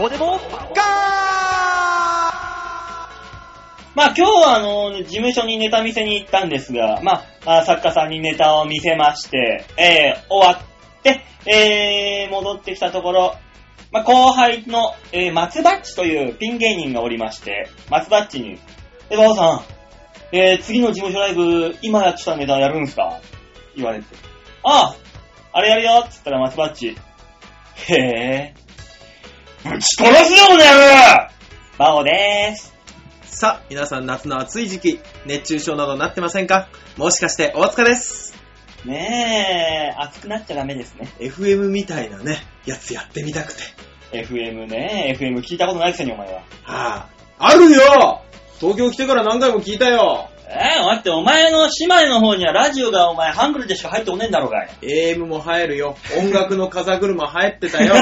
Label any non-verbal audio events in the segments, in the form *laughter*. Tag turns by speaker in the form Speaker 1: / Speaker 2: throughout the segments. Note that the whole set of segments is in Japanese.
Speaker 1: こでも
Speaker 2: まあ今日はあの、事務所にネタ見せに行ったんですが、まあ、あ作家さんにネタを見せまして、えー、終わって、えー、戻ってきたところ、まあ後輩の、えー、松バッチというピン芸人がおりまして、松バッチに、え、バオさん、えー、次の事務所ライブ、今やってたネタやるんすか言われて。ああ、あれやるよっつったら松バッチ。へえ。ぶち殺すよ、この野郎バオでーす。
Speaker 3: さあ、皆さん夏の暑い時期、熱中症などなってませんかもしかして大塚です。
Speaker 2: ねえ、熱くなっちゃダメですね。
Speaker 3: FM みたいなね、やつやってみたくて。
Speaker 2: FM ね、FM 聞いたことないくせにお前は。
Speaker 3: はあ、あるよ東京来てから何回も聞いたよ
Speaker 2: えー、待って、お前の島根の方にはラジオがお前ハングルでしか入ってこねえんだろうがい。
Speaker 3: AM も入る *laughs* よ。音楽の風車入っ
Speaker 2: *laughs*
Speaker 3: て *laughs* たよ。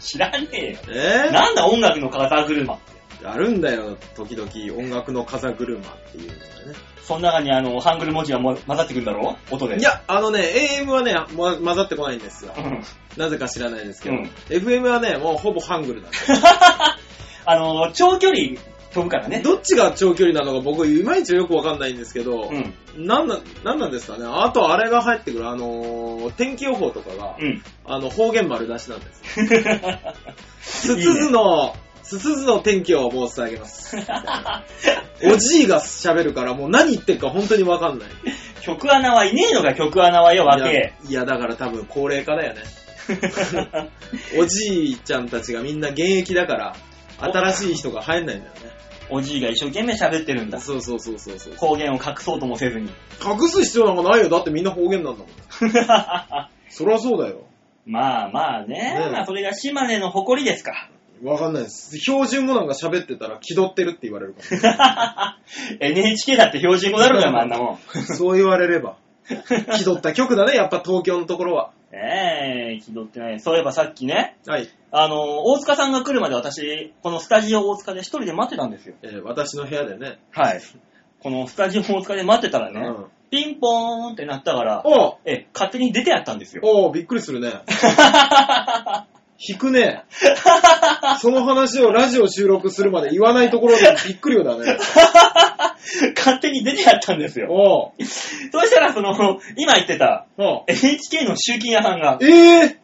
Speaker 2: 知らねえよ。
Speaker 3: えー、
Speaker 2: なんだ音楽の風車って。
Speaker 3: あるんだよ、時々音楽の風車っていうのが
Speaker 2: その中にあの、ハングル文字がも混ざってくるんだろ音で。
Speaker 3: ね。い、や、あのね、AM はね、ま混ざってこないんですよ
Speaker 2: う。ん。
Speaker 3: なぜか知らないですけど、
Speaker 2: うん
Speaker 3: FM はね、もうほぼハングルなんで
Speaker 2: あの、長距離飛ぶからね。
Speaker 3: どっちが長距離なのか僕、いまいちよくわかんないんですけど
Speaker 2: う、ん。
Speaker 3: なんな、なんなんですかね。あと、あれが入ってくる、あのー天気予報とかが、
Speaker 2: うん。 *laughs*
Speaker 3: あの、方言丸出しなんです。
Speaker 2: *laughs*
Speaker 3: すつずの、すつずの天気を申し上げ
Speaker 2: *laughs*
Speaker 3: ます。おじいが喋るから、もう何言ってるか本当にわかんない。
Speaker 2: 曲穴はいねえのか、曲穴はよ、わ
Speaker 3: いや
Speaker 2: け。
Speaker 3: いや、だから多分高齢化だよね。おじいちゃんたちがみんな現役だから、新しい人が入んないんだよね。
Speaker 2: *laughs* おじいが一生懸命喋ってるんだ。
Speaker 3: そうそうそうそうそう。
Speaker 2: 方言を隠そうともせずに。
Speaker 3: 隠す必要なんかないよ。だってみんな方言なんだもん。そりゃそうだよ。
Speaker 2: *laughs* まあまあね、
Speaker 3: ね
Speaker 2: まあそれが島根の誇りですか。 *laughs*
Speaker 3: わかんないです。標準語なんか喋ってたら気取ってるって言われるか
Speaker 2: NHK だって標準語だろうが、あんなもん。
Speaker 3: ら。 *laughs* そう言われれば。気取った曲だね、やっぱ東京のところは。
Speaker 2: ええ気取ってない。そういえばさっきね、
Speaker 3: はい。
Speaker 2: あの、大塚さんが来るまで私、このスタジオ大塚で一人で待ってたんですよ。
Speaker 3: えー私の部屋でね。
Speaker 2: はい。このスタジオ大塚で待ってたら
Speaker 3: う
Speaker 2: ね、
Speaker 3: ん。
Speaker 2: ピンポーンってなったから、
Speaker 3: おう
Speaker 2: え、勝手に出てやったんですよ。 *laughs*
Speaker 3: おうびっくりする *laughs* ね。引くね。その話をラジオ収録するまで言わないところでびっくりよだね。
Speaker 2: 勝手に出てやったんですよ。
Speaker 3: おう
Speaker 2: そうしたら、その、今言ってた、
Speaker 3: おう
Speaker 2: NHK の集金屋さんが、
Speaker 3: ええ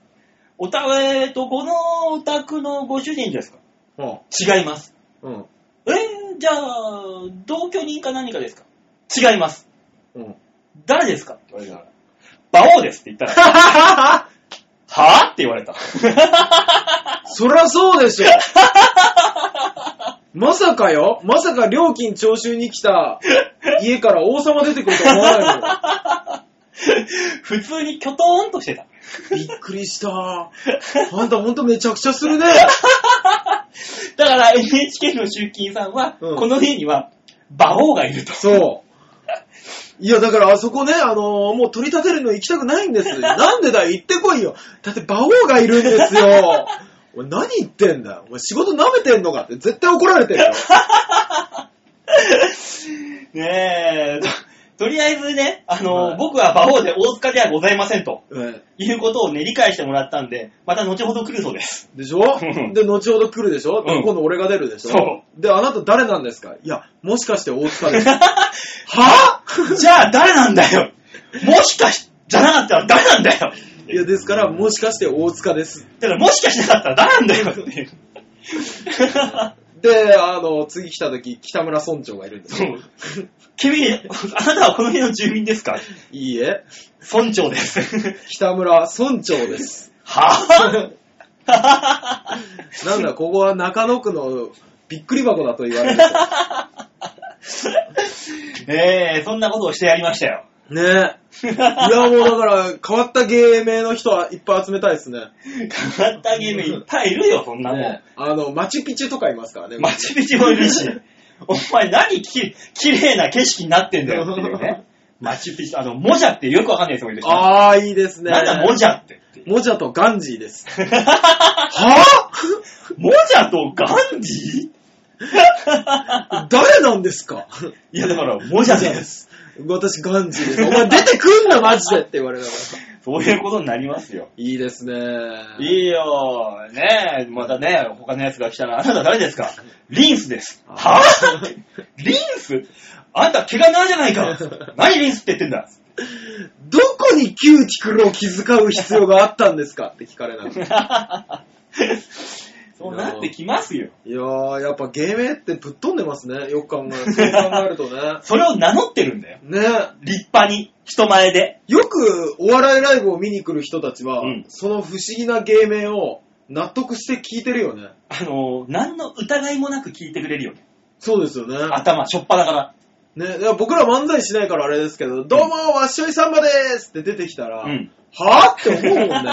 Speaker 2: おたえーと、このお宅のご主人ですか
Speaker 3: おう
Speaker 2: 違います。
Speaker 3: うん。
Speaker 2: えーじゃあ、同居人か何かですか違います。
Speaker 3: うん。
Speaker 2: 誰ですかって言われたから。馬王ですって言ったら、はぁって言われた。
Speaker 3: そりゃそうでしょ。まさかよ、まさか料金徴収に来た家から王様出てくると思わないよ。
Speaker 2: *laughs* 普通にキョトーンとしてた。
Speaker 3: びっくりした。あんたほんとめちゃくちゃするね。
Speaker 2: だから NHK の集金さんは、
Speaker 3: うん
Speaker 2: この家には、馬王がいると。
Speaker 3: そう。いや、だからあそこね、あのーもう取り立てるの行きたくないんです。なんでだよ、行ってこいよ。だって馬王がいるんですよ。お前何言ってんだよ。お前仕事舐めてんのかって絶対怒られてるよ。
Speaker 2: ねえ、 *laughs* ととりあえずね、あの、
Speaker 3: はい
Speaker 2: 僕は馬王で大塚ではございませんと。
Speaker 3: うん
Speaker 2: いうことをね、理解してもらったんで、また後ほど来るそうです。
Speaker 3: でしょ
Speaker 2: うん
Speaker 3: で、後ほど来るでしょ、
Speaker 2: うん
Speaker 3: 今度俺が出るでしょ
Speaker 2: そ
Speaker 3: で、あなた誰なんですかいや、もしかして大
Speaker 2: *laughs*
Speaker 3: 塚です。は
Speaker 2: じゃあ誰なんだよもしかし、じゃなかったら誰なんだよ
Speaker 3: ぁいや、ですから、もしかして大塚です。
Speaker 2: だからもしかしなかったら誰なんだよっていう。
Speaker 3: で、あの、次来た時、北村村長がいるんです
Speaker 2: そ
Speaker 3: よ。
Speaker 2: う。 *laughs* 君、あなたはこの辺の住民ですか
Speaker 3: いいえ、
Speaker 2: 村長です。
Speaker 3: *laughs* 北村村長です。
Speaker 2: はぁ
Speaker 3: なんだ、ここは中野区のびっくり箱だと言われる。
Speaker 2: *laughs* ええそんなことをしてやりましたよ。 *laughs*
Speaker 3: ねいや、もうだから、変わった芸名の人はいっぱい集めたいですね。
Speaker 2: 変わったゲームいっぱいいるよ、そんなもん。
Speaker 3: ねあの、マチュピチュとかいますからね。
Speaker 2: マチュピチュもいる
Speaker 3: *laughs*
Speaker 2: し、お前何き、綺麗な景色になってんだよっていうね。マチュピチュ、あの、モジャってよくわかんない人もいるし。
Speaker 3: あー、いいですね。
Speaker 2: なんだモジャって。 *laughs*
Speaker 3: モジャとガンジーです。は
Speaker 2: モジャとガンジー
Speaker 3: ぁ誰なんですか
Speaker 2: いや、だから、モジャです。
Speaker 3: 私ガンジーです。お前出てくんな、マジでって言われながら。
Speaker 2: そういうことになりますよ。
Speaker 3: いいですね。
Speaker 2: *laughs* いいよねえ、またね、他のやつが来たら、あなた誰ですかリンスです。
Speaker 3: あ
Speaker 2: はぁリンスあんた怪我ないじゃないか *laughs* 何リンスって言ってんだ
Speaker 3: どこにキューティクルを気遣う必要があったんですかって聞かれながら。
Speaker 2: そうなってきますよ。
Speaker 3: いやー、やっぱ芸名ってぶっ飛んでますね。よく考え、そう考えると *laughs* ね。
Speaker 2: それを名乗ってるんだよ。
Speaker 3: ね
Speaker 2: 立派に、人前で。
Speaker 3: よくお笑いライブを見に来る人たちは、
Speaker 2: うん
Speaker 3: その不思議な芸名を納得して聞いてるよね。
Speaker 2: あのー、何の疑いもなく聞いてくれるよね。
Speaker 3: そうですよね。
Speaker 2: 頭、しょっぱだから。
Speaker 3: ね、いや僕ら漫才しないからあれですけど、どうも、わっしょいさんばでーすって出てきたら、
Speaker 2: うん
Speaker 3: はぁって思うもん *laughs* ね。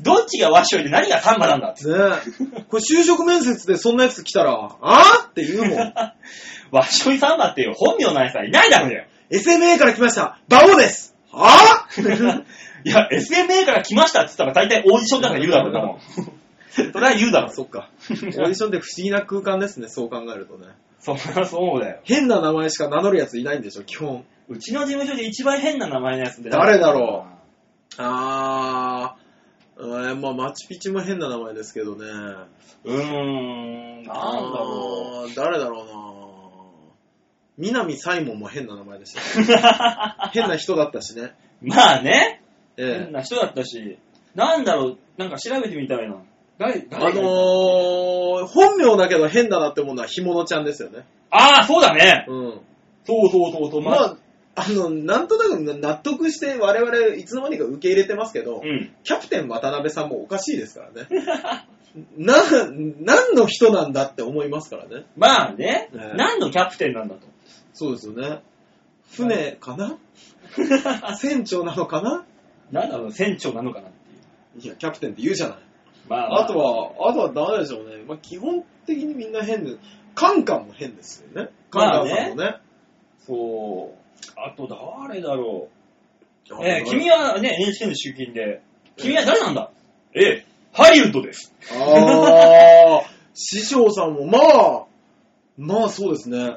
Speaker 2: どっちがわっしょいで何がサンバなんだって
Speaker 3: ねこれ就職面接でそんなやつ来たら、あーって言うも *laughs* ん。
Speaker 2: わっしょいサンバっていう本名のやつはいないだろうよ。
Speaker 3: SMA から来ました、バオですはぁ
Speaker 2: *laughs* いや、SMA から来ましたって言ったら大体オーディションだから言うだろうな *laughs* もん。それは言うだろう。
Speaker 3: そっか。オーディションって不思議な空間ですね、そう考えるとね。
Speaker 2: そりゃそうだよ。
Speaker 3: 変な名前しか名乗るやついないんでしょ、基本。
Speaker 2: うちの事務所で一番変な名前のやつで。
Speaker 3: 誰だろあー、えーまあマチュピチュも変な名前ですけどね。なん
Speaker 2: ううーん、なんだろ
Speaker 3: う。誰だろうな南サイモンも変な名前でしたね。
Speaker 2: う。
Speaker 3: 変な人だったしね。
Speaker 2: *laughs* まあね、
Speaker 3: え
Speaker 2: 変
Speaker 3: え。
Speaker 2: な人だったし、なんだろう、なんか調べてみたいな。誰、
Speaker 3: あ
Speaker 2: 誰
Speaker 3: のー、本名だけど変だなって思うのはひものちゃんですよね。
Speaker 2: ああ、そうだね。
Speaker 3: うん。
Speaker 2: そうそうそうそう、
Speaker 3: まあ、あの、なんとなく納得して我々いつの間にか受け入れてますけど、
Speaker 2: *laughs* うん。
Speaker 3: キャプテン渡辺さんもおかしいですからね。な、何の人なんだって思いますからね。
Speaker 2: まあね、
Speaker 3: ええ
Speaker 2: 何のキャプテンなんだと。 *laughs*
Speaker 3: そうですよね。船かな、船長なのかな
Speaker 2: なんだろう、船長なのかなっていう。
Speaker 3: いや、キャプテンって言うじゃない。
Speaker 2: まあ、ま
Speaker 3: あと、は、あとは誰でしょうね。まあ、基本的にみんな変で、カンカンも変ですよね。カンカンさんもね。
Speaker 2: そう。あと誰だろう。
Speaker 3: あ
Speaker 2: ええ君はね、NHK の集金で、君は誰なんだええ、ハリウッドです。
Speaker 3: あー、 *laughs* 師匠さんも、まあ、まあそうですね。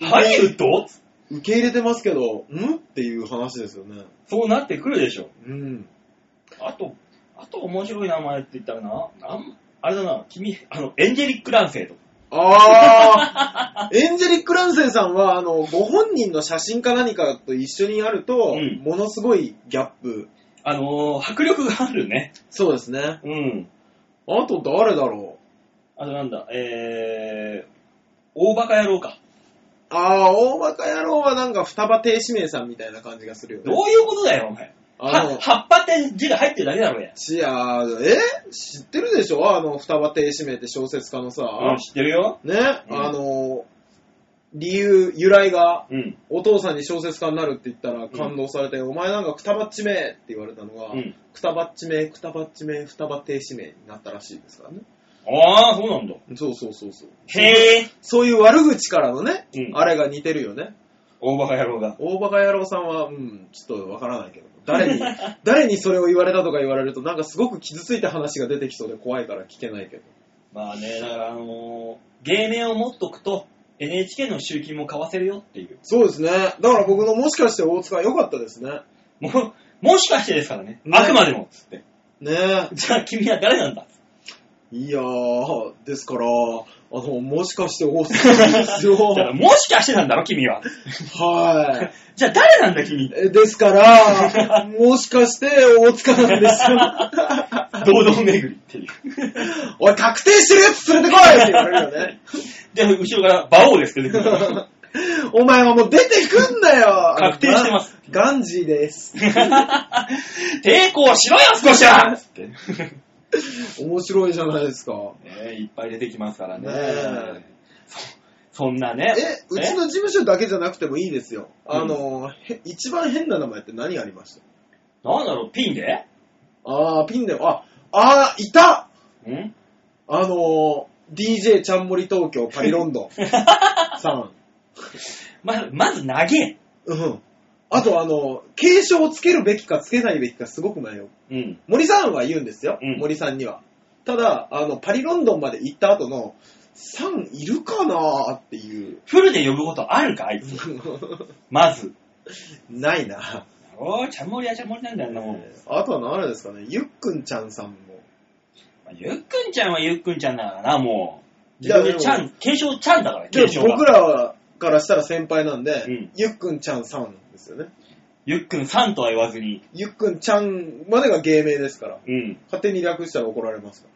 Speaker 2: ハリウッド
Speaker 3: 受け入れてますけど、んっていう話ですよね。
Speaker 2: そうなってくるでしょ。
Speaker 3: うん。
Speaker 2: あと、あと面白い名前って言ったらな、なんあれだな、君、あの、エンジェリック・ランセイとか。
Speaker 3: あー、 *laughs* エンジェリック・ランセンさんは、あの、ご本人の写真か何かと一緒にやると、
Speaker 2: うん
Speaker 3: ものすごいギャップ。
Speaker 2: あのー迫力があるね。
Speaker 3: そうですね。
Speaker 2: うん。
Speaker 3: あと誰だろう
Speaker 2: あとなんだ、えー、大バカ野郎か。
Speaker 3: あー、大バカ野郎はなんか双葉亭指名さんみたいな感じがするよ
Speaker 2: どう
Speaker 3: ね。
Speaker 2: いうことだよ、お前。
Speaker 3: あ
Speaker 2: は
Speaker 3: の、
Speaker 2: 葉っぱって字が入ってるだけだろうや。
Speaker 3: しあーえ知ってるでしょあの、双葉亭指名って小説家のさ、
Speaker 2: うん、知ってるよ。
Speaker 3: ね、
Speaker 2: うん
Speaker 3: あの、理由、由来が、
Speaker 2: うん。
Speaker 3: お父さんに小説家になるって言ったら感動されて、お前なんかくたばっちめえって言われたのが、
Speaker 2: うん。
Speaker 3: くたばっちめえ、くたばっちめえ、ふたば亭指名になったらしいですからね。
Speaker 2: ああ、そうなんだ。
Speaker 3: そうそうそうそう。
Speaker 2: へえ。
Speaker 3: そういう悪口からのね、
Speaker 2: うん
Speaker 3: あれが似てるよね。
Speaker 2: 大バカ野郎が。
Speaker 3: 大バカ野郎さんは、うん、ちょっとわからないけど、誰 *laughs* に、誰にそれを言われたとか言われると、なんかすごく傷ついた話が出てきそうで怖いから聞けないけど。
Speaker 2: まあね、だからあのー芸名を持っとくと、NHK の集金も買わせるよっていう。
Speaker 3: そうですね。だから僕のもしかして大塚良かったですね。
Speaker 2: も、もしかしてですからね。
Speaker 3: ね
Speaker 2: あくまでも。つって。
Speaker 3: ねえ。
Speaker 2: じゃあ君は誰なんだ
Speaker 3: いやー、ですから、あの、もしかして大阪ですよ。
Speaker 2: だ
Speaker 3: *laughs*
Speaker 2: からもしかしてなんだろ、君は。
Speaker 3: は
Speaker 2: じゃあ誰なんだ、君
Speaker 3: い。。えですから、もしかして大塚なんです *laughs* よ。
Speaker 2: 堂々巡りっていう。
Speaker 3: おい、確定してるやつ連れてこいって言われるよね。
Speaker 2: で、後ろから、馬王です *laughs* けど、出てくる
Speaker 3: *laughs*
Speaker 2: から
Speaker 3: お前はもう出てくんなよ
Speaker 2: 確定してます。
Speaker 3: ガンジー *laughs* です。
Speaker 2: 抵抗しろよ、少しはつって。
Speaker 3: 面白いじゃないですか。
Speaker 2: えいっぱい出てきますからね。
Speaker 3: ねえ
Speaker 2: そそんなね。
Speaker 3: え、うちの事務所だけじゃなくてもいいですよ。あの、へ一番変な名前って何ありました
Speaker 2: なんだろう、ピンで
Speaker 3: あー、ピンでも、あ、あー、いた
Speaker 2: ん
Speaker 3: あのー、DJ ちゃんもり東京パリロンドンさ *laughs* ん。
Speaker 2: まず、まず投げ。
Speaker 3: うん。あとあのー、継承をつけるべきかつけないべきかすごく迷う。
Speaker 2: うん。
Speaker 3: 森さんは言うんですよ。
Speaker 2: うん
Speaker 3: 森さんには。ただ、あの、パリロンドンまで行った後の、さんいるかなーっていう。 *laughs*
Speaker 2: フルで呼ぶことあるか、あいつ。まず。
Speaker 3: ないな。
Speaker 2: おー、ちゃんもりはちゃんもりなんだよな、もう。
Speaker 3: あとは何ですかね、ゆっくんちゃんさんも。
Speaker 2: まあゆっくんちゃんはゆっくんちゃんだからな、もう。
Speaker 3: いや
Speaker 2: 自分でちゃ
Speaker 3: で
Speaker 2: ん、継承ちゃんだから、
Speaker 3: け
Speaker 2: 継承
Speaker 3: ど僕
Speaker 2: が。
Speaker 3: らからしたら先輩なんで、
Speaker 2: うん
Speaker 3: ゆっくんちゃんさんですよね。
Speaker 2: ゆっくんさんとは言わずに。
Speaker 3: ゆっくんちゃんまでが芸名ですから。
Speaker 2: うん。
Speaker 3: 勝手に略したら怒られますか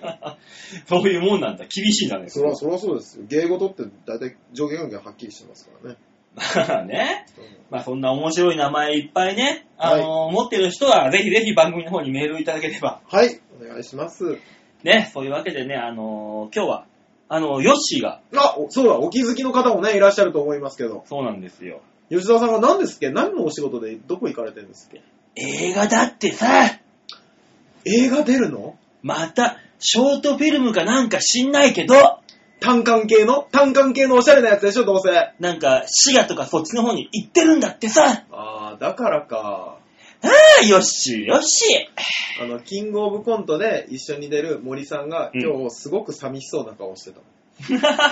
Speaker 3: ら。
Speaker 2: *laughs* そういうもんなんだ。厳しいんだね。
Speaker 3: そらそらそうですよ。芸事って大体上下関係はっきりしてますからね。
Speaker 2: *laughs* まあね。まあそんな面白い名前いっぱいね、あのー持ってる人はぜひぜひ番組の方にメールいただければ。
Speaker 3: はい、お願いします。
Speaker 2: ね、そういうわけでね、あのー今日は、あのーヨッシーが、
Speaker 3: あ、おそうだ、お気づきの方もね、いらっしゃると思いますけど、
Speaker 2: そうなんですよ。
Speaker 3: 吉沢さんは何ですっけ何のお仕事でどこ行かれてるんですっけ
Speaker 2: 映画だってさ、
Speaker 3: 映画出るの
Speaker 2: また、ショートフィルムかなんか知んないけど、
Speaker 3: 単管系の単管系のおしゃれなやつでしょ、どうせ。
Speaker 2: なんか、滋賀とかそっちの方に行ってるんだってさ。
Speaker 3: あー、だからか。
Speaker 2: ああ、よし、よし。
Speaker 3: あの、キングオブコントで一緒に出る森さんが、
Speaker 2: うん
Speaker 3: 今日すごく寂しそうな顔して *laughs* た。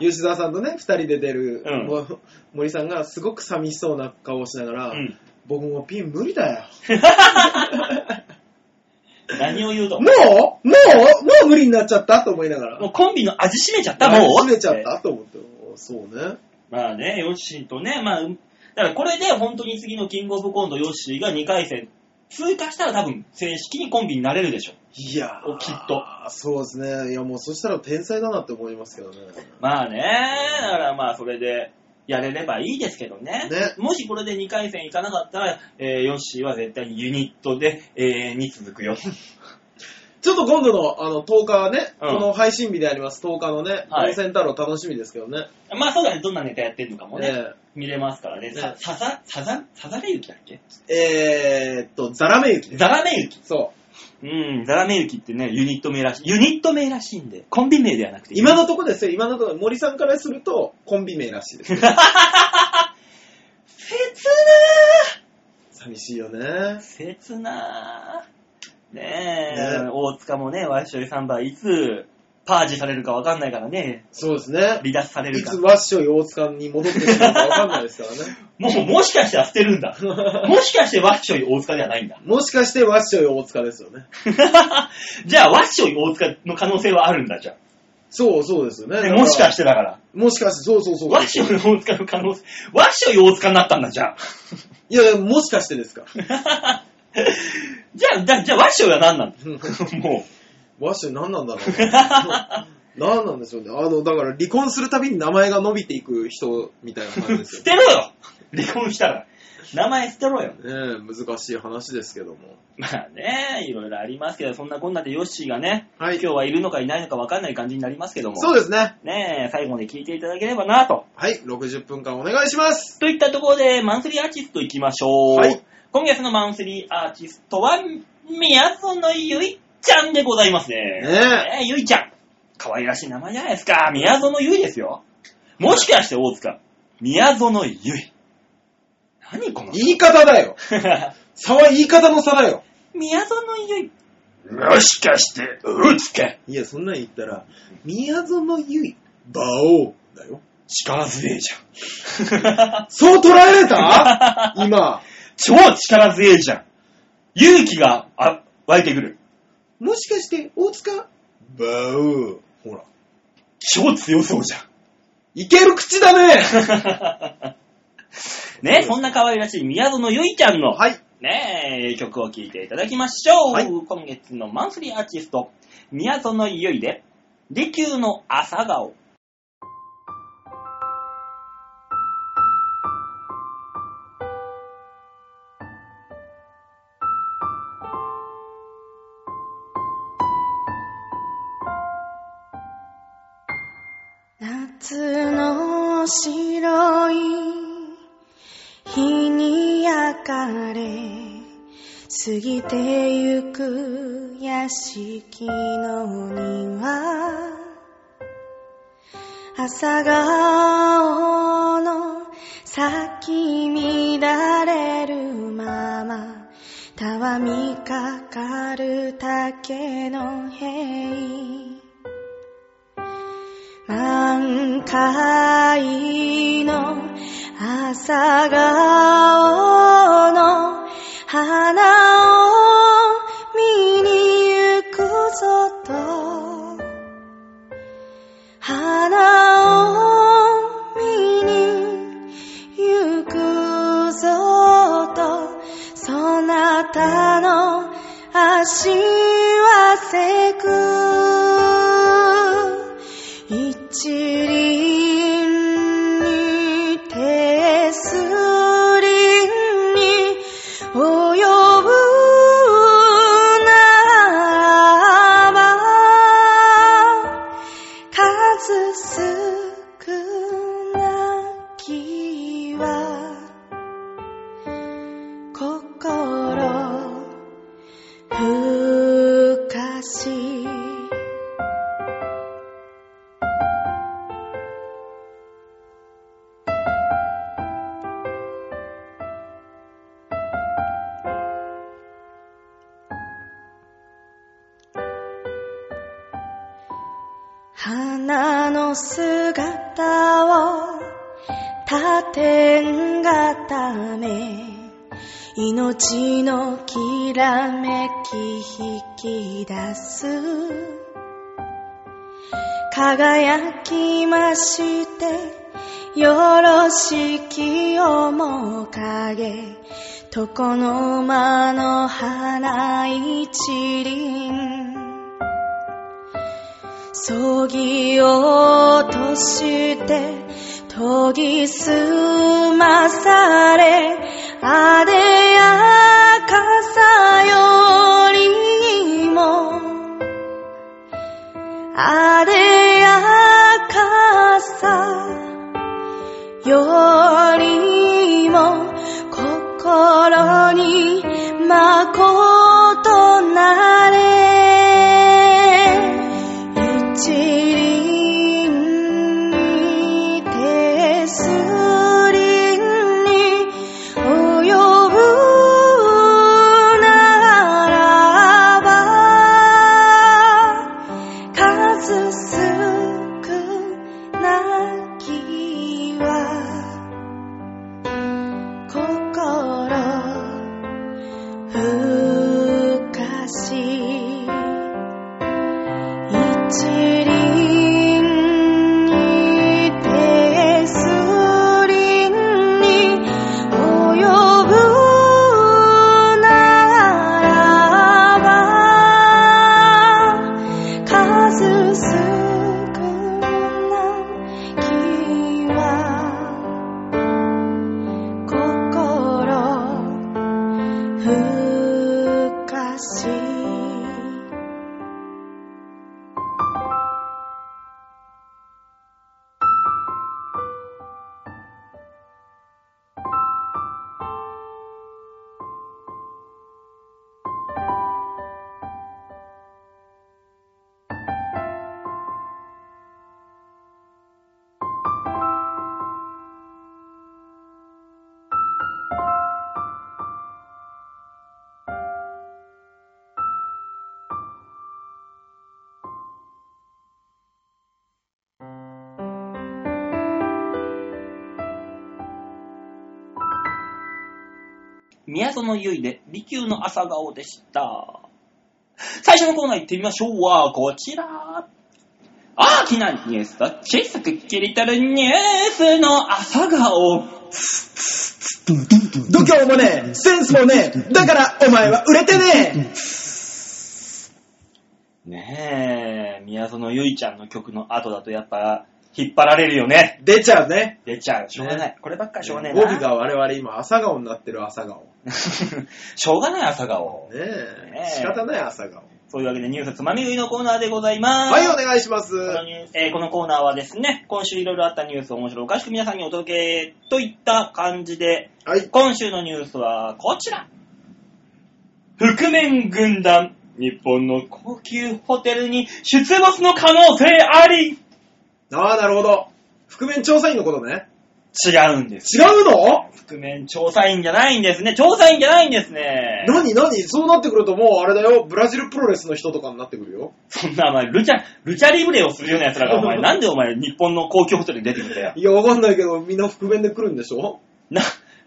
Speaker 3: 吉沢さんとね、二人で出る、
Speaker 2: うん
Speaker 3: も森さんがすごく寂しそうな顔をしながら、
Speaker 2: うん。
Speaker 3: 僕もピン無理だよ。
Speaker 2: 何を言うと。
Speaker 3: も
Speaker 2: も
Speaker 3: うもうもう無理になっちゃったと思いながら。
Speaker 2: うコンビの味しめちゃったもう
Speaker 3: 閉めちゃったと思って。そうね。
Speaker 2: まあね、ヨッシーとね、まあ、うんだからこれで本当に次のキングオブコントヨッシーが2回戦通過したら多分正式にコンビになれるでしょ。
Speaker 3: いやー
Speaker 2: おきっと。
Speaker 3: そうですね。いやもうそしたら天才だなって思いますけどね。
Speaker 2: まあね、だからまあそれでやれればいいですけどね。
Speaker 3: ね
Speaker 2: もしこれで2回戦いかなかったら、えーヨッシーは絶対にユニットで永遠に続 *laughs* くよ。
Speaker 3: ちょっと今度のあの10日ね、
Speaker 2: うん
Speaker 3: この配信日であります10日のね、
Speaker 2: はい
Speaker 3: 温泉太郎楽しみですけどね。
Speaker 2: まあそうだね、どんなネタやってるのかもね、
Speaker 3: え
Speaker 2: 見れますからね。さ、
Speaker 3: ね
Speaker 2: さざ、さざ、さざれゆきだっけ
Speaker 3: ーえーっと、ザラメ雪です。
Speaker 2: ザラメユキ。
Speaker 3: そう。
Speaker 2: うん、ザラメユキってね、ユニット名らしい。ユニット名らしいんで、コンビ名ではなくて。
Speaker 3: 今のとこですよ、今のとこ森さんからするとコンビ名らし
Speaker 2: *laughs*
Speaker 3: いです。
Speaker 2: 切
Speaker 3: 寂しいよね
Speaker 2: な。切なねえ、
Speaker 3: ね
Speaker 2: 大塚もね、ワッショイサンバいつ、パージされるかわかんないからね、
Speaker 3: そうですね。
Speaker 2: 離脱され
Speaker 3: い
Speaker 2: るか
Speaker 3: つ。ワッショイ大塚に戻ってくるのかわかんないですからね。
Speaker 2: *laughs* もう、もしかしたら捨てるんだ。 *laughs* もしかしてワッショイ大塚ではない *laughs* んだ。
Speaker 3: もしかしてワッショイ大塚ですよね。
Speaker 2: じゃあ、ワッショイ大塚の可能性はあるんだ、じゃ
Speaker 3: そうそうですよ
Speaker 2: あ。ね
Speaker 3: ね。。
Speaker 2: もしかしててだから。
Speaker 3: もしかして、そうそうそう。
Speaker 2: ワッショイ大塚の可能性、ワッショイ大塚になったんだ、じゃあ。 *laughs*
Speaker 3: いやいや、もしかしてですか。
Speaker 2: じゃあ、だじゃあ、ワッショイは何なんだも
Speaker 3: ワッショイ何なんだろう。
Speaker 2: *laughs*
Speaker 3: 何なんでしょうね。あの、だから離婚するたびに名前が伸びていく人みたいな感じ
Speaker 2: う、*laughs*
Speaker 3: で
Speaker 2: 捨
Speaker 3: す
Speaker 2: てろよ離婚したら。名前捨てろよ。
Speaker 3: よ。ねえ、難しい話ですけども。
Speaker 2: まあね、いろいろありますけど、そんなこんなでヨッシーがね、
Speaker 3: はい
Speaker 2: 今日はいるのかいないのか分かんない感じになりますけども、
Speaker 3: そうですね。
Speaker 2: ねえ、最後まで聞いていただければなと。
Speaker 3: はい、60分間お願いします。
Speaker 2: といったところで、マンスリーアーティスト行きましょう。
Speaker 3: はい
Speaker 2: 今月のマンスリーアーティストは、宮園ゆいちゃんでございますね。
Speaker 3: ね
Speaker 2: ねえゆいちゃん。可愛らしい名前じゃないですか。宮園ゆいですよ。もしかして大塚、宮園ゆい。何この人
Speaker 3: 言い方だよ。差は言い方の差だよ。
Speaker 2: *laughs* 宮園ゆい。もしかして、大塚。
Speaker 3: いや、そんなん言ったら、宮園ゆい、馬王だよ。
Speaker 2: 力強えじゃん。
Speaker 3: そう捉えられた今。
Speaker 2: *laughs* 超力強えじゃん。勇気があ湧いてくる。
Speaker 3: もしかして、大塚馬王。ほら。
Speaker 2: 超強そうじゃん。
Speaker 3: いける口だね
Speaker 2: *laughs* ね、そんな可愛らしい宮園ゆいちゃんの、
Speaker 3: はい。
Speaker 2: ねえ、曲を聴いていただきましょう。
Speaker 3: はい
Speaker 2: 今月のマンスリーアーティスト、宮園ゆいで、利休の朝顔。
Speaker 1: 夏の白い日に焼かれ過ぎてゆく屋敷の庭朝顔の咲き乱れるままたわみかかる竹の塀満開の朝顔しはせく一輪に手すりに及ぶならば数少なきは心ふかし花の姿を立てんがため命のきらめき引き出す輝きましてよろしきお面影床の間の花一輪そぎ落として研ぎ澄まされあでやかさよりもあでやかさよりも心にまことなれ一輪に手すりに及ぶならば数少なきは心ふかし一輪に手すりに及ぶならば数少なきは心ふかし
Speaker 2: 宮園ゆいで、利休の朝顔でした。最初のコーナー行ってみましょうは、こちら。大きなニュースと小さく切り取るニュースの朝顔。
Speaker 3: 度胸もねえ、センスもねえ、だからお前は売れてね
Speaker 2: ねえ、宮園ゆいちゃんの曲の後だとやっぱ引っ張られるよね。
Speaker 3: え出ちゃうね。
Speaker 2: 出ちゃう。しょうがない。こればっかりしょうが *laughs* ねえ
Speaker 3: 語
Speaker 2: な。
Speaker 3: 尾が我々今朝顔になってる朝顔。ね
Speaker 2: しょうがない朝顔。
Speaker 3: え
Speaker 2: ねえ。
Speaker 3: 仕方ない朝顔。
Speaker 2: そういうわけでニュースつまみ食いのコーナーでございます。
Speaker 3: はい、お願いします。
Speaker 2: このニュースえーこのコーナーはですね、今週いろいろあったニュースを面白おかしく皆さんにお届けといった感じで、
Speaker 3: はい。
Speaker 2: 今週のニュースはこちら。覆面軍団、日本の高級ホテルに出没の可能性あり
Speaker 3: ああ、なるほど。覆面調査員のことね。
Speaker 2: 違うんです。
Speaker 3: 違うの
Speaker 2: 覆面調査員じゃないんですね。調査員じゃないんですね。
Speaker 3: 何何そうなってくるともうあれだよ、ブラジルプロレスの人とかになってくるよ。
Speaker 2: そんなお前、ルチャ、ルチャリブレをするような奴らがお
Speaker 3: *laughs*
Speaker 2: 前、なんでお前日本の高級ホテルに出てきたよ。
Speaker 3: いや、わかんないけど、みんな覆面で来るんでしょ
Speaker 2: な、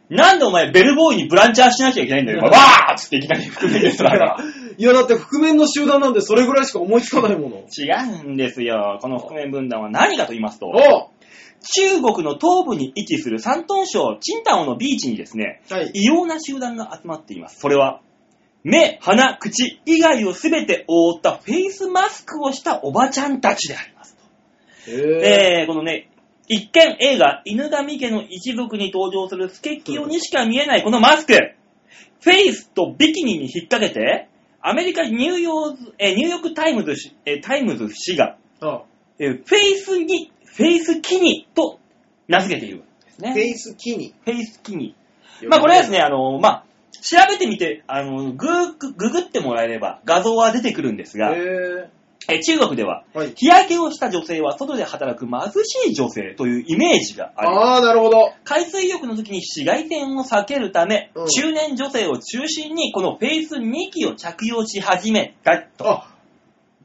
Speaker 2: なんでお前ベルボーイにブランチャーしなきゃいけないんだよ。わーっつっていきなり含めるやつらが。
Speaker 3: いや、だって覆面の集団なんでそれぐらいしか思いつかないもの。
Speaker 2: 違うんですよ。この覆面分断は何かと言いますと、
Speaker 3: お
Speaker 2: 中国の東部に位置する山東省チンタオのビーチにですね、
Speaker 3: はい。
Speaker 2: 異様な集団が集まっています。それは、目、鼻、口以外をすべて覆ったフェイスマスクをしたおばちゃんたちであります。
Speaker 3: え
Speaker 2: えー、このね、一見映画、犬神家の一族に登場するスケキヨにしか見えないこのマスク。フェイスとビキニに引っ掛けて、アメリカニューヨーズえーニューヨークタイムズし、えータイムズ氏が、
Speaker 3: ーあ
Speaker 2: えーフェイスに、フェイスキニと名付けているんですね。
Speaker 3: フェイスキニ。
Speaker 2: フェイスキニ。まあこれはですね、あの、まあ、調べてみて、あの、グーグググってもらえれば画像は出てくるんです
Speaker 3: え
Speaker 2: が、え中国では
Speaker 3: ー、はい。
Speaker 2: 日焼けをした女性は外で働く貧しい女性というイメージがあります。
Speaker 3: ああ、なるほど。
Speaker 2: 海水浴の時に紫外線を避けるため、
Speaker 3: うん
Speaker 2: 中年女性を中心にこのフェイス2機を着用し始めたと。
Speaker 3: あ、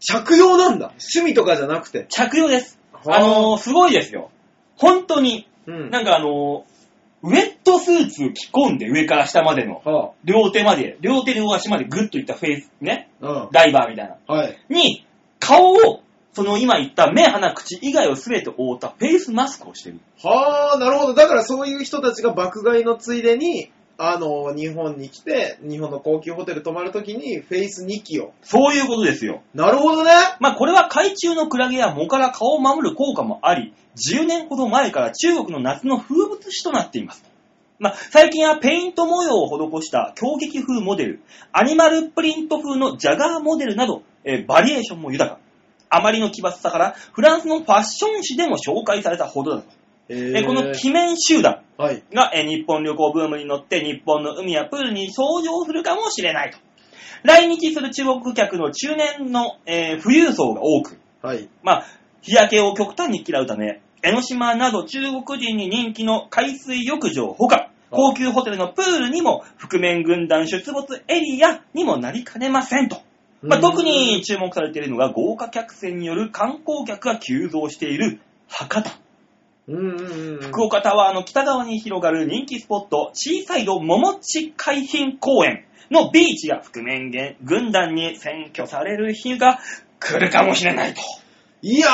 Speaker 3: 着用なんだ。趣味とかじゃなくて。
Speaker 2: 着用です。
Speaker 3: は
Speaker 2: あ
Speaker 3: あ
Speaker 2: のーすごいですよ。本当に、
Speaker 3: うん。
Speaker 2: なんかあのーウェットスーツ着込んで上から下までの、
Speaker 3: は
Speaker 2: 両手まで、両手両足までグッといったフェイス、ね、
Speaker 3: あ、
Speaker 2: ダイバーみたいな。
Speaker 3: うん。はい。
Speaker 2: に、顔を、その今言った目、鼻、口以外を全て覆ったフェイスマスクをしてる。
Speaker 3: はあ、なるほど。だからそういう人たちが爆買いのついでに、あの、日本に来て、日本の高級ホテル泊まるときに、フェイス2機を。
Speaker 2: そういうことですよ。
Speaker 3: なるほどね。
Speaker 2: まあこれは海中のクラゲや藻から顔を守る効果もあり、10年ほど前から中国の夏の風物詩となっています。まあ最近はペイント模様を施した強撃風モデル、アニマルプリント風のジャガーモデルなど、えーバリエーションも豊か。あまりの奇抜さから、フランスのファッション誌でも紹介されたほどだと。
Speaker 3: え
Speaker 2: えーこの鬼面集団
Speaker 3: はい。
Speaker 2: が、えー日本旅行ブームに乗って日本の海やプールに登場するかもしれないと。来日する中国客の中年の、えー富裕層が多く、
Speaker 3: はい。
Speaker 2: まあ、日焼けを極端に嫌うため、江ノ島など中国人に人気の海水浴場ほか、高級ホテルのプールにも、覆面軍団出没エリアにもなりかねませんと。まあ、
Speaker 3: うん
Speaker 2: 特に注目されているのが、豪華客船による観光客が急増している博多。
Speaker 3: うんうんうん。
Speaker 2: 福岡タワーの北側に広がる人気スポット、シーサイド桃地海浜公園のビーチが覆面軍団に占拠される日が来るかもしれないと。
Speaker 3: いや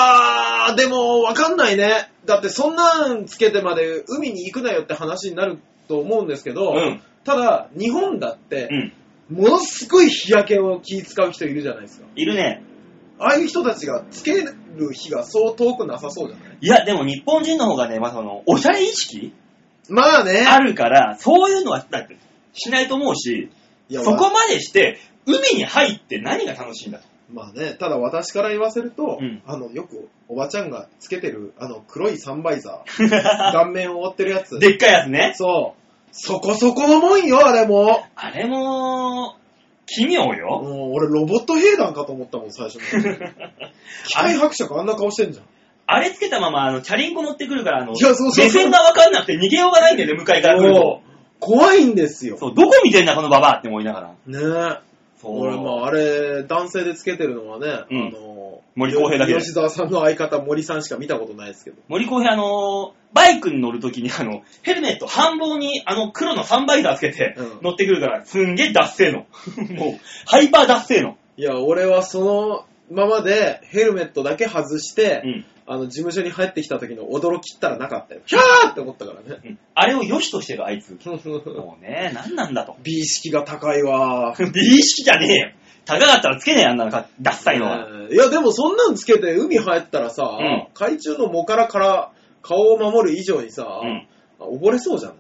Speaker 3: ー、でも、わかんないね。だって、そんなんつけてまで海に行くなよって話になると思うんですけど、
Speaker 2: うん
Speaker 3: ただ、日本だ
Speaker 2: う
Speaker 3: って、
Speaker 2: ん。
Speaker 3: ものすごい日焼けを気使う人いるじゃないですか。
Speaker 2: いるね。
Speaker 3: ああいう人たちがつける日がそう遠くなさそうじゃない
Speaker 2: いや、でも日本人の方がね、まあ、その、おしゃれ意識
Speaker 3: まあね。
Speaker 2: あるから、そういうのは、だって、しないと思うし、
Speaker 3: いや
Speaker 2: そこまでして、海に入って何が楽しいん
Speaker 3: *laughs*
Speaker 2: だと。
Speaker 3: まあね、ただ私から言わせると、
Speaker 2: うん
Speaker 3: あの、よくおばちゃんがつけてる、あの、黒いサンバイザー、顔面を覆ってるやつ。
Speaker 2: でっかいやつね。
Speaker 3: そう。そこそこのもんよ、あれも。
Speaker 2: あれも、奇妙よ。
Speaker 3: もう俺ロボット兵団かと思ったもん、最初 *laughs* に。機械伯爵あんな顔してんじゃん。
Speaker 2: あれつけたまま、あの、チャリンコ乗ってくるから、あの、
Speaker 3: いやそうそうそう
Speaker 2: 目線がわかんなくて逃げようがないんだよね、向かいから来る
Speaker 3: も
Speaker 2: と。
Speaker 3: う怖いんですよ。
Speaker 2: そう、どこ見てんだ、このババアって思いながら。
Speaker 3: ねえ。
Speaker 2: そう。
Speaker 3: 俺もあれ、男性でつけてるのはね、
Speaker 2: うん
Speaker 3: あの、
Speaker 2: 森公平だけで
Speaker 3: 吉沢さんの相方森さんしか見たことないですけど。
Speaker 2: 森公平、あの、バイクに乗るときに、あの、ヘルメット半棒に、あの、黒のサンバイザーつけて
Speaker 3: うん、
Speaker 2: 乗ってくるから、すんげえダッセーの。 *laughs* もう、ハイパーダッセーの。
Speaker 3: いや、俺はそのままでヘルメットだけ外して、
Speaker 2: うん
Speaker 3: あの、事務所に入ってきた時の驚きったらなかったよ。キャーって思ったからね。
Speaker 2: うんあれを良しとしてる、あいつ。もうね、何なんだと。
Speaker 3: *laughs*
Speaker 2: *laughs*
Speaker 3: 美意識が高いわ。
Speaker 2: 美意識じゃねえよ。高かったらつけねえよ、あんなのか、ダッサいのは。
Speaker 3: ねえいや、でもそんなんつけて海入ったらさ、
Speaker 2: うん
Speaker 3: 海中の藻からから顔を守る以上にさ、
Speaker 2: うん
Speaker 3: 溺れそうじゃない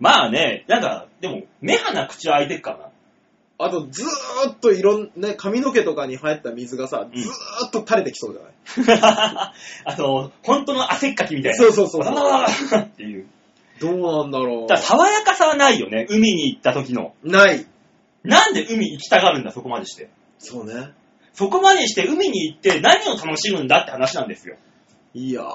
Speaker 2: まあね、なんか、でも、目鼻口は開いてっからな。
Speaker 3: あと、ずーっといろんね、髪の毛とかに入った水がさ、
Speaker 2: うん
Speaker 3: ずーっと垂れてきそうじゃない、
Speaker 2: *laughs* あの、本当の汗っかきみたいな。
Speaker 3: そうそうそうそう
Speaker 2: わーっていう。
Speaker 3: どうなんだ
Speaker 2: だ
Speaker 3: ろう。
Speaker 2: から爽やかさはないよね、海に行った時の。
Speaker 3: ない。
Speaker 2: なんで海行きたがるんだ、そこまでして。
Speaker 3: そうね。
Speaker 2: そこまでして海に行って何を楽しむんだって話なんですよ。
Speaker 3: いやー、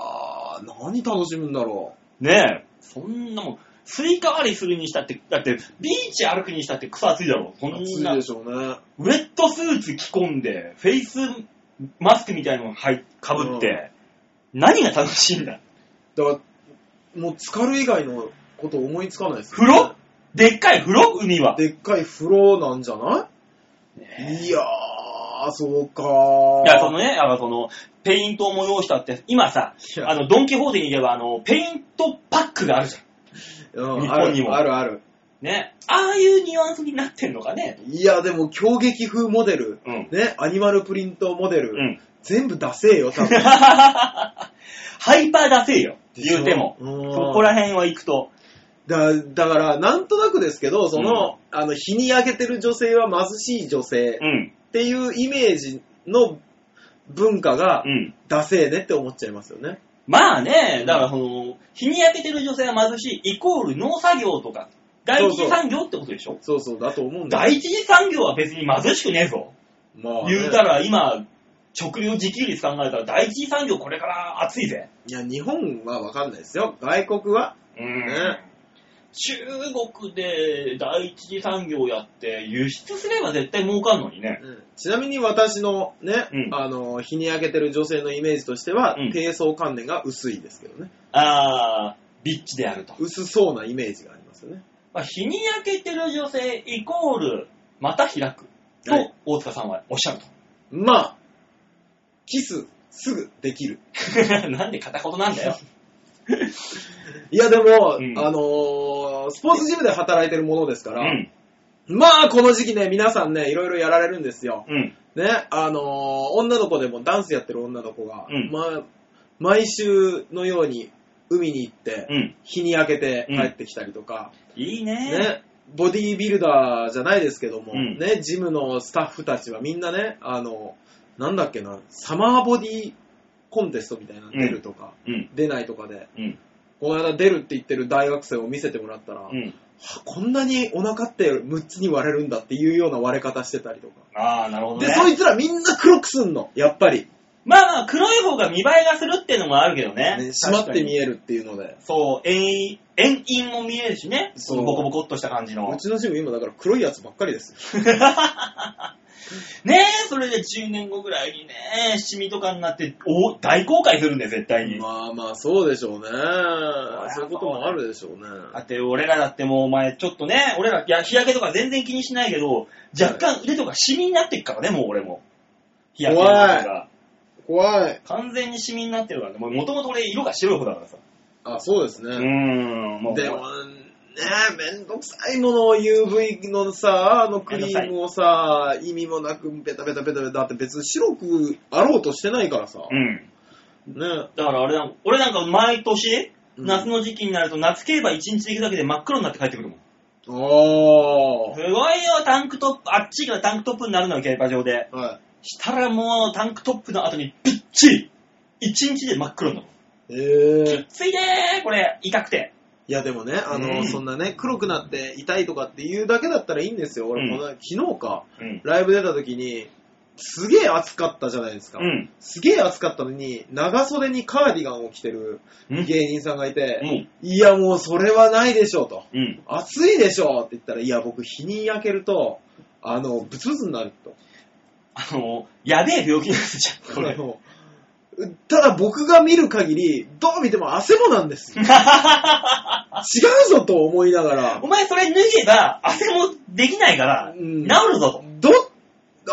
Speaker 3: 何楽しむんだろ
Speaker 2: ねえ。そんなもん、スイカ割りするにしたって、だって、ビーチ歩くにしたって草暑いだろ。こ
Speaker 3: う。
Speaker 2: ん
Speaker 3: 暑い
Speaker 2: な、ウ
Speaker 3: で
Speaker 2: ェ
Speaker 3: しょうね。
Speaker 2: ットスーツ着込んで、フェイスマスクみたいのをはいかぶって、何が楽しいんだ
Speaker 3: だから、もう浸かる以外のこと思いつかないです
Speaker 2: 風
Speaker 3: よね、
Speaker 2: 呂でっかい風呂海は。
Speaker 3: でっかい風呂なんじゃな
Speaker 2: ねえ
Speaker 3: いいやー、そうか
Speaker 2: いや、その
Speaker 3: ー。
Speaker 2: ね、あの、その、ペイントを催したって、今さ、
Speaker 3: いや
Speaker 2: あの、ドンキホーテに行けば、あの、ペイントパックがあるじゃん。
Speaker 3: うん
Speaker 2: 日本にも
Speaker 3: あるあるある。
Speaker 2: ね。ああいうニュアンスになってんのかね。
Speaker 3: いや、でも、狂撃風モデル、
Speaker 2: うん。
Speaker 3: ね、アニマルプリントモデル、
Speaker 2: うん。
Speaker 3: 全部出せえよ、
Speaker 2: *laughs*
Speaker 3: 多分。
Speaker 2: ハイパー出せよ。
Speaker 3: でし
Speaker 2: 言
Speaker 3: ょ
Speaker 2: うても。
Speaker 3: う
Speaker 2: そ
Speaker 3: ん
Speaker 2: こら辺は行くと。
Speaker 3: だだから、なんとなくですけど、その、あの、日に焼けてる女性は貧しい女性
Speaker 2: うん。
Speaker 3: っていうイメージの文化が
Speaker 2: う、ん。
Speaker 3: ダセえねって思っちゃいますよね。
Speaker 2: まあね、だからその、日に焼けてる女性は貧しい、イコール農作業とか、第一次産業ってことでしょ
Speaker 3: そうそう、だと思うんだ。
Speaker 2: 第一次産業は別に貧しくねえぞ。
Speaker 3: まあね
Speaker 2: 言うたら今、食料自給率考えたら第一次産業これから暑いぜ。
Speaker 3: いや、日本はわかんないですよ。外国は。
Speaker 2: うん
Speaker 3: ね
Speaker 2: 中国で第一次産業やって輸出すれば絶対儲かんのにね。
Speaker 3: ちなみに私のね、
Speaker 2: うん
Speaker 3: あの、日に焼けてる女性のイメージとしては、
Speaker 2: うん
Speaker 3: 低層観念が薄いですけどね。
Speaker 2: あー、ビッチであると。
Speaker 3: 薄そうなイメージがありますよね。
Speaker 2: まあ、日に焼けてる女性イコール、また開く。
Speaker 3: は
Speaker 2: と
Speaker 3: い、
Speaker 2: 大塚さんはおっしゃると。
Speaker 3: まあ、キス、すぐできる。
Speaker 2: *laughs* なんで片言なんだよ。
Speaker 3: いや、でも、
Speaker 2: うん
Speaker 3: あのースポーツジムで働いてるものですか
Speaker 2: う
Speaker 3: ら、
Speaker 2: ん。
Speaker 3: まあ、この時期ね、皆さんね、いろいろやられるんですよ。
Speaker 2: うん。
Speaker 3: ね、あのー女の子でもダンスやってる女の子が、
Speaker 2: うん
Speaker 3: まあ、毎週のように海に行って、
Speaker 2: うん。
Speaker 3: 日に焼けて帰ってきたりとか、
Speaker 2: いいね。
Speaker 3: ね、ボディービルダーじゃないですけども、
Speaker 2: うん
Speaker 3: ね、ジムのスタッフたちはみんなね、あの、なんだっけな、サマーボディコンテストみたいなの出るとか、
Speaker 2: うん。
Speaker 3: 出ないとかで、
Speaker 2: うん。
Speaker 3: この間出るって言ってる大学生を見せてもらったら、は
Speaker 2: うん。
Speaker 3: こんなにお腹って6つに割れるんだっていうような割れ方してたりとか。
Speaker 2: あー、なるほど
Speaker 3: で、
Speaker 2: ね。
Speaker 3: そいつらみんな黒くすんの、やっぱり。
Speaker 2: まあまあ、黒い方が見栄えがするってのもあるけどね。
Speaker 3: ね、締まって見
Speaker 2: え
Speaker 3: えるっていうので。
Speaker 2: そう、遠遠因も見えるしね。
Speaker 3: そ
Speaker 2: そうのボコボコっとした感じの
Speaker 3: う。ちのチーム今だから黒いやつばっかりですよ。
Speaker 2: ねえ、それで10年後ぐらいにね、シミとかになって、お大公開するんだよ、絶対に。
Speaker 3: まあまあ、そうでしょうね。
Speaker 2: りゃ
Speaker 3: そういうこともあるでしょうね。
Speaker 2: だって、俺らだってもうお前、ちょっとね、俺ら、いや、日焼けとか全然気にしないけど、若干腕とかシミになってくからね、もう俺も。日焼けとか。
Speaker 3: 怖い。
Speaker 2: 完全にシミになってるからね。もともと俺、色が白い方だからさ。
Speaker 3: あ、そうです
Speaker 2: うー
Speaker 3: ね。
Speaker 2: ん、もう。
Speaker 3: でも、ねめんどくさいものを UV のさ、あのクリームをさ、意味もなくベタベタベタベタ、だって別に白くあろうとしてないからさ。
Speaker 2: うん。
Speaker 3: ね。
Speaker 2: だからあれだもん俺なんか毎年、
Speaker 3: うん
Speaker 2: 夏の時期になると夏競馬1日行くだけで真っ黒になって帰ってくるもん。
Speaker 3: あー
Speaker 2: す。ごいよ、タンクトップ、あっちがタンクトップになるのよ、競馬場で。
Speaker 3: は
Speaker 2: したらもうタンクトップの後にびっちり !1 日で真っ黒になる。
Speaker 3: い。ええ。
Speaker 2: ついでーこれ、痛くて。
Speaker 3: いやでもね、あ
Speaker 2: う
Speaker 3: の、
Speaker 2: ん
Speaker 3: そんなね、黒くなって痛いとかって言うだけだったらいいんですよ。俺、
Speaker 2: うん
Speaker 3: この昨日か、
Speaker 2: うん。
Speaker 3: ライブ出た時に、すげえ暑かったじゃないですか。
Speaker 2: うん。
Speaker 3: すげえ暑かったのに、長袖にカーディガンを着てる
Speaker 2: うん。
Speaker 3: 芸人さんがいて、
Speaker 2: うん。
Speaker 3: いやもうそれはないでしょうと。
Speaker 2: うん。
Speaker 3: 暑いでしょって言ったら、いや、僕、日に焼けると、あの、ブツブツになると。
Speaker 2: あの、やべえ病気になってちゃう。こ
Speaker 3: あ
Speaker 2: れ。
Speaker 3: のただ僕が見る限り、どう見ても汗もな
Speaker 2: *laughs*
Speaker 3: んですよ。違うぞと思いながら
Speaker 2: お、前それ脱げば、汗もできないから、
Speaker 3: うん
Speaker 2: 治るぞと。
Speaker 3: ど、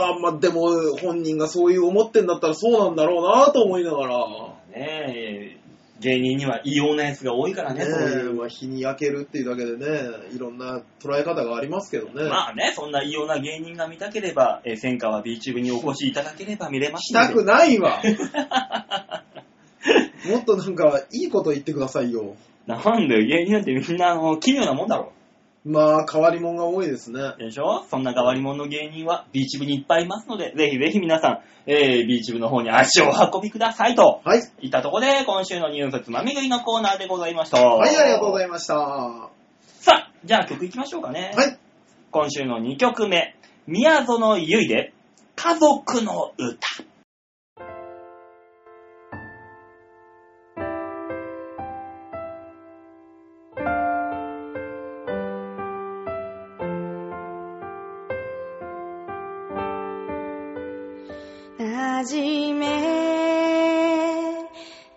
Speaker 3: あ、まあ、でも、本人がそういう思ってんだったらそうなんだろうなと思いながら、
Speaker 2: ねえ、芸人には異様なやつが多いからね、
Speaker 3: ね
Speaker 2: そういう。
Speaker 3: まあ、日に焼けるっていうだけでね、いろんな捉え方がありますけどね。
Speaker 2: まあね、そんな異様な芸人が見たければ、えー、戦火は B チューブにお越しいただければ見れます
Speaker 3: した
Speaker 2: の
Speaker 3: く
Speaker 2: で。
Speaker 3: ないわ。もっとなんか、いいこと言ってくださいよ。
Speaker 2: なんだよ、芸人なんてみんなあの奇妙なもんだろ。
Speaker 3: まあ、変わり者が多いですね。
Speaker 2: でしょそんな変わり者の芸人は B チューブにいっぱいいますので、ぜひぜひ皆さん、えー、B チューブの方に足をお運びくださいと。
Speaker 3: はい。
Speaker 2: いったところで、今週のニュースつまみ食いのコーナーでございました。
Speaker 3: はい、ありがとうござ
Speaker 2: い
Speaker 3: いました。は
Speaker 2: ます。さあ、じゃあ曲いきましょうかね。
Speaker 3: い。
Speaker 2: 今週の2曲目、宮園ゆいで、家族の歌。
Speaker 1: なじめ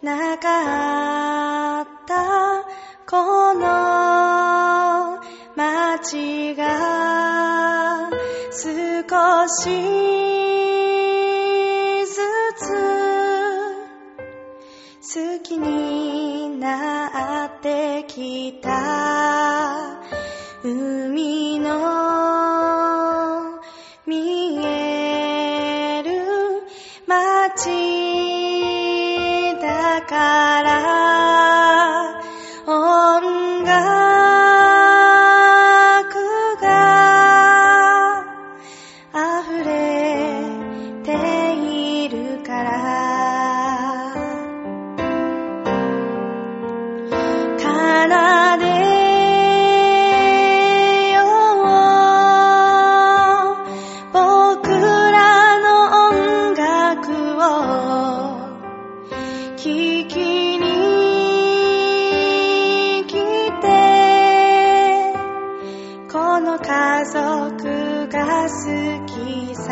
Speaker 1: なかったこの街が少しずつ好きになってきた運から音楽が溢れているから奏でよう僕らの音楽を聞きに来てこの家族が好きさ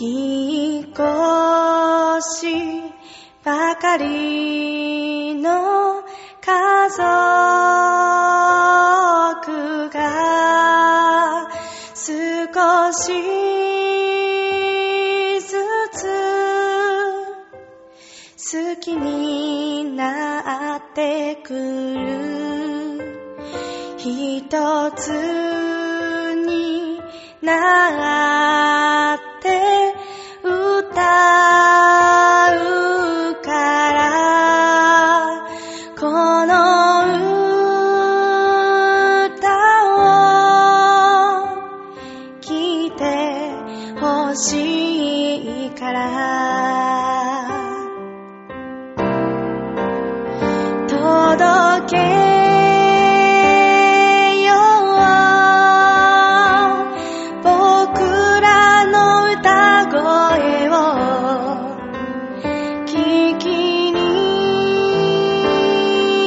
Speaker 1: 引っ越しばかりの家族が少しずつ好きになってくる一つになって歌うからこの歌を聴いてほしいから届けよう僕らの歌声を聞きに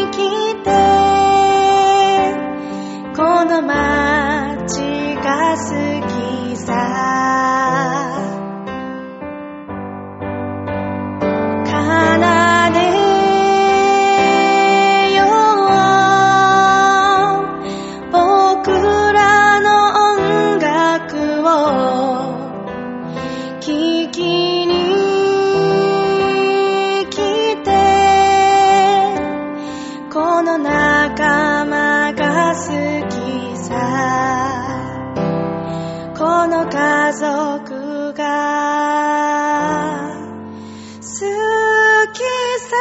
Speaker 1: 来てこの街が好きさ奏でよう僕らの音楽を聞きに来てこの仲間が好きさこの家族が好きさ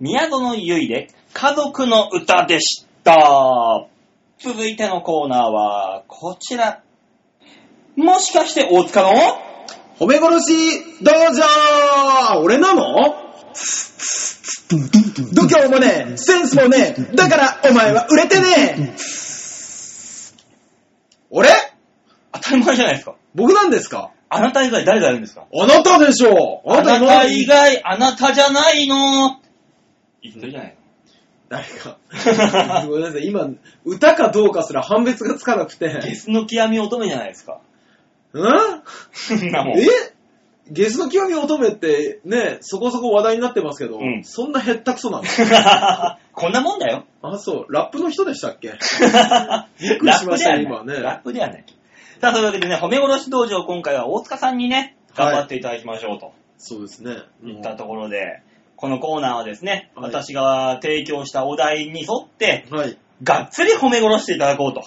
Speaker 2: 宮園ゆいで家族の歌でした。続いてのコーナーはこちら。もしかして大塚の
Speaker 3: 褒め殺し道場俺なの度胸もねえ、センスもねえ、だからお前は売れてねえ俺
Speaker 2: 当たり前じゃないですか。
Speaker 3: 僕なんですか
Speaker 2: あなた以外誰がいるんですか
Speaker 3: あなたでしょう
Speaker 2: あな
Speaker 3: 今
Speaker 2: た以外、あなたじゃないの言ってるじゃない
Speaker 3: 誰か。 *laughs* ごめんなさい、今、歌かどうかすら判別がつかなく
Speaker 2: ゲ
Speaker 3: て。
Speaker 2: スの極み乙女じゃないですか。
Speaker 3: うん
Speaker 2: そんなもん。
Speaker 3: えゲスの極み乙女ってね、そこそこ話題になってますけど、
Speaker 2: うん
Speaker 3: そんなへったくそなの
Speaker 2: *laughs*
Speaker 3: *laughs*
Speaker 2: こんなもんだよ。
Speaker 3: あ、そう、ラップの人でしたっけ
Speaker 2: ラ
Speaker 3: っくりしました
Speaker 2: ップではない
Speaker 3: ね今ね
Speaker 2: ラップではない。さあ、というわけでね、褒め殺し道場、今回は大塚さんにね、
Speaker 3: はい
Speaker 2: 頑張っていただきましょうと
Speaker 3: そうですね。
Speaker 2: いったところで、このコーナーはですね、
Speaker 3: はい
Speaker 2: 私が提供したお題に沿って、
Speaker 3: はい。
Speaker 2: がっつり褒め殺していただこうと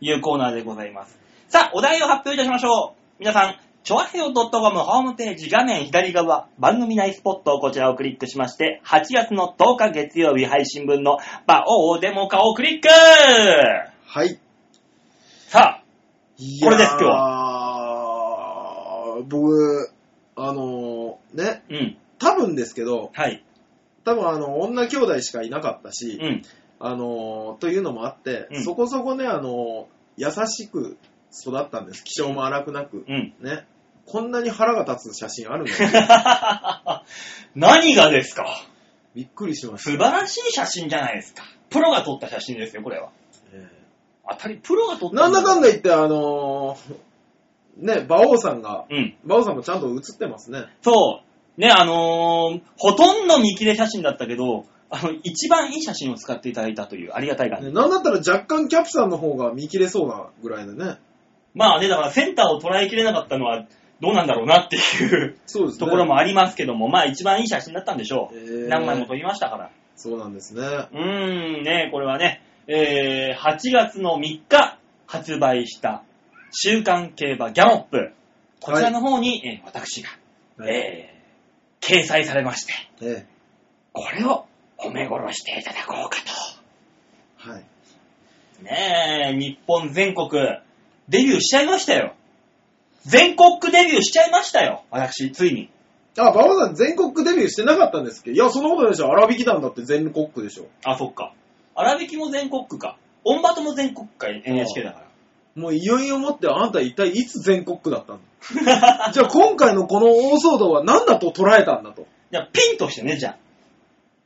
Speaker 2: いうコーナーでございます。さあ、お題を発表いたしましょう。皆さん、チョアヘオ .com ホームページ画面左側、番組内スポットをこちらをクリックしまして、8月の10日月曜日配信分のバオーデモ化をクリック
Speaker 3: はい。
Speaker 2: さあ、これです今日
Speaker 3: は。僕、あのーね、
Speaker 2: うん、
Speaker 3: 多分ですけど、
Speaker 2: はい、
Speaker 3: 多分あの、女兄弟しかいなかったし、
Speaker 2: うん、
Speaker 3: あのーというのもあって、
Speaker 2: うん
Speaker 3: そこそこね、あのー優しく育ったんです。気性も荒くなく。
Speaker 2: うん。 *laughs*
Speaker 3: ね。こんなに腹が立つ写真あるんだ *laughs*
Speaker 2: 何がですか
Speaker 3: びっくりしました。
Speaker 2: 素晴らしい写真じゃないですか。プロが撮った写真ですよ、これは。
Speaker 3: え
Speaker 2: 当たり、プロが撮っ
Speaker 3: ー
Speaker 2: た
Speaker 3: なんだかん
Speaker 2: だ。
Speaker 3: だ言って、あのーね、馬王さんが、
Speaker 2: うん。
Speaker 3: 馬王さんもちゃんと写ってますね。
Speaker 2: そう。ね、あのーほとんど見切れ写真だったけど、あの、一番いい写真を使っていただいたというありがたい感じ。
Speaker 3: ねなんだったら若干キャプさんの方が見切れそうなぐらいでね。
Speaker 2: まあね、だからセンターを捉えきれなかったのはどうなんだろうなっていう
Speaker 3: そうですね。
Speaker 2: ところもありますけども、まあ一番いい写真だったんでしょう。
Speaker 3: えー
Speaker 2: 何枚も撮りましたから。
Speaker 3: そうなんですね。
Speaker 2: うーん、ね、これはね、えー、8月の3日発売した週刊競馬ギャロップ。こちらの方に、えー私が、えー、掲載されまして、
Speaker 3: ええ
Speaker 2: これを米殺していただこうか
Speaker 3: はい。
Speaker 2: と。ねえ、日本全国、デビューしちゃいましたよ。全国区デビューしちゃいましたよ。私、ついに。
Speaker 3: あ、馬王さん全国区デビューしてなかったんですけど、いや、そんなことないでしょ。荒引き団だって全国区でしょ。
Speaker 2: あ、そっか。荒引きも全国区か。オンバトも全国区か、NHK だから。
Speaker 3: もういよいよもってあんた一体いつ全国区だったのじゃあ今回のこの大騒動は何だと捉えたんだと。
Speaker 2: *laughs* じゃあ、ピンとしてね、じゃあ。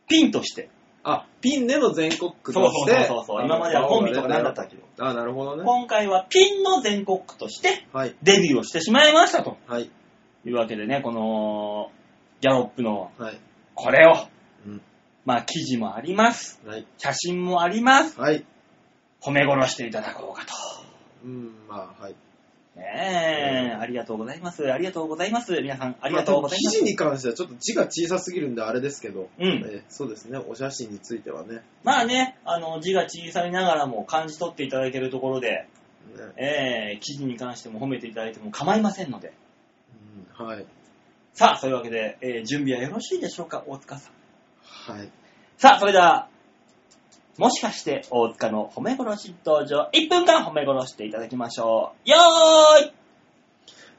Speaker 2: ピンとして。
Speaker 3: あ、ピンでの全国区
Speaker 2: そう
Speaker 3: と
Speaker 2: そ
Speaker 3: し
Speaker 2: うそう
Speaker 3: て。
Speaker 2: そうそう。
Speaker 3: あの
Speaker 2: 今まではコンビとか何だったけど。
Speaker 3: あ、なるほどね。
Speaker 2: 今回はピンの全国区として
Speaker 3: はい。
Speaker 2: デビューをしてしまいましたと
Speaker 3: はい。
Speaker 2: いうわけでね、このギャロップの
Speaker 3: はい。
Speaker 2: これを、
Speaker 3: うん。
Speaker 2: まあ記事もあります。
Speaker 3: はい。
Speaker 2: 写真もあります。
Speaker 3: はい。
Speaker 2: 褒め殺していただこうか
Speaker 3: うん、まあ、はい。
Speaker 2: と。ねえ、ありがとうございます。ありがとうございます。皆さん、ありがとうございま
Speaker 3: まあ多分記
Speaker 2: す
Speaker 3: 事。に関してはちょっと字が小さすぎるんであれですけど、
Speaker 2: うん
Speaker 3: えーそうですね、お写真についてはね。ね
Speaker 2: まあね、あの、字が小さいながらも感じ取っていただいているところで、ええ記事に関しても褒めていただいても構いませんので。
Speaker 3: うん、はい。
Speaker 2: さあ、そういうわけで、えー準備はよろしいでしょうか、大塚さん。
Speaker 3: はい。
Speaker 2: さあ、それでは、もしかして大塚の褒め殺し道場、1分間褒め殺していただきましょう。よーい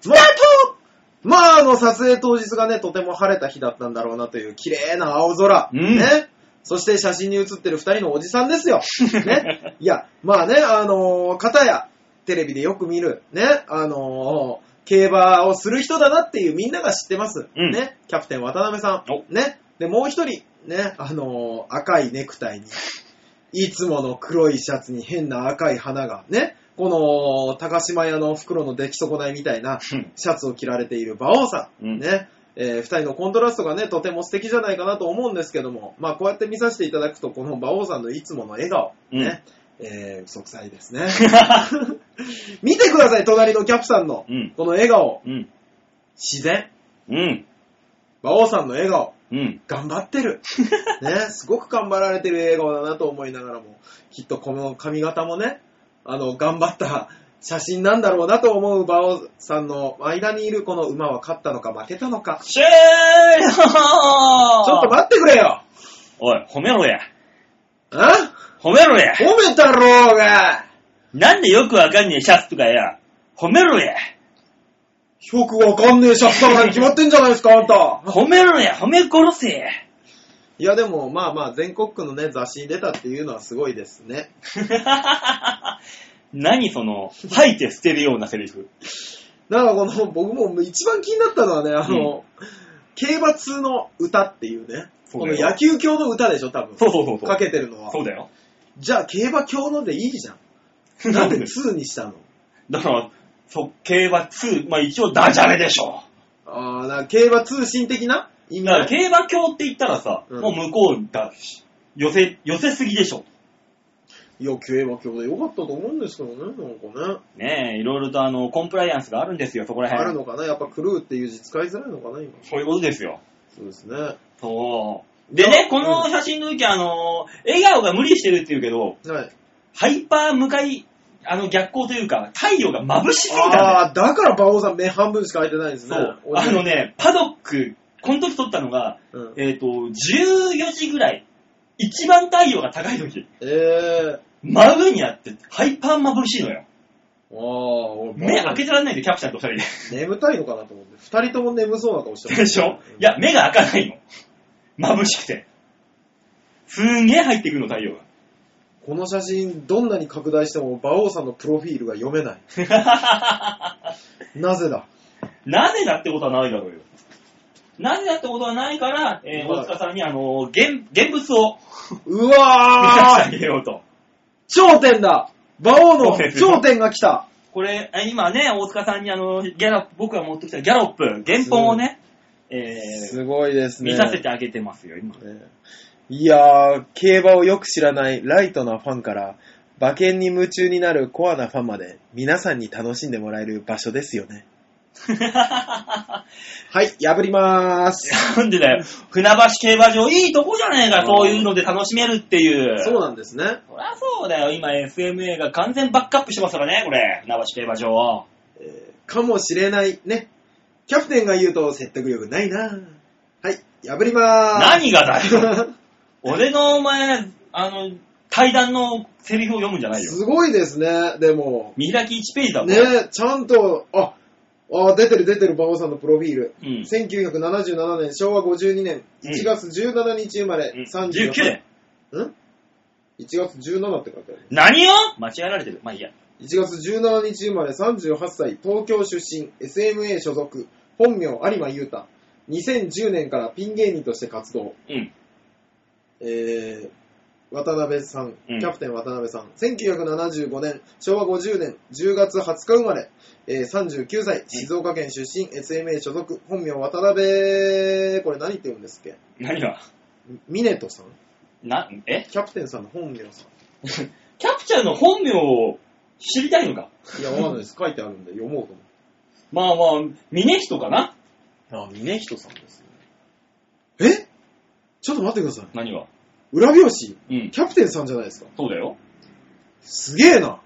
Speaker 3: スタートまあ、あの、撮影当日がね、とても晴れた日だったんだろうなという、綺麗な青空。
Speaker 2: うん
Speaker 3: ね。そして写真に写ってる二人のおじさ
Speaker 2: *laughs*
Speaker 3: んですよ。ね。いや、まあね、あのー、片や、テレビでよく見る、ね、あのー、競馬をする人だなっていうみんなが知ってます。
Speaker 2: うん
Speaker 3: ね。キャプテン渡辺さ
Speaker 2: お
Speaker 3: ん。ね。で、もう一人、ね、あのー、赤いネクタイに、いつもの黒いシャツに変な赤い花が、ね。この、高島屋の袋の出来損ないみたいな、シャツを着られている馬王さん、
Speaker 2: うん
Speaker 3: ね、えー二人のコントラストがね、とても素敵じゃないかなと思うんですけども、まあこうやって見させていただくと、この馬王さんのいつもの笑顔、ね、えー、息災ですね。 *laughs* 見てください、隣のキャプさんの
Speaker 2: う、ん。
Speaker 3: この笑顔、
Speaker 2: うん。
Speaker 3: 自然、
Speaker 2: うん。
Speaker 3: 馬王さんの笑顔、
Speaker 2: うん。
Speaker 3: 頑張ってる。ね、すごく頑張られてる笑顔だなと思いながらも、きっとこの髪型もね、あの、頑張った写真なんだろうなと思う馬王さんの間にいるこの馬は勝ったのか負けたのか、ち
Speaker 2: 終了ち
Speaker 3: ょ
Speaker 2: ょ
Speaker 3: っと待ってくれよ
Speaker 2: おい、褒めろや。
Speaker 3: あ
Speaker 2: 褒めろや。
Speaker 3: 褒めたろうが
Speaker 2: なんでよくわかんねえシャツとかや。褒めろや。
Speaker 3: よくわかんねえシャツだから決まってんじゃないですか、あんた
Speaker 2: 褒めろや。褒め殺せや。 *laughs*
Speaker 3: いやでも、まあまあ、全国区のね、雑誌に出たっていうのはすごいですね。
Speaker 2: 何その、吐いて捨てるようなセリフ。
Speaker 3: なんかこの、僕も一番気になったのはね、あの、競馬通の歌っていうね、
Speaker 2: そう
Speaker 3: こ
Speaker 2: だ
Speaker 3: の
Speaker 2: よ
Speaker 3: 野球教の歌でしょ、多分。
Speaker 2: そうそうそうそう
Speaker 3: かけてるのは。
Speaker 2: そうだよ。
Speaker 3: じゃあ、競馬教のでいいじ
Speaker 2: *laughs*
Speaker 3: ゃん。なんで通にしたの
Speaker 2: だから、そ競馬2、まあ一応ダジャレでしょ。
Speaker 3: ああ、なんか競馬通信的な意味
Speaker 2: だから
Speaker 3: 合い
Speaker 2: 競馬卿って言ったらさ、
Speaker 3: うん
Speaker 2: もう向こうだし、寄せ、寄せすぎでしょ。
Speaker 3: いや、競馬教でよかったと思うんですけどね、なんか
Speaker 2: ね
Speaker 3: ね。
Speaker 2: え、いろいろとあの、コンプライアンスがあるんですよ、そこら
Speaker 3: ある
Speaker 2: 辺。
Speaker 3: のかなやっぱ狂うっていう字使いづらいのかな今。
Speaker 2: そういうことですよ。
Speaker 3: そうですね。
Speaker 2: そう。でね、この
Speaker 3: う
Speaker 2: 写真の時はあの、笑顔が無理してるって言うけど、
Speaker 3: はい。
Speaker 2: ハイパー向かい、あの逆光というか、太陽が眩しすぎた
Speaker 3: ああー、だから馬王さん目半分しか開いてないんです
Speaker 2: ね。
Speaker 3: ね。
Speaker 2: そう。
Speaker 3: おじ
Speaker 2: あのね、パドック、この時撮ったのが、
Speaker 3: うん、
Speaker 2: えっ、と、14時ぐらい。一番太陽が高い時。
Speaker 3: えー、
Speaker 2: 真上にあって、ハイパー眩しいのよ。
Speaker 3: ああ、俺、
Speaker 2: 目開け
Speaker 3: て
Speaker 2: てらんないで、キャプチャーと二人
Speaker 3: 眠たいのかなと思って。二人とも眠そうな顔して
Speaker 2: で。
Speaker 3: る
Speaker 2: でしょいや、、目が開かないの。眩しくて。すんげえ入ってくるの、太陽
Speaker 3: この写真、どんなに拡大しても馬王さんのプロフィールが読めない。
Speaker 2: が。
Speaker 3: なぜだ
Speaker 2: なぜだってことはないだろうよ。なぜだってことはないから、えー
Speaker 3: はい
Speaker 2: 大塚さんに、あのー現、現物を
Speaker 3: う
Speaker 2: 見させ
Speaker 3: わ
Speaker 2: てあ
Speaker 3: ー
Speaker 2: げようと。
Speaker 3: 頂点だ馬王の
Speaker 2: そうですよ
Speaker 3: 頂点が来た
Speaker 2: これ、え今ね、大塚さんに、あのーギャロップ、僕が持ってきたギャロップ、原本をね、えー
Speaker 3: ごいです
Speaker 2: 見させてあげてますよ、今。 *laughs*
Speaker 3: ねいやー、競馬をよく知らないライトなファンから、馬券に夢中になるコアなファンまで、皆さんに楽しんでもらえる場所ですよね。はい、破りまーす。
Speaker 2: なんでだよ。船橋競馬場、いいとこじゃねえか、そういうので楽しめるっていう。
Speaker 3: *laughs* そうなんですね。
Speaker 2: そりゃそうだよ。今 SMA が完全バックアップしてますからね、これ。船橋競馬場を。
Speaker 3: かもしれないね。キャプテンが言うと説得力ないなはい、破りまーす。 *laughs*
Speaker 2: 何がだよ。俺のお前、あの、対談のセリフを読むんじゃないよ。
Speaker 3: すごいですね、でも。
Speaker 2: 見開き1ページだもん。
Speaker 3: ね、ちゃんと、あ、あ出てる出てる、馬王さんのプロフィール。
Speaker 2: うん。
Speaker 3: 1977年、昭和52年、
Speaker 2: うん
Speaker 3: 1月17日生まれ、
Speaker 2: 19年。
Speaker 3: ん ?1 月17って書いてある。
Speaker 2: 何を間違えられてる。まあいいや。
Speaker 3: 1月17日生まれ、38歳、東京出身、SMA 所属、本名、有馬優太。2010年からピン芸人として活動。
Speaker 2: うん。
Speaker 3: えー、渡辺さん、キ
Speaker 2: うん
Speaker 3: ャプテン渡辺さん、1975年、昭和50年、10月20日生まれ、えー39歳、静岡県出身、SMA 所属、本名渡辺、これ何って言うんですっけ
Speaker 2: 何が
Speaker 3: ミネトさん
Speaker 2: な、え
Speaker 3: キャプテンさんの本名さ
Speaker 2: キャプチャーの本名を知りたいのか
Speaker 3: ん。いや、わかんないです。書いてあるんで読もうと
Speaker 2: まあまあ、峰人かな
Speaker 3: 思って。あ、峰人さんですね。えちょっと待ってください。
Speaker 2: 何は
Speaker 3: 裏表紙、
Speaker 2: うん。
Speaker 3: キャプテンさんじゃないですか。
Speaker 2: そうだよ。
Speaker 3: すげえな。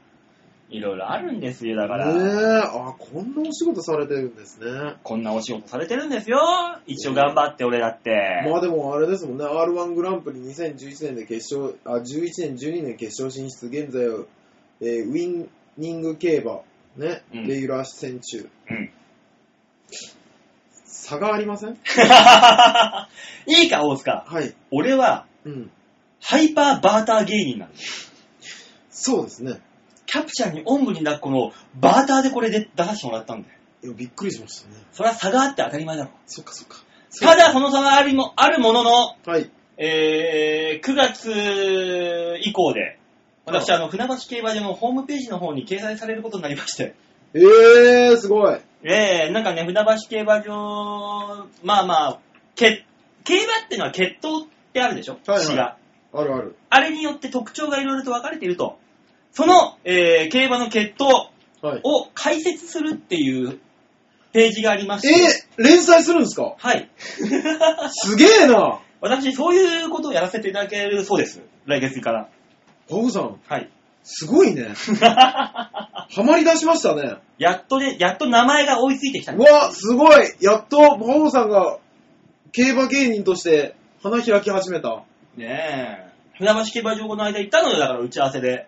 Speaker 2: いろいろあるんですよ、だ
Speaker 3: ねえ
Speaker 2: から。
Speaker 3: あ、こんなお仕事されてるんですね。
Speaker 2: こんなお仕事されてるんですよ。一応頑張って、俺だって。
Speaker 3: まあでもあれですもんね、R1 グランプリ2011年で決勝、あ、11年、12年決勝進出、現在、えーウィニング競馬、ね、
Speaker 2: うん
Speaker 3: レギュラー戦中、
Speaker 2: うん。 *laughs*
Speaker 3: 差がありません
Speaker 2: いいか、大塚。
Speaker 3: はい。
Speaker 2: 俺は、
Speaker 3: うん。
Speaker 2: ハイパーバーター芸人なんだよ。
Speaker 3: そうですね。
Speaker 2: キャプチャーにおんぶに抱っこのバーターでこれで出させてもらったんだよ。
Speaker 3: いや、びっくりしましたね。
Speaker 2: それは差があって当たり前だろ。
Speaker 3: そっかそっか。
Speaker 2: ただ、その差がありも、あるものの、
Speaker 3: はい。
Speaker 2: えー、9月以降で、私、
Speaker 3: あ
Speaker 2: あの、船橋競馬場のホームページの方に掲載されることになりまして、
Speaker 3: えー、すごい。
Speaker 2: えー、なんかね、船橋競馬場、まあまあ、け競馬っていうのは血統ってあるでしょ
Speaker 3: はいはい
Speaker 2: 血が。
Speaker 3: あるある。
Speaker 2: あれによって特徴がいろいろと分かれていると。その、えー、競馬の血統
Speaker 3: はい。
Speaker 2: を解説するっていうページがありまして。
Speaker 3: えー、連載するんです *laughs* か
Speaker 2: はい。
Speaker 3: すげえな
Speaker 2: 私、そういうことをやらせていただけるそうです。来月から。
Speaker 3: バオさん、 *laughs*
Speaker 2: はい。
Speaker 3: すごいね。ハマり出しましたね。
Speaker 2: やっとで、やっと名前が追いついてきた
Speaker 3: う。わ、すごいやっと、魔王さんが、競馬芸人として、花開き始めた。は
Speaker 2: ねえ。船橋競馬場この間行ったのよ、だから打ち合わせで。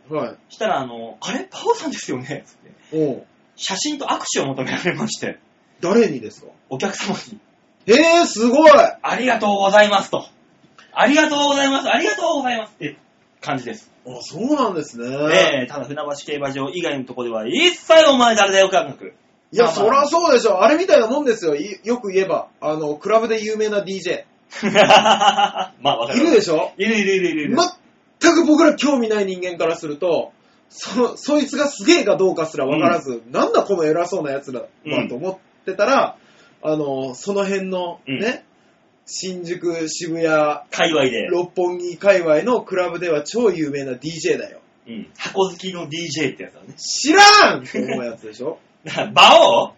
Speaker 2: したら、あの、あれパオさんですよねつって
Speaker 3: い。おう
Speaker 2: 写真と握手を求められまして、
Speaker 3: 誰にですか
Speaker 2: お客様に、
Speaker 3: えー、すごい
Speaker 2: ありがとうございますと。ありがとうございます、ありがとうございますって感じです。
Speaker 3: あ、そうなんですね。
Speaker 2: ええただ船橋競馬場以外のとこでは一切お前誰だよ感 *laughs* 覚。
Speaker 3: いや、
Speaker 2: まあま
Speaker 3: そ
Speaker 2: あ
Speaker 3: らそうでしょ。あれみたいなもんですよ。いよく言えば、あの、クラブで有名な DJ。
Speaker 2: まあ、わか
Speaker 3: い
Speaker 2: る。
Speaker 3: るでしょ
Speaker 2: いるいるいるいるいる。
Speaker 3: 全く僕ら興味ない人間からすると、そ、そいつがすげえかどうかすらわからず、なんだこの偉そうな奴ら
Speaker 2: う
Speaker 3: は
Speaker 2: ん
Speaker 3: と思ってたら、あの、その辺の
Speaker 2: うん
Speaker 3: ね、新宿、渋谷、
Speaker 2: 界隈で。
Speaker 3: 六本木界隈のクラブでは超有名な DJ だよ。
Speaker 2: うん。箱好きの DJ ってやつだね。
Speaker 3: 知らんって思うやつで
Speaker 2: *laughs*
Speaker 3: しょ
Speaker 2: だから、馬王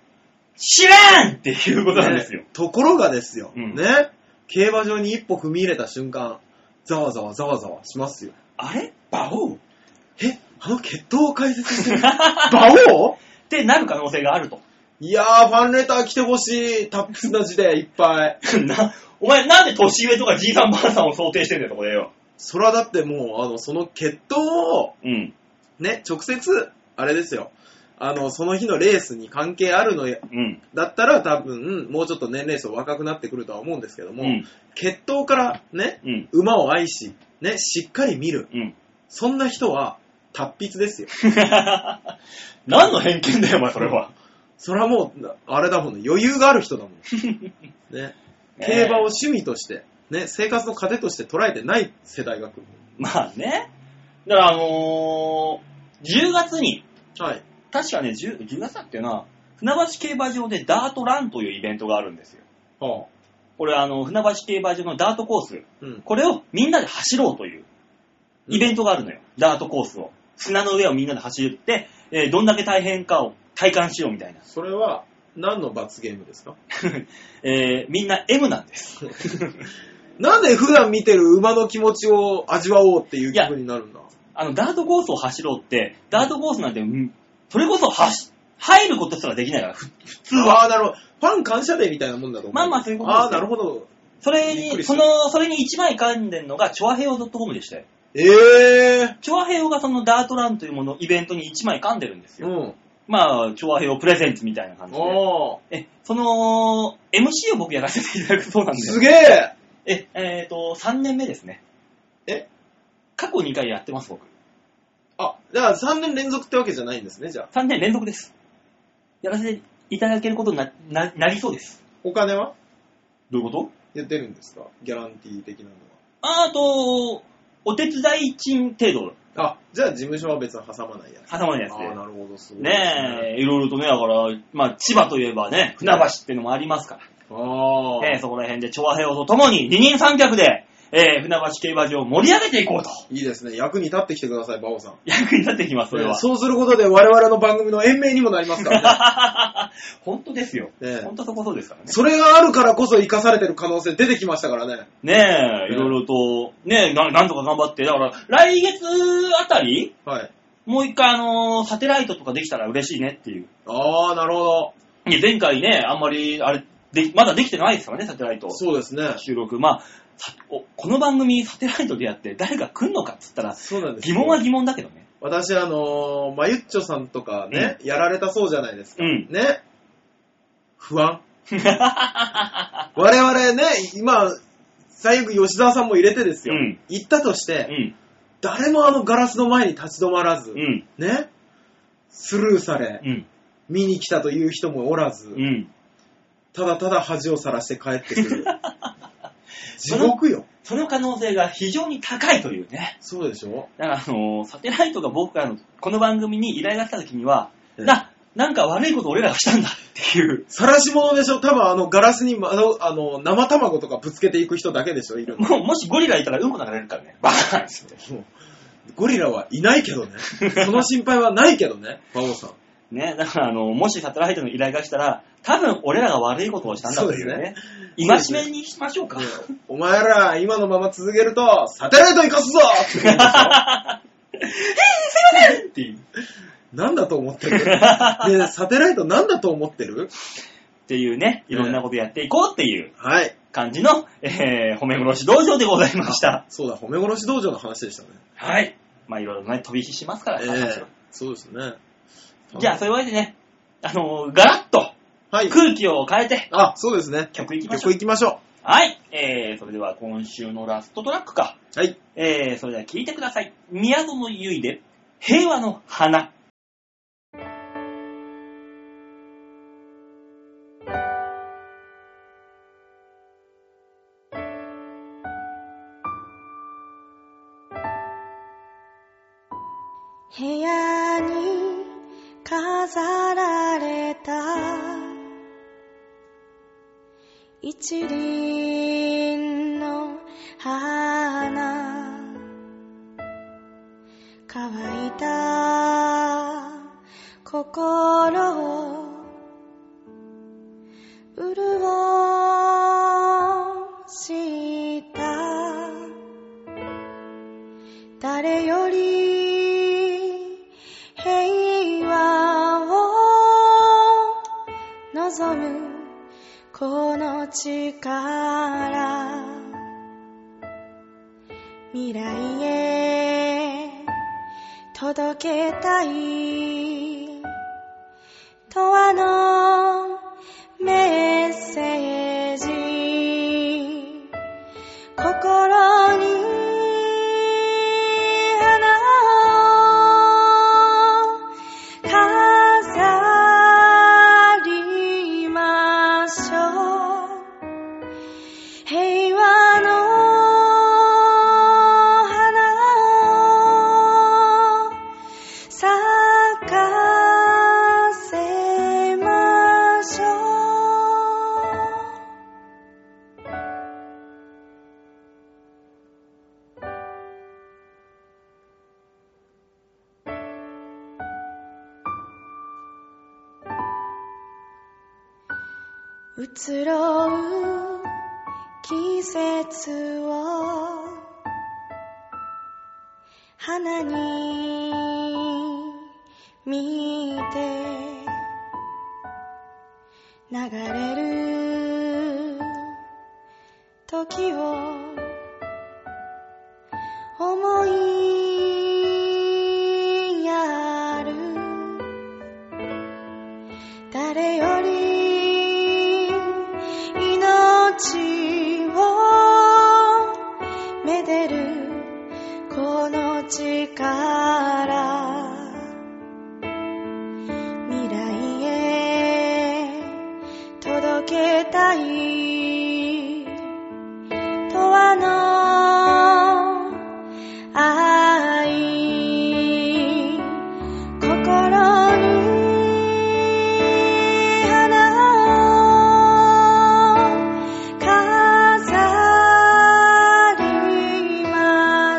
Speaker 2: 知らんっていうことなんですよ
Speaker 3: ね。ところがですよ、
Speaker 2: うん
Speaker 3: ね、競馬場に一歩踏み入れた瞬間、ざわざわざわざわしますよ。
Speaker 2: あれ馬 *laughs* 王っ
Speaker 3: え、あの決闘を解説してる
Speaker 2: *laughs*
Speaker 3: 馬王
Speaker 2: てなる可能性があると。
Speaker 3: いやー、ファンレター来てほしい。タップスな字でいっぱい。
Speaker 2: *laughs* な、お前なんで年上とかじいさんばあさんを想定してんだよ、そこでよ。
Speaker 3: そらだってもう、あの、その決闘を、
Speaker 2: うん。
Speaker 3: ね、直接、あれですよ。あの、その日のレースに関係あるの
Speaker 2: うん。
Speaker 3: だったら多分、もうちょっと年齢層若くなってくるとは思うんですけども、
Speaker 2: うん。
Speaker 3: 決闘からね、
Speaker 2: うん。
Speaker 3: 馬を愛し、ね、しっかり見る。
Speaker 2: *laughs* うん。
Speaker 3: そんな人は、達筆ですよ。
Speaker 2: 何の偏見だよ、お前、それは。
Speaker 3: それはもう、あれだもんね、余裕がある人だも *laughs* ん。ね、
Speaker 2: え
Speaker 3: 競馬を趣味として、ね、生活の糧として捉えてない世代が来る。
Speaker 2: まあね。だから、あのー、10月に、
Speaker 3: はい。
Speaker 2: 確かね、10, 10月だっけな、船橋競馬場でダートランというイベントがあるんですよ。
Speaker 3: は
Speaker 2: これあの、船橋競馬場のダートコース、
Speaker 3: うん。
Speaker 2: これをみんなで走ろうという、イベントがあるのよ。ダートコースを。砂の上をみんなで走って、えーどんだけ大変かを体感しようみたいな。 *laughs*
Speaker 3: それは、何の罰ゲームですか
Speaker 2: えーみんな M なんです。
Speaker 3: なんで普段見てる馬の気持ちを味わおうっていう気分になるんだ
Speaker 2: あの、ダートコースを走ろうって、ダートコースなんて、うんそれこそ走、入ることすらできないから、ふ普通は。
Speaker 3: ああ、なるほど。ファン感謝デーみたいなもんだと思う。
Speaker 2: まあまあそういうことです
Speaker 3: あ
Speaker 2: よ
Speaker 3: あ、なるほど。
Speaker 2: それ
Speaker 3: びっく
Speaker 2: に、
Speaker 3: りす
Speaker 2: そ
Speaker 3: る
Speaker 2: の、それに一枚噛んでんのが、チョアヘオ .com でしたよ。
Speaker 3: ええ
Speaker 2: チョアヘオがそのダートランというもの、イベントに一枚噛んでるんです
Speaker 3: ー。
Speaker 2: よ。
Speaker 3: うん。
Speaker 2: まあ、チョアヘオプレゼンツみたいな感じで。
Speaker 3: あ
Speaker 2: え、その、MC を僕やらせていただくそうなんで
Speaker 3: あ。
Speaker 2: す
Speaker 3: げえ
Speaker 2: え、えっ、と、3年目ですね。
Speaker 3: え
Speaker 2: 過去2回やってます、僕。
Speaker 3: あ、じゃあ3年連続ってわけじゃないんですね、じゃあ。
Speaker 2: 3年連続です。やらせていただけることにな、な、なりそうです。
Speaker 3: お金は
Speaker 2: どういうこと
Speaker 3: 出てるんですかギャランティー的なの
Speaker 2: ああと、お手伝い賃程度、
Speaker 3: は。あ、じゃあ事務所は別に挟まないやつ。
Speaker 2: 挟まるやつ
Speaker 3: ああ、なるほど、すご
Speaker 2: で。
Speaker 3: い。
Speaker 2: ねえ、いろいろとね、だから、まあ、千葉といえばね、船橋っていうのもありますか
Speaker 3: え。ああ。
Speaker 2: ら、ねえ、そこら辺で調和平和とともに二人三脚で、えー船橋競馬場を盛り上げていこうと、
Speaker 3: いいですね。役に立ってきてください、バオさん。
Speaker 2: 役に立ってきます、それは。
Speaker 3: そうすることで我々の番組の延命にもなりますか
Speaker 2: *laughs*
Speaker 3: らね。
Speaker 2: 本当ですよ。
Speaker 3: ええ
Speaker 2: 本当そこそうですからね。
Speaker 3: それがあるからこそ生かされてる可能性出てきましたからね。
Speaker 2: ねえ、
Speaker 3: え
Speaker 2: いろいろと、ねえ、ななんとか頑張って、だから、来月あたり、
Speaker 3: はい。
Speaker 2: もう一回、あのーサテライトとかできたら嬉しいねっていう。
Speaker 3: ああ、なるほど。
Speaker 2: いや前回ね、あんまり、あれ、でまだできてないですからね、サテライト。
Speaker 3: そうですね。
Speaker 2: 収録。まあ、さおこの番組、サテライトでやって、誰が来んのかっつったら、
Speaker 3: そうなんです
Speaker 2: 疑
Speaker 3: よ
Speaker 2: 問は疑問だけどね。
Speaker 3: 私、あのー、まゆっちょさんとかね、やられたそうじゃないですか。
Speaker 2: うん
Speaker 3: ね。
Speaker 2: *laughs*
Speaker 3: 不安。我々ね、今、最悪吉沢さんも入れてですよ。
Speaker 2: うん
Speaker 3: 行ったとし
Speaker 2: う
Speaker 3: て、
Speaker 2: ん。
Speaker 3: 誰もあのガラスの前に立ち止まらず、
Speaker 2: うん。
Speaker 3: ね、スルーされ、
Speaker 2: うん。
Speaker 3: 見に来たという人もおらず、
Speaker 2: うん。
Speaker 3: ただただ恥をさらして帰ってくる。 *laughs* 地獄よ。
Speaker 2: その可能性が非常に高いというね。
Speaker 3: そうでしょ
Speaker 2: だから、あのーサテライトが僕からの、この番組に依頼が来た時には、
Speaker 3: ええ
Speaker 2: な、なんか悪いこと俺らがしたんだっていう。
Speaker 3: 晒し者でしょ多分あのガラスに、まあの、あの生卵とかぶつけていく人だけでしょいるの。
Speaker 2: もう、もしゴリラいたらうんこ流れるからね。バカなんですよ。
Speaker 3: もうゴリラはいないけどね。その心配はないけど *laughs* ね。馬王さん。
Speaker 2: ね、だから、あの、もしサテライトの依頼が来たら、多分俺らが悪いことをしたんだという
Speaker 3: そう
Speaker 2: ね
Speaker 3: で。
Speaker 2: 今しめにしましょうか。
Speaker 3: お前ら、今のまま続けると、サテライト生か *laughs* すぞって言うんでし
Speaker 2: っていう。
Speaker 3: ょなんだと思 *laughs* ってるで、サテライトなんだと思ってる
Speaker 2: っていうね、いろんなことやっていこうっていう
Speaker 3: はい。
Speaker 2: 感じの、えー、褒め殺し道場でございました。
Speaker 3: そうだ、褒め殺し道場の話でしたね。
Speaker 2: はい。まあいろいろね、飛び火しますから、
Speaker 3: ええ
Speaker 2: 話は
Speaker 3: *laughs* そうですね。
Speaker 2: じゃあ、そういうわけでね、あのーガラッと
Speaker 3: はい。
Speaker 2: 空気を変えて
Speaker 3: あ、そうですね。
Speaker 2: 曲いきましょ
Speaker 3: 曲
Speaker 2: う。
Speaker 3: 行きましょ
Speaker 2: はい。えー、それでは今週のラストトラックか。
Speaker 3: う。はい。
Speaker 2: えー、それでは聴いてください。宮園ゆいで、平和の花。
Speaker 1: 部屋に飾られた一輪の花乾いた心を潤した誰より平和を望むこの力未来へ届けたい永遠のメッセージ心に花を飾りましょう平和の花を咲かせましょう移ろう季節を花に見て流れる時を思いやる誰より命をめでるこの力未来へ届けたい永遠の愛心に花を飾りま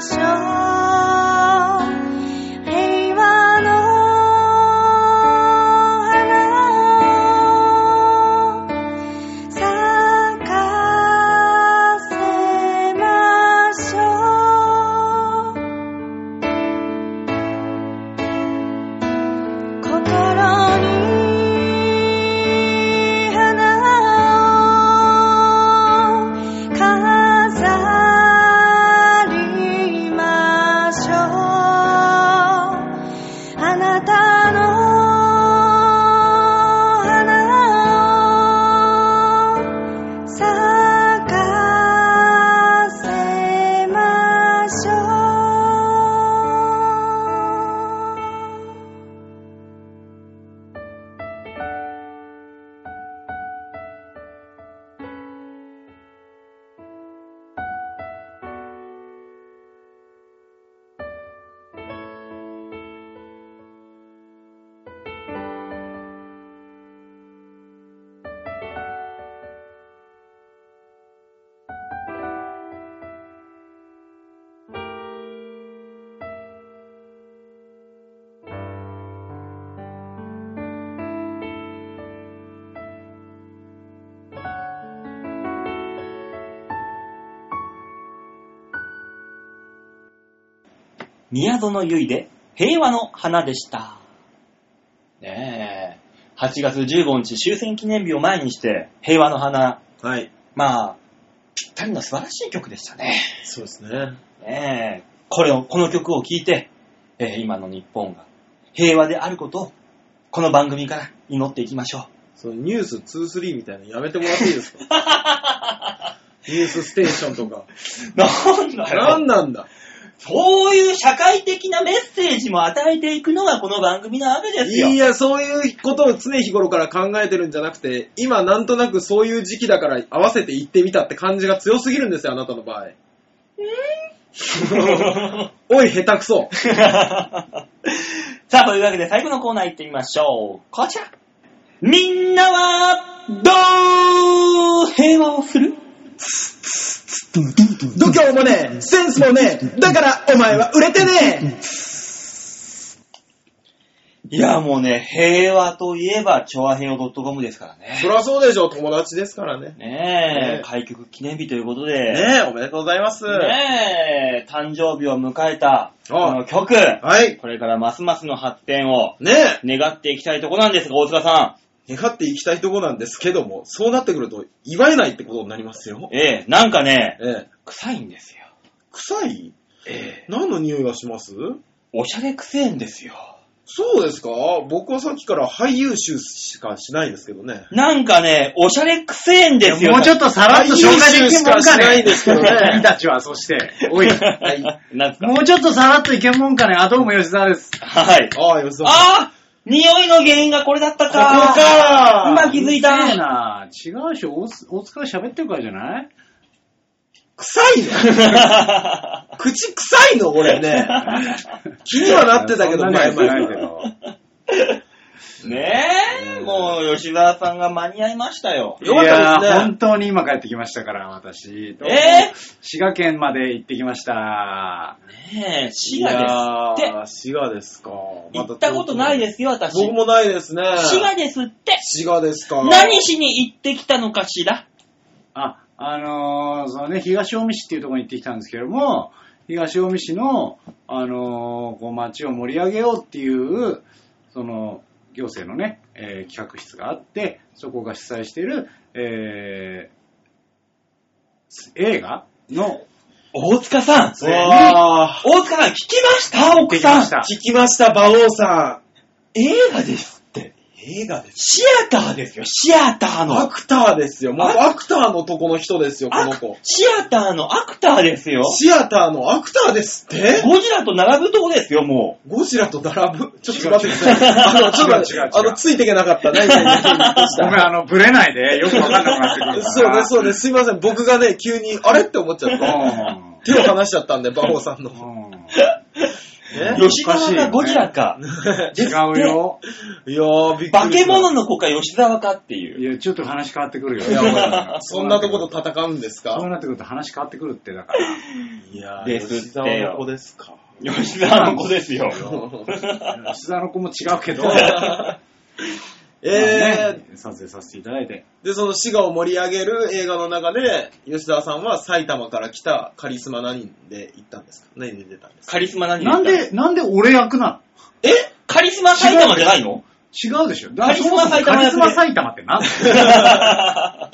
Speaker 1: しょう平和の花を咲かせましょう心に花を飾りましょうあなたの花を咲かせましょう
Speaker 2: 宮園ゆいで平和の花でした。ねえ、8月15日終戦記念日を前にして平和の花、
Speaker 3: はい。
Speaker 2: まあ、ぴったりの素晴らしい曲でしたね。
Speaker 3: そうですね。
Speaker 2: ねえ、これを、この曲を聴いて、えー今の日本が平和であることを、この番組から祈っていきましょ
Speaker 3: そのニュース23みたいなのやめてもらっていいですか *laughs* ニュースステーションとか。
Speaker 2: う。なんだよ
Speaker 3: なんなんだ
Speaker 2: そういう社会的なメッセージも与えていくのがこの番組なわけですよ。
Speaker 3: いや、そういうことを常日頃から考えてるんじゃなくて、今なんとなくそういう時期だから合わせて行ってみたって感じが強すぎるんですよ、あなたの場合。おい、下手くそ。
Speaker 2: *laughs* さあ、というわけで最後のコーナー行ってみましょう。こちら。みんなは、どう平和をする
Speaker 3: *laughs* 度胸もねえ、センスもねえ、だからお前は売れてね
Speaker 2: いや、もうね、平和といえば、チョアヘオ .com ですから
Speaker 3: え。
Speaker 2: ね。
Speaker 3: そりゃそうでしょ、友達ですからね。
Speaker 2: ね
Speaker 3: ね
Speaker 2: え、
Speaker 3: え
Speaker 2: 開局記念日ということで、ね
Speaker 3: ねえ、おめでとうございます。
Speaker 2: え、誕生日を迎えた、この曲、
Speaker 3: はい。
Speaker 2: これからますますの発展を
Speaker 3: ねえ。
Speaker 2: 願っていきたいとこなんですが、大塚さ
Speaker 3: 願っていきたいとこなんですけども、そうなってくると、祝えないってことになりますよ
Speaker 2: ん。。ええ、なんかね、
Speaker 3: ええ。
Speaker 2: 臭いんですよ。
Speaker 3: 臭い
Speaker 2: ええ、
Speaker 3: 何の匂いがします
Speaker 2: おしゃれくせえんですよ。
Speaker 3: そうですか僕はさっきから俳優臭しかしないですけどね。
Speaker 2: なんかね、おしゃれくせえんですよ。
Speaker 4: もうちょっとさらっと紹介できるも
Speaker 3: 俳優集しか
Speaker 4: んか
Speaker 3: しない
Speaker 4: ね。
Speaker 3: ですけどね
Speaker 4: 君たちは、そして。
Speaker 2: *laughs*
Speaker 4: おい。
Speaker 2: なんですか
Speaker 4: もうちょっとさらっといけんもんかね。あ、どうも吉沢です。
Speaker 2: はい。
Speaker 3: ああ、よそ
Speaker 2: ああ匂いの原因がこれだったか
Speaker 3: ここか
Speaker 2: 今気づいう
Speaker 4: るせえ
Speaker 2: た
Speaker 4: な違うでしょ。大津大塚が喋ってるからじ
Speaker 3: *laughs*
Speaker 4: ゃない
Speaker 3: 臭いの口臭いの俺ね。気にはなってたけど、
Speaker 4: そんな
Speaker 3: 前
Speaker 4: にはしてない
Speaker 3: 々
Speaker 4: け
Speaker 2: *laughs*
Speaker 4: ど。
Speaker 2: ねえ、もう吉沢さんが間に合いましたよ。
Speaker 3: よかった
Speaker 4: い
Speaker 3: ですね
Speaker 4: やー本当に今帰ってきましたから、私。
Speaker 2: え
Speaker 4: 滋賀県まで行ってきました。
Speaker 2: ー、ねえ、滋賀ですって。
Speaker 3: す。滋賀ですか。
Speaker 2: 行ったことない
Speaker 3: で
Speaker 2: ですよ、私。
Speaker 3: 僕もないですね。
Speaker 2: 滋賀ですって。
Speaker 3: 滋賀ですか。
Speaker 2: 何しに行ってきたのかしら
Speaker 4: あ、あのー、そのね、東近江市っていうところに行ってきたんですけども、東近江市の、あのーこう街を盛り上げようっていう、その、行政のね、えー企画室があって、そこが主催している、えー映画の、
Speaker 2: 大塚さん
Speaker 3: うわ
Speaker 2: 大塚さん、聞きました奥
Speaker 4: 聞き
Speaker 2: さ
Speaker 4: ま
Speaker 2: ん
Speaker 4: した
Speaker 3: ー聞きました、馬王さ
Speaker 2: 映画ですって。
Speaker 3: ん。映画です。
Speaker 2: シアターですよ、シアターの。
Speaker 3: アクターですよ。もうアクターのとこの人ですよ、この
Speaker 2: アク
Speaker 3: 子。
Speaker 2: シアターのアクターですよ。
Speaker 3: シアターのアクターですって
Speaker 2: ゴジラと並ぶとこですよ、も
Speaker 3: ゴジラと並ぶ。ちょっ
Speaker 4: 違
Speaker 3: と
Speaker 4: う
Speaker 3: 待ってください。あの、ちょっと待っ
Speaker 4: 違う違う違
Speaker 3: て
Speaker 4: う、
Speaker 3: あの、ついていけなかった。何何何
Speaker 4: *laughs*
Speaker 3: どうし
Speaker 4: ごめん、
Speaker 3: た
Speaker 4: あの、ぶれないで、よくわかんなくなってくるから。
Speaker 3: そうね、そうね。すいません。僕がね、急に、あれって思っちゃって。手を離しちゃったんで、馬王さんの。
Speaker 4: うん。うん
Speaker 3: ね
Speaker 2: う。吉
Speaker 4: おか
Speaker 2: 沢
Speaker 4: しいよ
Speaker 2: か
Speaker 4: ね
Speaker 2: ゴジラか。
Speaker 4: 違うよ。
Speaker 3: いやー、びっくりした。
Speaker 2: 化け物の子か吉沢かって
Speaker 4: い
Speaker 2: いう。
Speaker 4: や、ちょっと話変わってくるよ。
Speaker 3: いやほらそんなとこと戦うんです
Speaker 4: そう
Speaker 3: か
Speaker 4: なってくると話変わってくるって、だから。
Speaker 3: いや
Speaker 2: ですってよ
Speaker 3: ですか。
Speaker 2: 吉沢の子ですよ。
Speaker 4: *laughs* 吉沢の子も違
Speaker 2: *laughs*
Speaker 4: うけど、
Speaker 3: *laughs* え
Speaker 4: ね撮影させていただいて。
Speaker 3: ー、で、その滋賀を盛り上げる映画の中で、吉沢さんは埼玉から来たカリスマ何で行ったんですか何で出たんですか
Speaker 2: カリスマ何
Speaker 4: なんで、なんで俺役な
Speaker 2: えカリスマ埼玉じゃないの
Speaker 4: の違うでしょ。
Speaker 2: カリスマ埼玉役で
Speaker 4: カリスマ埼玉ってなん
Speaker 2: *laughs*
Speaker 4: だよ
Speaker 3: だ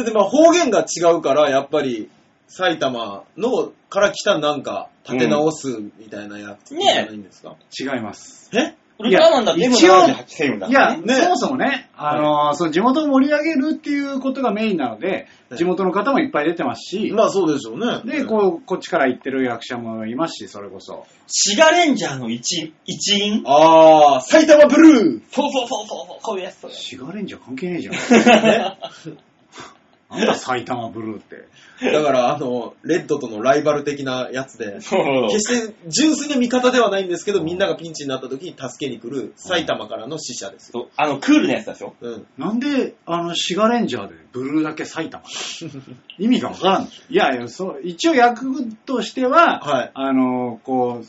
Speaker 3: ってまあ方言が違うから、やっぱり埼玉のから来たなんか立て直すみたいなやつ
Speaker 2: うん
Speaker 3: じゃないんですか、
Speaker 4: 違います。
Speaker 3: え
Speaker 2: ウルトラマンだって M78 セだ
Speaker 4: いや、
Speaker 3: ね
Speaker 4: そもそもね、あのーその地元を盛り上げるっていうことがメインなので、
Speaker 3: はい
Speaker 4: 地元の方もいっぱい出てますし、
Speaker 3: まあそうでしょうね。
Speaker 4: で、こう、こっちから行ってる役者もいますし、それこそ。
Speaker 2: シガレンジャーの一一員
Speaker 3: あー、埼玉ブルー
Speaker 2: そうそうそうそう、そういうやつそれ。
Speaker 4: シガレンジャー関係ね
Speaker 2: *laughs*
Speaker 4: えじゃん。
Speaker 3: ね
Speaker 4: なんだ埼玉ブルーって。
Speaker 3: だから、あの、レッドとのライバル的なやつで、
Speaker 2: そう
Speaker 3: 決して純粋な味方ではないんですけど、みんながピンチになった時に助けに来る埼玉からの死者です
Speaker 2: そ
Speaker 3: よ。
Speaker 2: うあの、クールなやつだでしょ
Speaker 3: うん。
Speaker 4: なんで、あの、シガレンジャーでブルーだけ
Speaker 3: *laughs*
Speaker 4: 埼玉意味がわからんでしょ。いやいや、そう、一応役としては、
Speaker 3: はい
Speaker 4: あの、こう、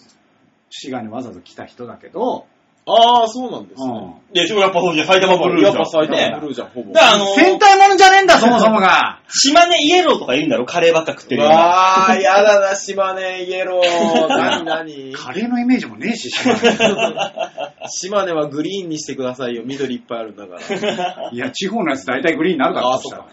Speaker 4: 滋賀にわざわざ来た人だけど、
Speaker 3: ああ、そうなんです
Speaker 4: う
Speaker 3: ね。
Speaker 4: ん
Speaker 2: でしょやっぱそうじゃん、埼玉ブルーじ
Speaker 3: や
Speaker 2: ゃ
Speaker 3: っ
Speaker 2: ん。
Speaker 3: ぱ埼
Speaker 2: ね
Speaker 3: 玉ブルーじゃん、ほぼ。
Speaker 2: だからあのー。
Speaker 4: 戦隊ものじゃねえ
Speaker 3: *laughs*
Speaker 4: んだ、そもそもが
Speaker 2: 島根イエローとか言うんだろカレーばっか食ってるような
Speaker 3: わあ、やだな、島根、イ
Speaker 2: *laughs*
Speaker 3: エロー。なになに
Speaker 4: カレーのイメージもねえし、滋賀
Speaker 3: 島根はグリーンにしてくださいよ。緑いっぱいあるんだから。
Speaker 4: いや、地方のやつ大体グリーンになるから、
Speaker 3: *laughs* あー
Speaker 4: したら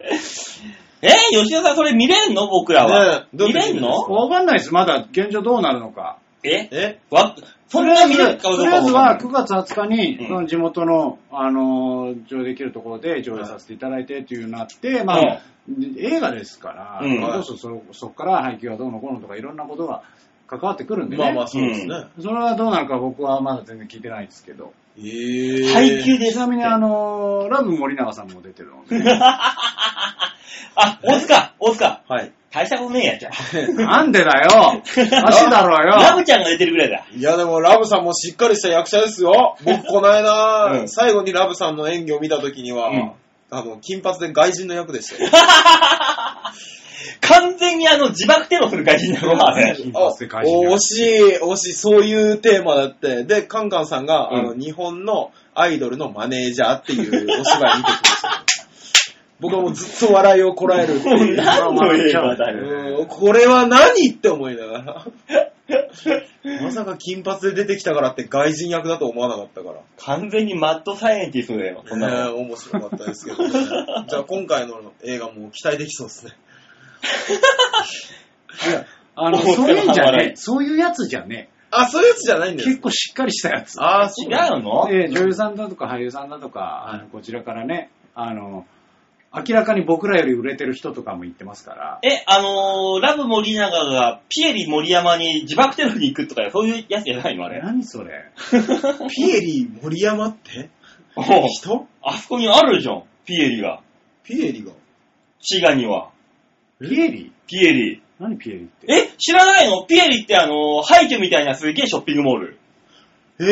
Speaker 2: えー、吉田さん、それ見れんの僕らは
Speaker 3: ね。えどう
Speaker 2: 見
Speaker 3: やって
Speaker 2: れんの
Speaker 4: わかんないです、まだ現状どうなるのか。
Speaker 2: え
Speaker 3: え
Speaker 2: わ、そんな見れるかど
Speaker 4: と
Speaker 2: う
Speaker 4: り
Speaker 2: か
Speaker 4: あえず
Speaker 2: わ
Speaker 4: は
Speaker 2: かん
Speaker 4: 9
Speaker 2: ない
Speaker 4: 月20日に、
Speaker 2: うん
Speaker 4: その地元の、あのー上映できるところで上映させていただいてっていうなって、まあ、映画ですから、
Speaker 2: うん
Speaker 4: どうぞそそこから配給はどうのこうのとかいろんなことが関わってくるんでね。
Speaker 3: まあまあ、そうですね。
Speaker 4: それはどうなるか僕はまだ全然聞いてないですけど。
Speaker 3: えー
Speaker 2: 配給です
Speaker 4: ち
Speaker 2: って
Speaker 4: なみにあのーラブ森永さんも出てるので、
Speaker 2: *laughs* あ、大塚、大塚。
Speaker 3: はい。
Speaker 2: 大したことねえや、じゃ
Speaker 4: なんでだよ足だろう
Speaker 2: あ。ラブ
Speaker 4: よ
Speaker 2: ちゃんが出てるぐらいだ。
Speaker 3: いやでもラブさんもしっかりした役者ですよ。僕この間、
Speaker 2: うん
Speaker 3: 最後にラブさんの演技を見た時には、
Speaker 2: うん
Speaker 3: あの、金髪で外人の役でしたよ。
Speaker 2: 完全にあの、自爆テロする感じになるわ、あれ。
Speaker 4: 金
Speaker 3: あ
Speaker 4: 髪で外人の役
Speaker 3: 惜しい、惜しい、そういうテーマだって。で、カンカンさんが、
Speaker 2: うん
Speaker 3: あの、日本のアイドルのマネージャーっていうお芝居見てきまし
Speaker 2: *laughs*
Speaker 3: たよ。僕はもうずっと笑いをこらえるっていう。
Speaker 2: 何の映画だよ。
Speaker 3: うんこれは何って思いながら。まさか金髪で出てきたからって外人役だと思わなかったから。
Speaker 2: 完全にマッドサイエンティストだよ、そんな
Speaker 3: ね
Speaker 2: の。
Speaker 3: 面白かったですけ
Speaker 2: *laughs*
Speaker 3: どね。じゃあ今回の映画も期待できそうですね。
Speaker 4: いやあの、
Speaker 2: 思って
Speaker 4: そ
Speaker 2: も
Speaker 4: れじゃ
Speaker 2: 半笑
Speaker 4: ね
Speaker 2: い
Speaker 4: そういうやつじゃね
Speaker 3: あ、そういうやつじゃないんです
Speaker 4: 結
Speaker 3: か
Speaker 4: 構しっかりしたやつ。
Speaker 3: あー、そうなんだ
Speaker 2: 違うの
Speaker 4: で、女優さんだとか俳優さんだとか、あのこちらからね、あの、明らかに僕らより売れてる人とかも言ってますから、
Speaker 2: え、あのー、ラブ森永がピエリ森山に自爆テロに行くとか、そういうやつじゃないのあれ。
Speaker 4: 何それ
Speaker 3: ピエリー森山って
Speaker 2: おう
Speaker 3: 人
Speaker 2: あそこにあるじゃん、ピエリが。
Speaker 3: ピエリが。
Speaker 2: 滋賀には。
Speaker 4: ピエリ
Speaker 2: ピエリ。
Speaker 4: 何ピエリって。
Speaker 2: え知らないのピエリってあのー、廃墟みたいなすげえショッピングモール。
Speaker 3: ええ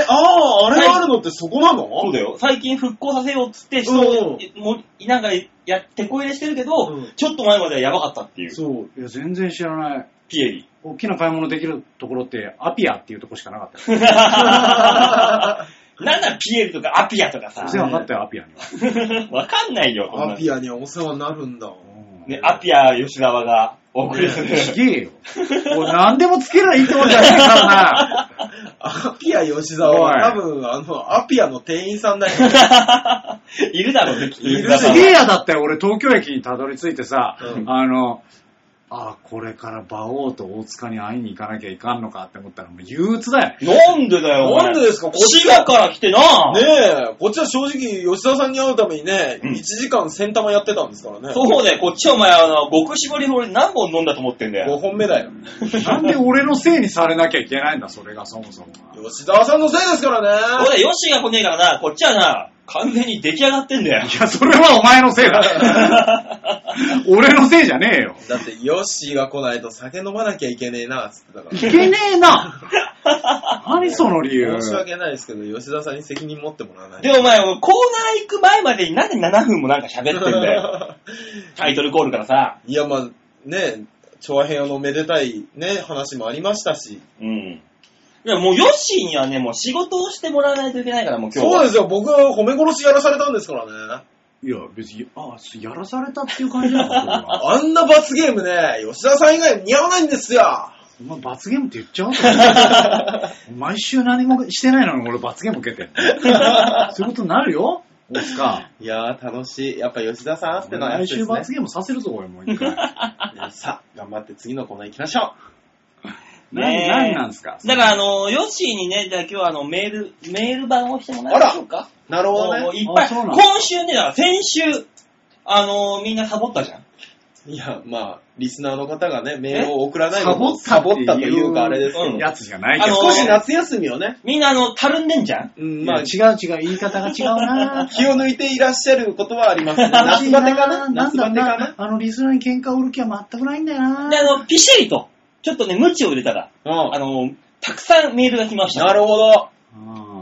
Speaker 3: ー、ああ、あれがあるのってそこなの、
Speaker 2: そうだよ。最近復興させようっつって人を、もうなんかや、てこ入れしてるけど、
Speaker 3: うん
Speaker 2: ちょっと前まではやばかったっていう。
Speaker 3: そう。
Speaker 4: いや、全然知らない。
Speaker 2: ピエ
Speaker 3: *laughs*
Speaker 2: リ。
Speaker 4: 大きな買い物できるところって、アピアっていうとこしかなかったよ。
Speaker 2: なんだピエリとかアピアとかさ
Speaker 4: お。世話になったよ、アピアに
Speaker 2: *laughs*
Speaker 4: は。
Speaker 2: わかんないよ。こんな
Speaker 3: アピアにはお世話になるんだ。
Speaker 2: ね、アピア吉沢がお送りする。
Speaker 4: すげえよ。もう何でもつけりゃいいってことじゃないからな。
Speaker 3: アピア吉沢は多分、あの、アピアの店員さんだよ。
Speaker 2: *laughs* いるだろうね、きっと
Speaker 3: いる
Speaker 2: だろ
Speaker 4: す
Speaker 2: う
Speaker 4: げえやだったよ、俺東京駅にたどり着いてさ、
Speaker 3: うん
Speaker 4: あの、あこれから馬王と大塚に会いに行かなきゃいかんのかって思ったらもう憂
Speaker 3: *laughs*
Speaker 4: 鬱だよ。
Speaker 2: なんでだよ、お前
Speaker 3: なんでですかこっち
Speaker 2: 滋賀から来てな。
Speaker 3: ねえ、こっちは正直、吉沢さんに会うためにね、
Speaker 2: うん
Speaker 3: 1時間千玉やってたんですからね。
Speaker 2: そうだよ、こっちはお前、あの、極絞り俺何本飲んだと思ってんだ
Speaker 3: 5
Speaker 2: よ。
Speaker 3: 本目だよ。
Speaker 4: なんで俺のせいにされなきゃいけないんだ、それがそもそもが。
Speaker 3: 吉沢さんのせいですから
Speaker 2: そう
Speaker 3: ね。
Speaker 2: だよ、ヨッシーが来ねえからな、こっちはな、完全に出来上がってんだよ
Speaker 4: い。や、それはお前のせいだ。
Speaker 3: *laughs*
Speaker 4: 俺のせいじゃねえよ。
Speaker 3: だって、ヨッシーが来ないと酒飲まなきゃいけねえな、つってたから。
Speaker 4: いけねえ
Speaker 3: *laughs*
Speaker 4: な。何その理由。
Speaker 3: 申し訳ないですけど、吉沢さんに責任持ってもらわないと。
Speaker 2: *laughs* で、お前、コーナー行く前までになんで7分もなんか喋ってんだ
Speaker 3: *laughs*
Speaker 2: よ。タイトルコールからさ。
Speaker 3: いや、まあ、ね、調和平和のめでたいね、話もありましたし。
Speaker 2: うん。いや、もうヨッシーにはね、もう仕事をしてもらわないといけないから、もう今日は。
Speaker 3: そうですよ、僕は褒め殺しやらされたんですからね。
Speaker 4: いや、別に、あ、やらされたっていう感じなのか、それは。
Speaker 3: あんな罰ゲームね、吉沢さん以外似合わないんですよ。
Speaker 4: お前罰ゲームって言っちゃ
Speaker 3: *laughs*
Speaker 4: うの毎週何もしてないのに俺罰ゲーム受けてん
Speaker 3: *laughs*
Speaker 4: のそういうことになるよ大塚。
Speaker 3: いやー、楽しい。やっぱ吉沢さんあってのはや
Speaker 4: 来
Speaker 3: つで
Speaker 4: 週
Speaker 3: すね
Speaker 4: 罰。ゲームさせるぞ、俺もう一
Speaker 3: *laughs*
Speaker 4: 回。
Speaker 3: さあ、頑張って次のコーナー行きましょ
Speaker 4: 何、
Speaker 2: ねえ
Speaker 4: 何なんですか
Speaker 2: だから、あの、ヨッシーにね、じゃあ今日はあの、メール、メール版をしてもらいましょうか。
Speaker 3: う。なる
Speaker 2: も
Speaker 3: ほど
Speaker 2: う
Speaker 3: ね。
Speaker 2: いっぱい。
Speaker 4: あそうなの
Speaker 2: 今週ね、だから先週、あの、みんなサボったじゃん。
Speaker 3: いや、まあ、リスナーの方がね、メールを送らない
Speaker 4: サボ
Speaker 3: の
Speaker 4: っ
Speaker 3: を
Speaker 4: た
Speaker 3: サ
Speaker 4: って
Speaker 3: ボ
Speaker 4: いう
Speaker 3: ったというか、あれですけど、
Speaker 2: うん
Speaker 4: やつじゃない
Speaker 2: あ
Speaker 4: けど
Speaker 2: の。
Speaker 3: 少し夏休みをね、
Speaker 2: みんなあの、たるんでんじゃん。
Speaker 3: うん、
Speaker 4: いや
Speaker 3: まあ、
Speaker 4: 違う違う、言い方が違うな
Speaker 3: 気を抜いていらっしゃることはありますね。 *laughs* 夏バテかな
Speaker 4: なん
Speaker 3: 夏バ
Speaker 4: だ
Speaker 3: テか
Speaker 4: な
Speaker 3: な
Speaker 4: あのリスナーに喧嘩売る気は全くないんだよな
Speaker 2: で、あの、ピシリと、ちょっとね、無知を入れたら、
Speaker 3: うん
Speaker 2: あの、たくさんメールが来ました。
Speaker 3: なるほど。
Speaker 4: あ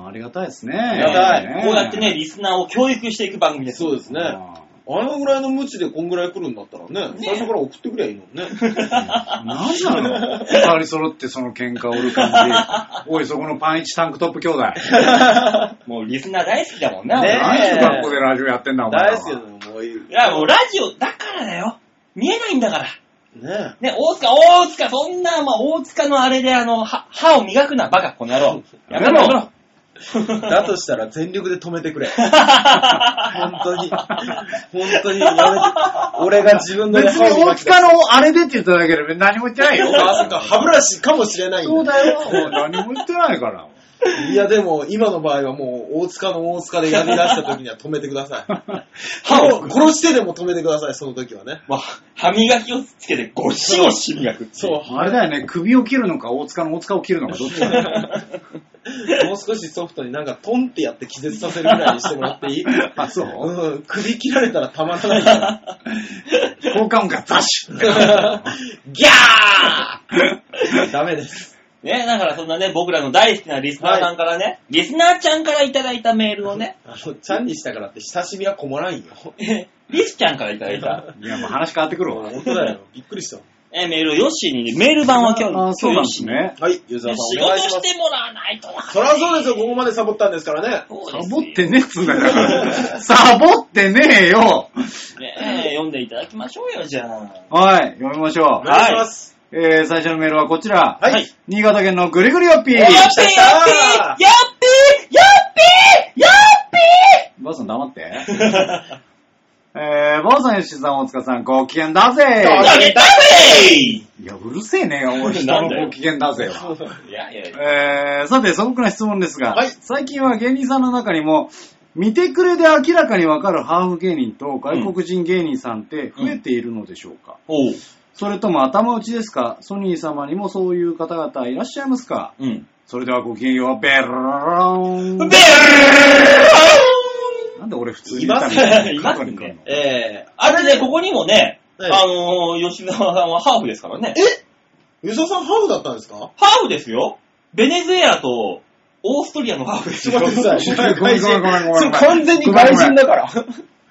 Speaker 4: あ、ありがたいですね。
Speaker 2: ね
Speaker 4: あ
Speaker 3: りがたい
Speaker 2: こうやってね、、リスナーを教育していく番組です。
Speaker 3: そうですね。あ
Speaker 4: あ
Speaker 3: のぐらいの無知でこんぐらい来るんだったらね、
Speaker 2: ね
Speaker 3: 最初から送ってくりゃいいのにね。
Speaker 4: ー何なの二人揃ってその喧嘩売る感じ。おい、そこのパンイチタンクトップ兄弟。
Speaker 2: もうリスナー大好きだもんな。
Speaker 3: ねえ
Speaker 2: 俺
Speaker 4: 何て格好でラジオやってんだ、お前ら
Speaker 3: 大
Speaker 4: は。
Speaker 3: 好きだね、もういい。
Speaker 2: いや、もうラジオだからだよ。見えないんだから。
Speaker 3: ね
Speaker 2: ね、大塚、大塚、そんな、まあ、大塚のあれで、あの、歯歯を磨くな、バカ、この野郎。やめろ、やめろ。
Speaker 3: *laughs* だとしたら全力で止めてくれ。本当に。本当にやめて。俺が自分の
Speaker 4: 別に大塚のあれでって言っただけで何も言ってないよ。
Speaker 3: あ、そっか、歯ブラシかもしれないん
Speaker 4: *laughs* そうだよ。もう何も言ってないから。
Speaker 3: いや、でも、今の場合はもう、大塚の大塚でやり出した時には止めてください。
Speaker 2: 歯を、
Speaker 3: 殺殺してでも止めてください、その時はね。
Speaker 2: まあ歯磨きをつけて、ゴシゴシ磨くってい。
Speaker 3: そう。
Speaker 4: あれだよね、首を切るのか、大塚の大塚を切るのか、どっちかだよ。
Speaker 3: *laughs* もう少しソフトになんかトンってやって気絶させるぐらいにしてもらって *laughs* いい
Speaker 4: あ、そう
Speaker 3: うん、首切られたらたまらないから。
Speaker 4: 効果音がザシュって。
Speaker 2: ギャ
Speaker 3: *laughs* ダメです。
Speaker 2: ーね、だからそんなね、僕らの大好きなリスナーさんからね、リスナーちゃんからいただいたメールを
Speaker 3: *laughs*
Speaker 2: ね、
Speaker 3: *laughs* あの、ちゃんにしたからって親しみは困らんよ。
Speaker 2: リスちゃんからいただいた、
Speaker 4: いや、もう話変わってくるわ。
Speaker 3: 本当だよ。びっくりした。
Speaker 2: ね、メールをヨッシーにね、メール版は今日、
Speaker 4: あそうなんです
Speaker 2: 今日ヨッシーに
Speaker 4: ね。
Speaker 3: はい、ユーザー
Speaker 2: 仕
Speaker 3: さんお願
Speaker 2: 事
Speaker 3: いしま
Speaker 2: し
Speaker 3: す。
Speaker 2: てもらわないとな。
Speaker 3: そりゃそうですよ、ここまでサボったんですからね。
Speaker 2: そう
Speaker 4: サ
Speaker 2: ですよ
Speaker 4: ボってねえっつうんだから。サボってねえよ。
Speaker 2: ねえ読んでいただきましょうよ、じゃあ。
Speaker 4: はい、読みましょ
Speaker 3: お
Speaker 4: う。
Speaker 3: 願いします。
Speaker 4: えー、最初のメールはこちら。
Speaker 3: はい。
Speaker 2: はい
Speaker 4: 新潟県のぐりぐりよっぴー
Speaker 2: やっ。ぴーやっ
Speaker 3: 来た来た
Speaker 2: ぴーやっぴーやっぴーやっぴ
Speaker 4: ばあさん黙って。えー、ばあさん、吉井さん、大塚さん、ご機嫌だぜ
Speaker 3: ど
Speaker 2: ー
Speaker 3: うぞ
Speaker 2: 投げたぜ
Speaker 4: いや、うるせえね、おい人
Speaker 2: なんだ
Speaker 4: の
Speaker 2: よ
Speaker 4: ご機嫌だぜは。
Speaker 2: ーいやいやいや。
Speaker 4: えー、さて、素朴な質問ですが、
Speaker 3: はい
Speaker 4: 最近は芸人さんの中にも、見てくれで明らかにわかるハーフ芸人と外国人芸人さんって増えているのでしょうか、
Speaker 2: おう。
Speaker 4: それとも頭打ちですかソニー様にもそういう方々いらっしゃいますか
Speaker 2: うん。
Speaker 4: それではごきげんよう、ベロロン。
Speaker 2: ベル
Speaker 4: なんで俺普通に言ったみたい
Speaker 2: い
Speaker 4: な
Speaker 2: ますね
Speaker 4: 角に来るの
Speaker 3: え
Speaker 2: あれね、ここにもね、
Speaker 3: はい
Speaker 2: あのー、吉沢さんはハーフですからね
Speaker 3: ー、。えユーザーさんハーフだったんですか
Speaker 2: ハーフですよ。ベネズエラとオーストリアのハーフです
Speaker 3: ちょっ
Speaker 2: よ
Speaker 3: と。待ってください。
Speaker 4: ごめんごめんごめんごめん
Speaker 3: それ完全に外人だから。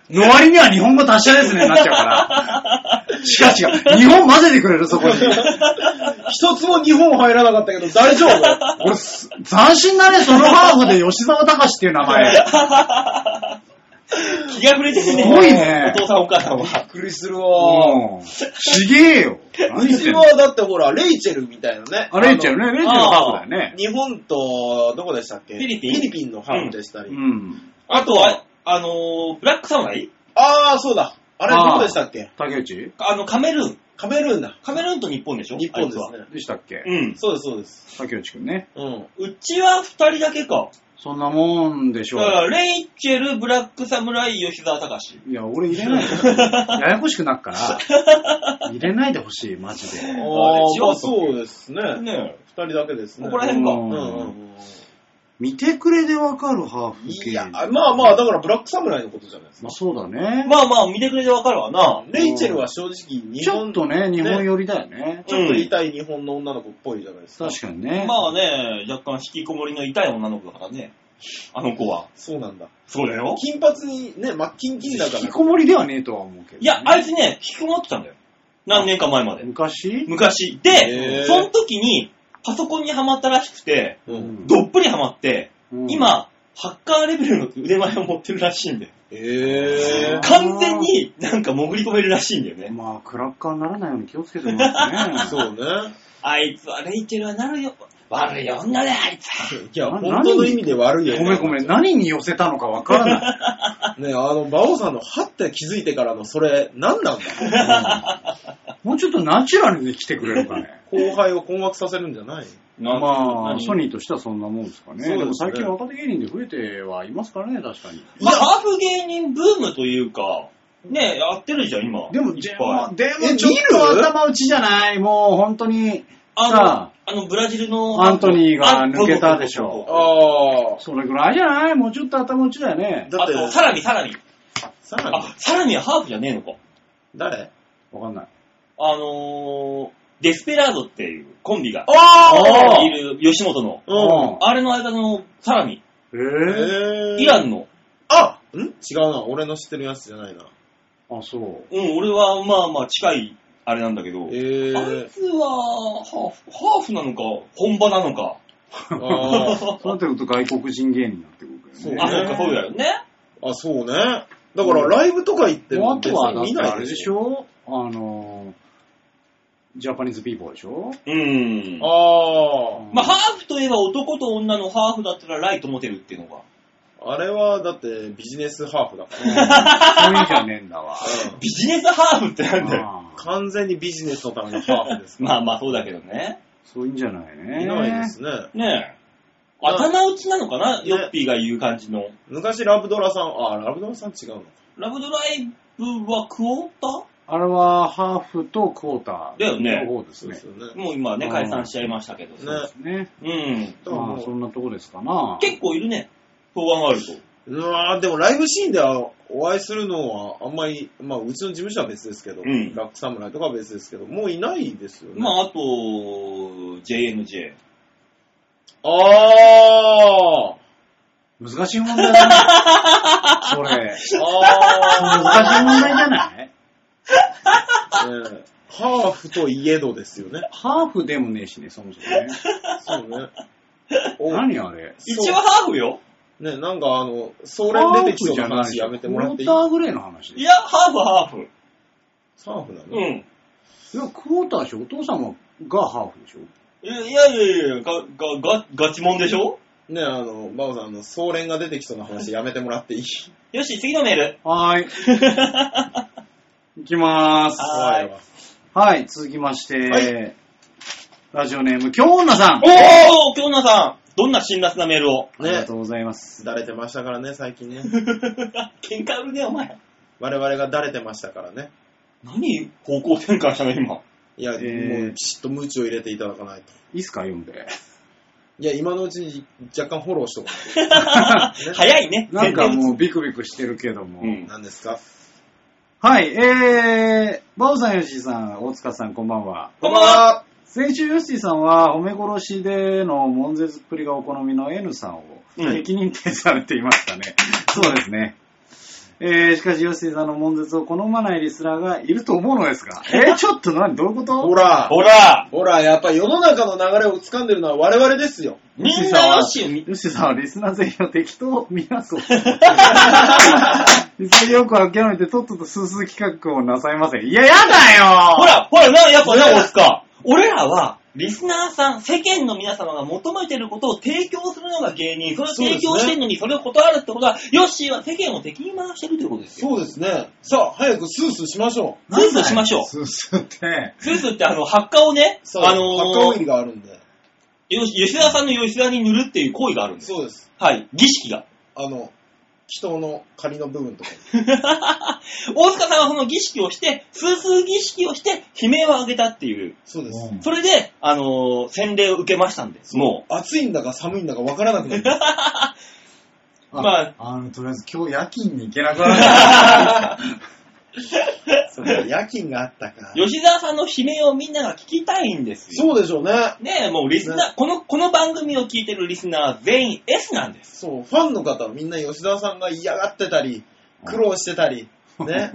Speaker 4: の割には日本語達者ですね、なっちゃうから。しかしが、日本混ぜてくれる、そこに。
Speaker 3: 一つも日本入らなかったけど大丈夫 *laughs*
Speaker 4: 俺、す斬新だね、そのハーフで吉沢隆っていう名前。
Speaker 2: 気が触れてるね。
Speaker 4: すごい
Speaker 2: *laughs*
Speaker 4: ね
Speaker 2: お父さんお母さんは。
Speaker 3: びっくりする
Speaker 4: うん。ちげえよ。何言って
Speaker 3: 西
Speaker 4: んの
Speaker 3: はだってほら、レイチェルみたいなね。
Speaker 4: あ、レイチェルね、レイチェルのハーフだよ
Speaker 3: あの。
Speaker 4: ね。
Speaker 3: 日本と、どこでしたっけ
Speaker 2: フィリピン
Speaker 3: フィリピンのハーフでしたり。
Speaker 4: うん。
Speaker 2: あとは、あのー、ブラックサムライ
Speaker 3: あー、そうだ。あれ、
Speaker 4: あー
Speaker 3: どこでしたっけ
Speaker 4: 竹内
Speaker 2: あの、カメルーン。
Speaker 3: カメルーンだ。
Speaker 2: カメルーンと日本でしょ
Speaker 3: 日本です
Speaker 2: あい
Speaker 3: ね。
Speaker 4: でしたっ
Speaker 2: つ
Speaker 4: け
Speaker 2: はうん。
Speaker 3: そうです、そうです。
Speaker 4: 竹内くんね。
Speaker 3: うん。
Speaker 2: うちは二人だけか。
Speaker 4: そんなもんでしょ
Speaker 2: だ
Speaker 4: う
Speaker 2: か。ら、レイチェル、ブラックサムライ、吉沢隆。
Speaker 4: いや、俺入れないよ。ややこしくなっから。入れないでほしい、マジで。
Speaker 3: あー、
Speaker 2: 違う
Speaker 3: まあそうですね。
Speaker 2: ねえ。
Speaker 3: 二人だけですね。
Speaker 2: ここら辺か。
Speaker 3: う
Speaker 4: うんん
Speaker 3: うんうん。
Speaker 4: 見てくれでわかるハーフ系。
Speaker 3: いや、まあまあ、だからブラックサムライのことじゃないですか。
Speaker 4: まあそうだね。
Speaker 2: まあまあ、見てくれてわかるわな。
Speaker 3: レイチェルは正直、日
Speaker 4: ちょ
Speaker 3: 本
Speaker 4: っとね、日本寄りだよね。
Speaker 3: ちょっと痛い日本の女の子っぽいじゃないですか。
Speaker 4: 確かにね。
Speaker 2: まあね、若干引きこもりの痛い女の子だからね。あの子は。
Speaker 3: そうなんだ。
Speaker 2: そうだよ。
Speaker 3: 金髪にね、真っ金金だか
Speaker 4: 引き
Speaker 3: ら。
Speaker 4: こもりではねえとは思うけどね、
Speaker 2: いや、あいつね、引きこもってたんだよ。何年か前まで。
Speaker 4: 昔
Speaker 2: 昔。
Speaker 3: へ
Speaker 2: で、
Speaker 3: ー
Speaker 2: その時に、パソコンにハマったらしくて、
Speaker 3: うん。
Speaker 2: どっぷりハマって、
Speaker 4: うん
Speaker 2: 今、ハッカーレベルの腕前を持ってるらしいんだよ。
Speaker 3: ええ。
Speaker 4: ー
Speaker 2: 完全になんか潜り込めるらしいんだよね。
Speaker 4: まあ、クラッカーにならないように気をつけてもらってね
Speaker 3: *laughs* そうね。
Speaker 2: あいつはレイチェルはなるよ。悪い女だよ、あいつは。
Speaker 3: いや、
Speaker 4: な
Speaker 3: 本当の意味で悪いよ。
Speaker 4: ごめんごめん、何に寄せたのかわからない。
Speaker 3: ね、あの、馬王さんの、はって気づいてからの、それ、何なんだ *laughs*
Speaker 4: もうちょっとナチュラルに来てくれるかね。
Speaker 3: 後輩を困惑させるんじゃ *laughs* ない
Speaker 4: まあ、
Speaker 2: 何
Speaker 4: ソニーとしてはそんなもんですかね。
Speaker 3: そうですね
Speaker 4: でも最近若手芸人で増えてはいますからね、確かに。
Speaker 2: まあ、ハーフ芸人ブームというか、ね、やってるじゃん、今。
Speaker 4: でも、
Speaker 2: いっ
Speaker 4: で
Speaker 2: ぱ
Speaker 4: も、
Speaker 2: い。
Speaker 4: で
Speaker 3: え
Speaker 4: もちょっと
Speaker 3: 見る
Speaker 4: 頭打ちじゃない。もう本当に、
Speaker 2: あ
Speaker 4: さ
Speaker 2: の、あのブラジルの。
Speaker 4: アントニーが
Speaker 2: あ
Speaker 4: 抜けたでしょ
Speaker 2: そう
Speaker 3: ああ。
Speaker 4: それぐらいじゃないもうちょっと頭打ちだよね。
Speaker 2: そうそうそうあと、サラミ、サラミ。
Speaker 3: さらに
Speaker 2: あ、、サラミはハーフじゃねえのか。
Speaker 3: 誰
Speaker 4: わかんない。
Speaker 2: あのー、デスペラードっていうコンビが
Speaker 3: あ、あ
Speaker 2: いる吉本の、
Speaker 3: うん。
Speaker 2: あれの間のサラミ、
Speaker 4: え
Speaker 3: え
Speaker 2: イランの、
Speaker 3: あん違うな。俺の知ってるやつじゃないな。
Speaker 4: ー、あ、そう。
Speaker 2: うん、俺はまあまあ近いあれなんだけど、
Speaker 3: え
Speaker 2: あい
Speaker 3: え
Speaker 2: つはハーフ、ハーフなのか、本場なの *laughs* か。
Speaker 3: あー
Speaker 4: そうなってくると外国人芸人になってくるけどね。
Speaker 2: あ、
Speaker 3: ね
Speaker 2: そうか、そうだよね。
Speaker 3: あ、そうね。だから、ライブとか行って
Speaker 4: も
Speaker 3: も、
Speaker 4: うあとは、だ
Speaker 3: 別に
Speaker 4: っ
Speaker 3: 見
Speaker 4: て
Speaker 3: ない
Speaker 4: あれでしょあのー、ジャパニーズピーポーでしょ
Speaker 2: うん。
Speaker 3: あ
Speaker 2: まあ、ハーフといえば男と女のハーフだったらライトモテるっていうのが。
Speaker 3: あ、あれはだってビジネスハーフだから。
Speaker 4: そういうんじゃねえんだわ。
Speaker 3: *laughs*
Speaker 2: ビジネスハーフってなんだよ。
Speaker 4: あー
Speaker 3: 完全にビジネスのためのハーフです
Speaker 2: まあまあ、そうだけどね。
Speaker 4: そういうんじゃないね。
Speaker 3: いないですね。
Speaker 2: ねえ。頭打ちなのかな、
Speaker 3: ね
Speaker 2: ヨッピーが言う感じの。
Speaker 3: 昔ラブドラさん、あ、ラブドラさん違うのか。
Speaker 2: ラブドライブはクォータ
Speaker 4: あれは、ハーフとクォーター。
Speaker 2: だよね
Speaker 4: 両方です
Speaker 3: そうで
Speaker 4: ね
Speaker 3: す。よね。
Speaker 2: ーもう今ね、解散しちゃいましたけど。
Speaker 3: ね
Speaker 4: ね。
Speaker 2: うん。
Speaker 3: だから
Speaker 4: まあ、そ
Speaker 3: も
Speaker 4: んなとこですかな。
Speaker 2: 結構いるね。評判があると。
Speaker 3: う、うわーでもライブシーンではお会いするのはあんまり、まあうちの事務所は別ですけど、
Speaker 2: うん
Speaker 3: ラックサムライとかは別ですけど、もういないですよね。
Speaker 2: ま
Speaker 3: あ、
Speaker 2: あ、あと、JNJ。
Speaker 3: あー
Speaker 4: 難しい問題だね。それ。
Speaker 3: あ
Speaker 4: 難しい問題じゃない
Speaker 3: ー、ねえハーフといえどですよね。
Speaker 4: ハーフでもねえしね、そもそもね。
Speaker 3: そうね。お
Speaker 4: 何あれ
Speaker 3: そ
Speaker 2: *laughs*
Speaker 3: う
Speaker 2: 一応ハーフよ。
Speaker 3: ね、なんかあの、総連出てきそうな話やめてもらっていい
Speaker 4: クォーターぐらいの話
Speaker 2: いや、ハーフはハーフ。
Speaker 3: サーフなの、
Speaker 2: うん。
Speaker 4: いや、クォーターでしょお父様がハーフでしょ
Speaker 2: いやいやいやいや、が、が、が、ガチモンでしょ
Speaker 3: ねあの、バオさん、あの、総連が出てきそうな話やめてもらっていい
Speaker 2: よし、次のメー
Speaker 4: *laughs*
Speaker 2: ル。
Speaker 4: はーい。いきまーす。
Speaker 3: *laughs*
Speaker 2: はーい
Speaker 3: 怖わ
Speaker 4: はい、続きまして、
Speaker 3: はい
Speaker 4: ラジオネーム、京女さん。
Speaker 2: おー京奈さんどんな辛辣なメールを *laughs*
Speaker 4: ありがとうございます。
Speaker 3: だれてましたからね、最近ね。
Speaker 2: 喧嘩売るね、お前。
Speaker 3: 我々がだれてましたからね。
Speaker 2: 何方向転換したの、今。
Speaker 3: いや、
Speaker 4: えー
Speaker 3: もう、きちっとムチを入れていただかないと。
Speaker 4: いいっすか、読んで。
Speaker 3: いや、今のうちに若干フォローしとかな
Speaker 2: 早いね。
Speaker 4: *laughs* なんか
Speaker 2: 全然
Speaker 4: もうビクビクしてるけども。
Speaker 2: うん
Speaker 3: い。。何ですか
Speaker 4: はい、えー、バオさん、ヨシーさん、大塚さん、こんばんは。
Speaker 2: こんばんは。
Speaker 4: 先週、ヨッシーさんは、褒め殺しでの悶絶っぷりがお好みの N さんを、
Speaker 2: うん
Speaker 4: 責任定されていましたね。そうですね。えー、しかし、ヨッシーさんの悶絶を好まないリスラーがいると思うのです
Speaker 2: *laughs*
Speaker 4: が。えー、ちょっと何どういうこと
Speaker 3: ほら、
Speaker 2: ほら、
Speaker 3: ほら、やっぱ世の中の流れを掴んでるのは我々ですよ。
Speaker 2: みんなよしよ、み
Speaker 4: ヨッシーさんはリスナー全員の敵とみ
Speaker 2: *laughs*
Speaker 4: なそう。実によく諦めてとっととスースー企画をなさいません。いや、やだよ
Speaker 2: ほら、ほら、な、やっぱな、押すか。俺らは、リスナーさん、世間の皆様が求めてることを提供するのが芸人。それを提供してるのに、それを断るってことは、ヨッシーは世間を敵に回してるってことですよ。
Speaker 3: そうですね。さあ、早くスースーしましょ
Speaker 2: スースーしましょう。
Speaker 4: スースーって。
Speaker 2: スースーってあの、発火をね
Speaker 3: う。、そう、
Speaker 2: あ
Speaker 3: あ
Speaker 2: の
Speaker 3: の
Speaker 2: ー
Speaker 3: ー、オイルがあるんで。
Speaker 2: よし吉田さんの吉田に塗るっていう行為があるんです。
Speaker 3: そうです。
Speaker 2: はい。儀式が。 *laughs*
Speaker 3: あの、祈祷の仮の部分とか。
Speaker 2: 大塚さんはその儀式をして、スースー儀式をして、悲鳴を上げたっていう。
Speaker 3: そうです。
Speaker 4: うん
Speaker 2: それで、あのー洗礼を受けましたんで、も
Speaker 3: 暑いんだか寒いんだか分からなくな *laughs* る。
Speaker 4: あ、
Speaker 2: まあ
Speaker 4: の、とりあえず今日夜勤に行けなく
Speaker 2: *laughs*
Speaker 4: なる。
Speaker 3: そうか夜勤があったか
Speaker 2: う。吉沢さんの悲鳴をみんなが聞きたいんですよ。
Speaker 3: そうでしょうね。
Speaker 2: ねえ、もうリスナー、この、この番組を聞いてるリスナーは全員 S なんです。
Speaker 3: そう、ファンの方はみんな吉沢さんが嫌がってたり、苦労してたり、
Speaker 2: *laughs*
Speaker 3: ね、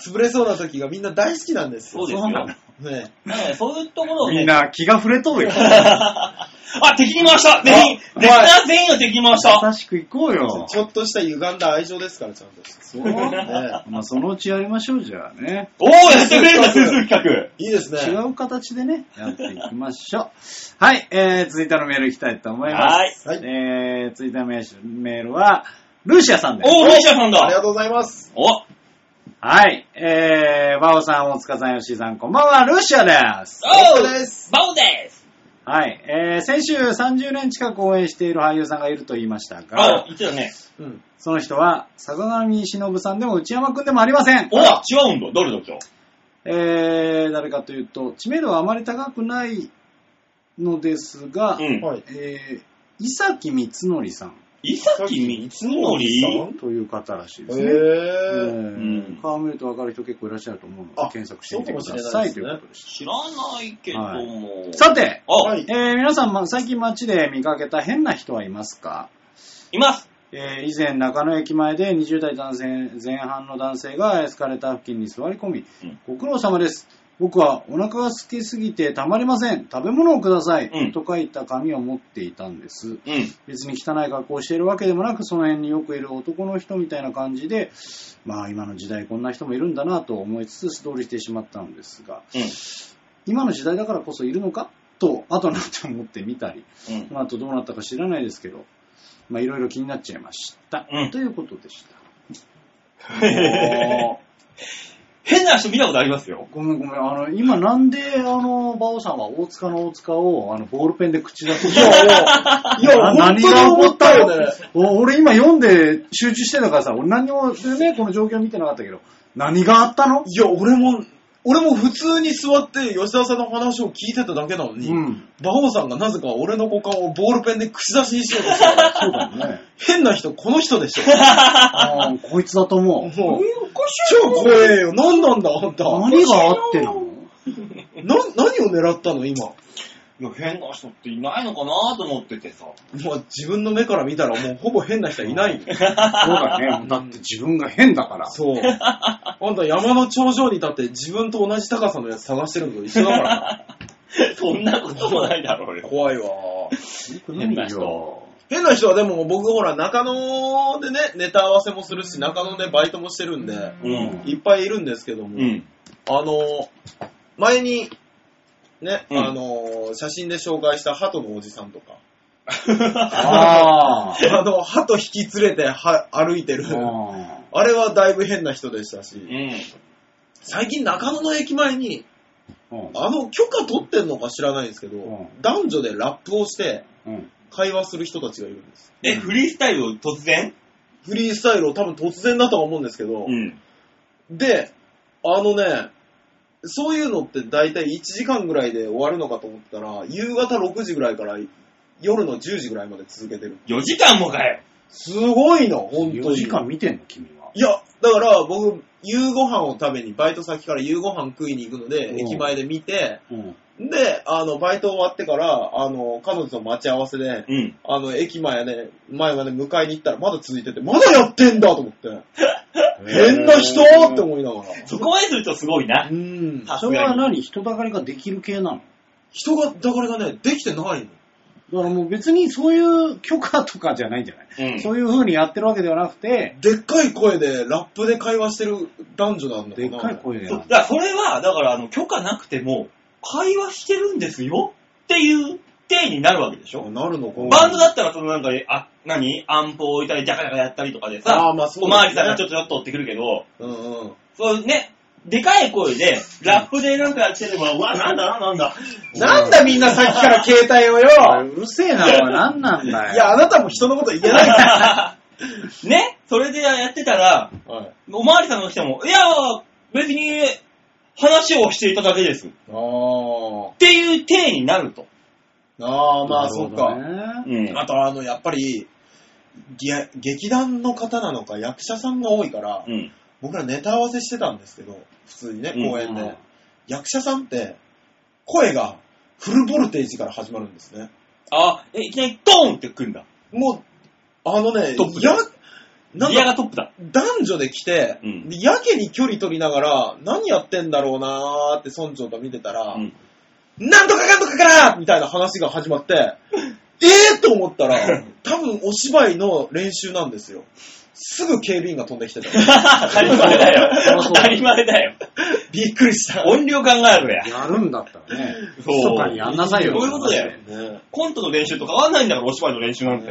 Speaker 3: 潰れそうな時がみんな大好きなんです
Speaker 2: そうで
Speaker 3: よ。
Speaker 2: す
Speaker 4: そう
Speaker 2: よ。
Speaker 4: なの
Speaker 2: *laughs* ね
Speaker 3: ね、
Speaker 2: えそういうところをね。
Speaker 4: みんな気が触れとうよ。
Speaker 2: あ、敵に回した全員
Speaker 3: あ
Speaker 2: リスナー全員を敵に回した
Speaker 4: 優しく行こう
Speaker 2: *laughs*
Speaker 4: よ。
Speaker 3: ちょっとした歪んだ愛情ですから、ちゃんとした。
Speaker 4: そうまあ、そのうちやりましょう、じゃあね。
Speaker 2: *laughs* おおやってくれるんだ、スースー企
Speaker 3: いいですね。
Speaker 4: 違う形でね、やっていきましょう。 *laughs* はい、えー、続いてのメールいきたいと思います。
Speaker 2: はい
Speaker 3: はい
Speaker 4: えー、続いてのメールメールは、ルーシアさんで
Speaker 2: 画。
Speaker 4: す。
Speaker 2: おお、ロシアさん
Speaker 3: ありが
Speaker 2: だ。
Speaker 3: とうございます。
Speaker 2: お
Speaker 4: はい、えー、バオさん、大塚さん、ヨッシーさん、こんばんは、ルーシアです。
Speaker 2: お
Speaker 3: お
Speaker 2: う
Speaker 3: 疲れです
Speaker 2: バオです
Speaker 4: はい、えー、先週30年近く応援している俳優さんがいると言いました
Speaker 2: あ
Speaker 4: が、、
Speaker 2: 言ってたね。
Speaker 3: うん。
Speaker 4: その人は、坂上忍さんでも内山くんでもありません
Speaker 2: お。違うんだ。誰だ今日。
Speaker 4: えー、誰かというと、知名度はあまり高くないのですが、
Speaker 2: うん。
Speaker 3: はい。
Speaker 4: えー、伊崎光則さん
Speaker 2: 伊崎光則
Speaker 4: という方らしいですね。え
Speaker 3: えー。
Speaker 2: うん
Speaker 4: ー、顔見ると分かる人結構いらっしゃると思うので
Speaker 3: あ
Speaker 4: 検索してみてくださいということでし
Speaker 2: 知らないけども。
Speaker 4: た。さて、
Speaker 2: あ、、
Speaker 3: はいい
Speaker 4: えー皆さん、ま最近街で見かけた変な人はいますか
Speaker 2: ます。
Speaker 4: えー以前、中野駅前で20代男性前半の男性がエスカレーター付近に座り込み、
Speaker 2: うん
Speaker 4: ご苦労様です。僕はお腹が空きすぎてたまりません。食べ物をください。
Speaker 2: うん
Speaker 4: と書いた紙を持っていたんです。
Speaker 2: うん。
Speaker 4: 別に汚い格好をしているわけでもなく、その辺によくいる男の人みたいな感じで、まあ今の時代こんな人もいるんだなと思いつつ素通りしてしまったのですが、今の時代だからこそいるのかと、後になって思ってみたり、
Speaker 2: うん。
Speaker 4: まあ、あとどうなったか知らないですけど、まあ、いろいろ気になっちゃいました。
Speaker 2: うん
Speaker 4: ということ
Speaker 3: *laughs*
Speaker 4: でした。
Speaker 2: うん。変な人見たことありますよ。
Speaker 4: ごめんごめん。あの、今なんで、あの、馬王さんは大塚の大塚を、あの、ボールペンで口出す
Speaker 3: いや、いや、いや
Speaker 4: *laughs* な
Speaker 3: 本当に思ったよね。
Speaker 4: お俺今読んで集中してたからさ、俺何にも、ね、この状況見てなかったけど、何があったの
Speaker 3: いや、俺も、俺も普通に座って吉田さんの話を聞いてただけなのに、
Speaker 4: うん。
Speaker 3: 馬王さんがなぜか俺の股間をボールペンで口出しにしようとした
Speaker 4: *laughs*
Speaker 3: から。
Speaker 4: そうだよね。
Speaker 3: 変な人、この人でしょ。
Speaker 4: あーこいつだと思う。
Speaker 3: もう、超怖えよ。何なんだ、あんた。な、
Speaker 4: 何があってなの
Speaker 3: 何を狙ったの、今。
Speaker 2: いや、変な人っていないのかなと思っててさ。
Speaker 3: もう自分の目から見たらもうほぼ変な人はいないよ。
Speaker 4: そうだね。だって自分が変だから。
Speaker 3: そう。あんた山の頂上に立って自分と同じ高さのやつ探してるのと一緒だ
Speaker 4: *laughs*
Speaker 3: から。
Speaker 2: *laughs* そんなこともないだろうよ。
Speaker 3: 怖いわ。
Speaker 2: 変な人
Speaker 3: 変な人はでも僕ほら中野でね、ネタ合わせもするし、中野でバイトもしてるんで、
Speaker 2: うん。
Speaker 3: いっぱいいるんですけども、
Speaker 2: うん。
Speaker 3: あの、前に、ね、
Speaker 2: うん
Speaker 3: あの、写真で紹介した鳩のおじさんとか、
Speaker 4: あー
Speaker 3: あの、鳩引き連れては歩いてる。
Speaker 4: あ
Speaker 3: あれはだいぶ変な人でした
Speaker 2: *laughs* う
Speaker 3: し、
Speaker 2: ん。
Speaker 3: 最近中野の駅前に、
Speaker 4: ー。
Speaker 3: あの、許可取ってんのか知らないんですけど、
Speaker 4: うん
Speaker 3: 男女でラップをして
Speaker 4: うん。
Speaker 3: 会話する人たちがいるんです。
Speaker 2: え、フリースタイルを突然
Speaker 3: フリースタイルを多分突然だとは思うんですけど、
Speaker 2: ん。
Speaker 3: で、あのね、そういうのって大体1時間ぐらいで終わるのかと思ったら、夕方6時ぐらいから夜の10時ぐらいまで続けてる。
Speaker 2: 4時間もかよ。
Speaker 3: すごいな、本当に。
Speaker 4: 4時間見てんの君は。
Speaker 3: いや、だから僕、夕ご飯を食べに、バイト先から夕ご飯食いに行くので、
Speaker 4: うん
Speaker 3: 駅前で見て、
Speaker 4: うん。
Speaker 3: で、あの、バイト終わってから、あの、彼女と待ち合わせで、
Speaker 2: うん。
Speaker 3: あの、駅前で、前まで迎えに行ったら、まだ続いてて、まだやってんだと思って、変な人って思いながら。
Speaker 2: そこまでするとすごいな。
Speaker 3: うん。
Speaker 2: さす
Speaker 4: それ
Speaker 2: が
Speaker 4: は
Speaker 2: に。
Speaker 4: 何人だかりができる系なの
Speaker 3: 人が、だからね、できてないの。
Speaker 4: だからもう別にそういう許可とかじゃないんじゃない、
Speaker 2: うん
Speaker 4: そういう風にやってるわけではなくて、
Speaker 3: でっかい声で、ラップで会話してる男女なんだ
Speaker 4: でっかい声で
Speaker 2: そう
Speaker 4: や
Speaker 2: だからそれは、だからあの、許可なくても、会話してるんですよっていう体になるわけでしょ。
Speaker 3: なるのかな
Speaker 2: バンドだったら、そのなんか、あ、何アンプを置いたり、ジャカジャカやったりとかでさ、
Speaker 3: あーまあそう
Speaker 2: お
Speaker 3: だね
Speaker 2: まわりさんがちょっとちょっと追ってくるけど、
Speaker 3: うんうん。
Speaker 2: そうね、でかい声で、ラップでなんかやってれば、うわ、なんだなんだ
Speaker 3: なんだみんなさっきから携帯 *laughs* をよ
Speaker 4: うるせえな、お前何なんだよ。
Speaker 3: いや、あなたも人のこと言えないから。
Speaker 2: なんだね、それでやってたら、
Speaker 3: はい。
Speaker 2: おまわりさんの人も、いや、別に話をしていただけです。っ
Speaker 3: あ
Speaker 2: ていう体になると。
Speaker 3: あ。ああ、まあ、
Speaker 4: なる
Speaker 3: そ
Speaker 4: ほ
Speaker 3: っ
Speaker 4: ど
Speaker 3: か。
Speaker 4: ね。
Speaker 2: うん
Speaker 3: あと、あの、やっぱり、げ劇団の方なのか役者さんが多いから、
Speaker 2: うん。
Speaker 3: 僕らネタ合わせしてたんですけど、普通にね、
Speaker 2: うん
Speaker 3: 公演で。
Speaker 4: うん
Speaker 3: 役者さんって、声がフルボルテージから始まるんですね。
Speaker 2: あ、え、いきなりドーンって来るんだ。
Speaker 3: もう、あのね、
Speaker 2: トップで
Speaker 3: や、なん
Speaker 2: ギア
Speaker 3: か、
Speaker 2: がトップだ。
Speaker 3: 男女で来て、
Speaker 2: うん
Speaker 3: やけに距離取りながら、何やってんだろうなーって村長と見てたら、
Speaker 2: うん
Speaker 3: なんとかかんとかからみたいな話が始
Speaker 2: *laughs*
Speaker 3: まって、えーと思ったら、多分お芝居の練習なんですよ。すぐ警備員が飛んでき
Speaker 2: *laughs*
Speaker 3: てた。
Speaker 2: *laughs* 当たり前だよ。
Speaker 4: そう
Speaker 2: 当たり前だよ。
Speaker 3: びっくりした。
Speaker 2: 音量考えろや。
Speaker 4: やるんだったらね、
Speaker 2: そう
Speaker 4: 密かにやんなさいよ。
Speaker 2: そういうことだよ。
Speaker 3: ね
Speaker 2: コントの練習と変わんないんだから、お芝居の練習なんて。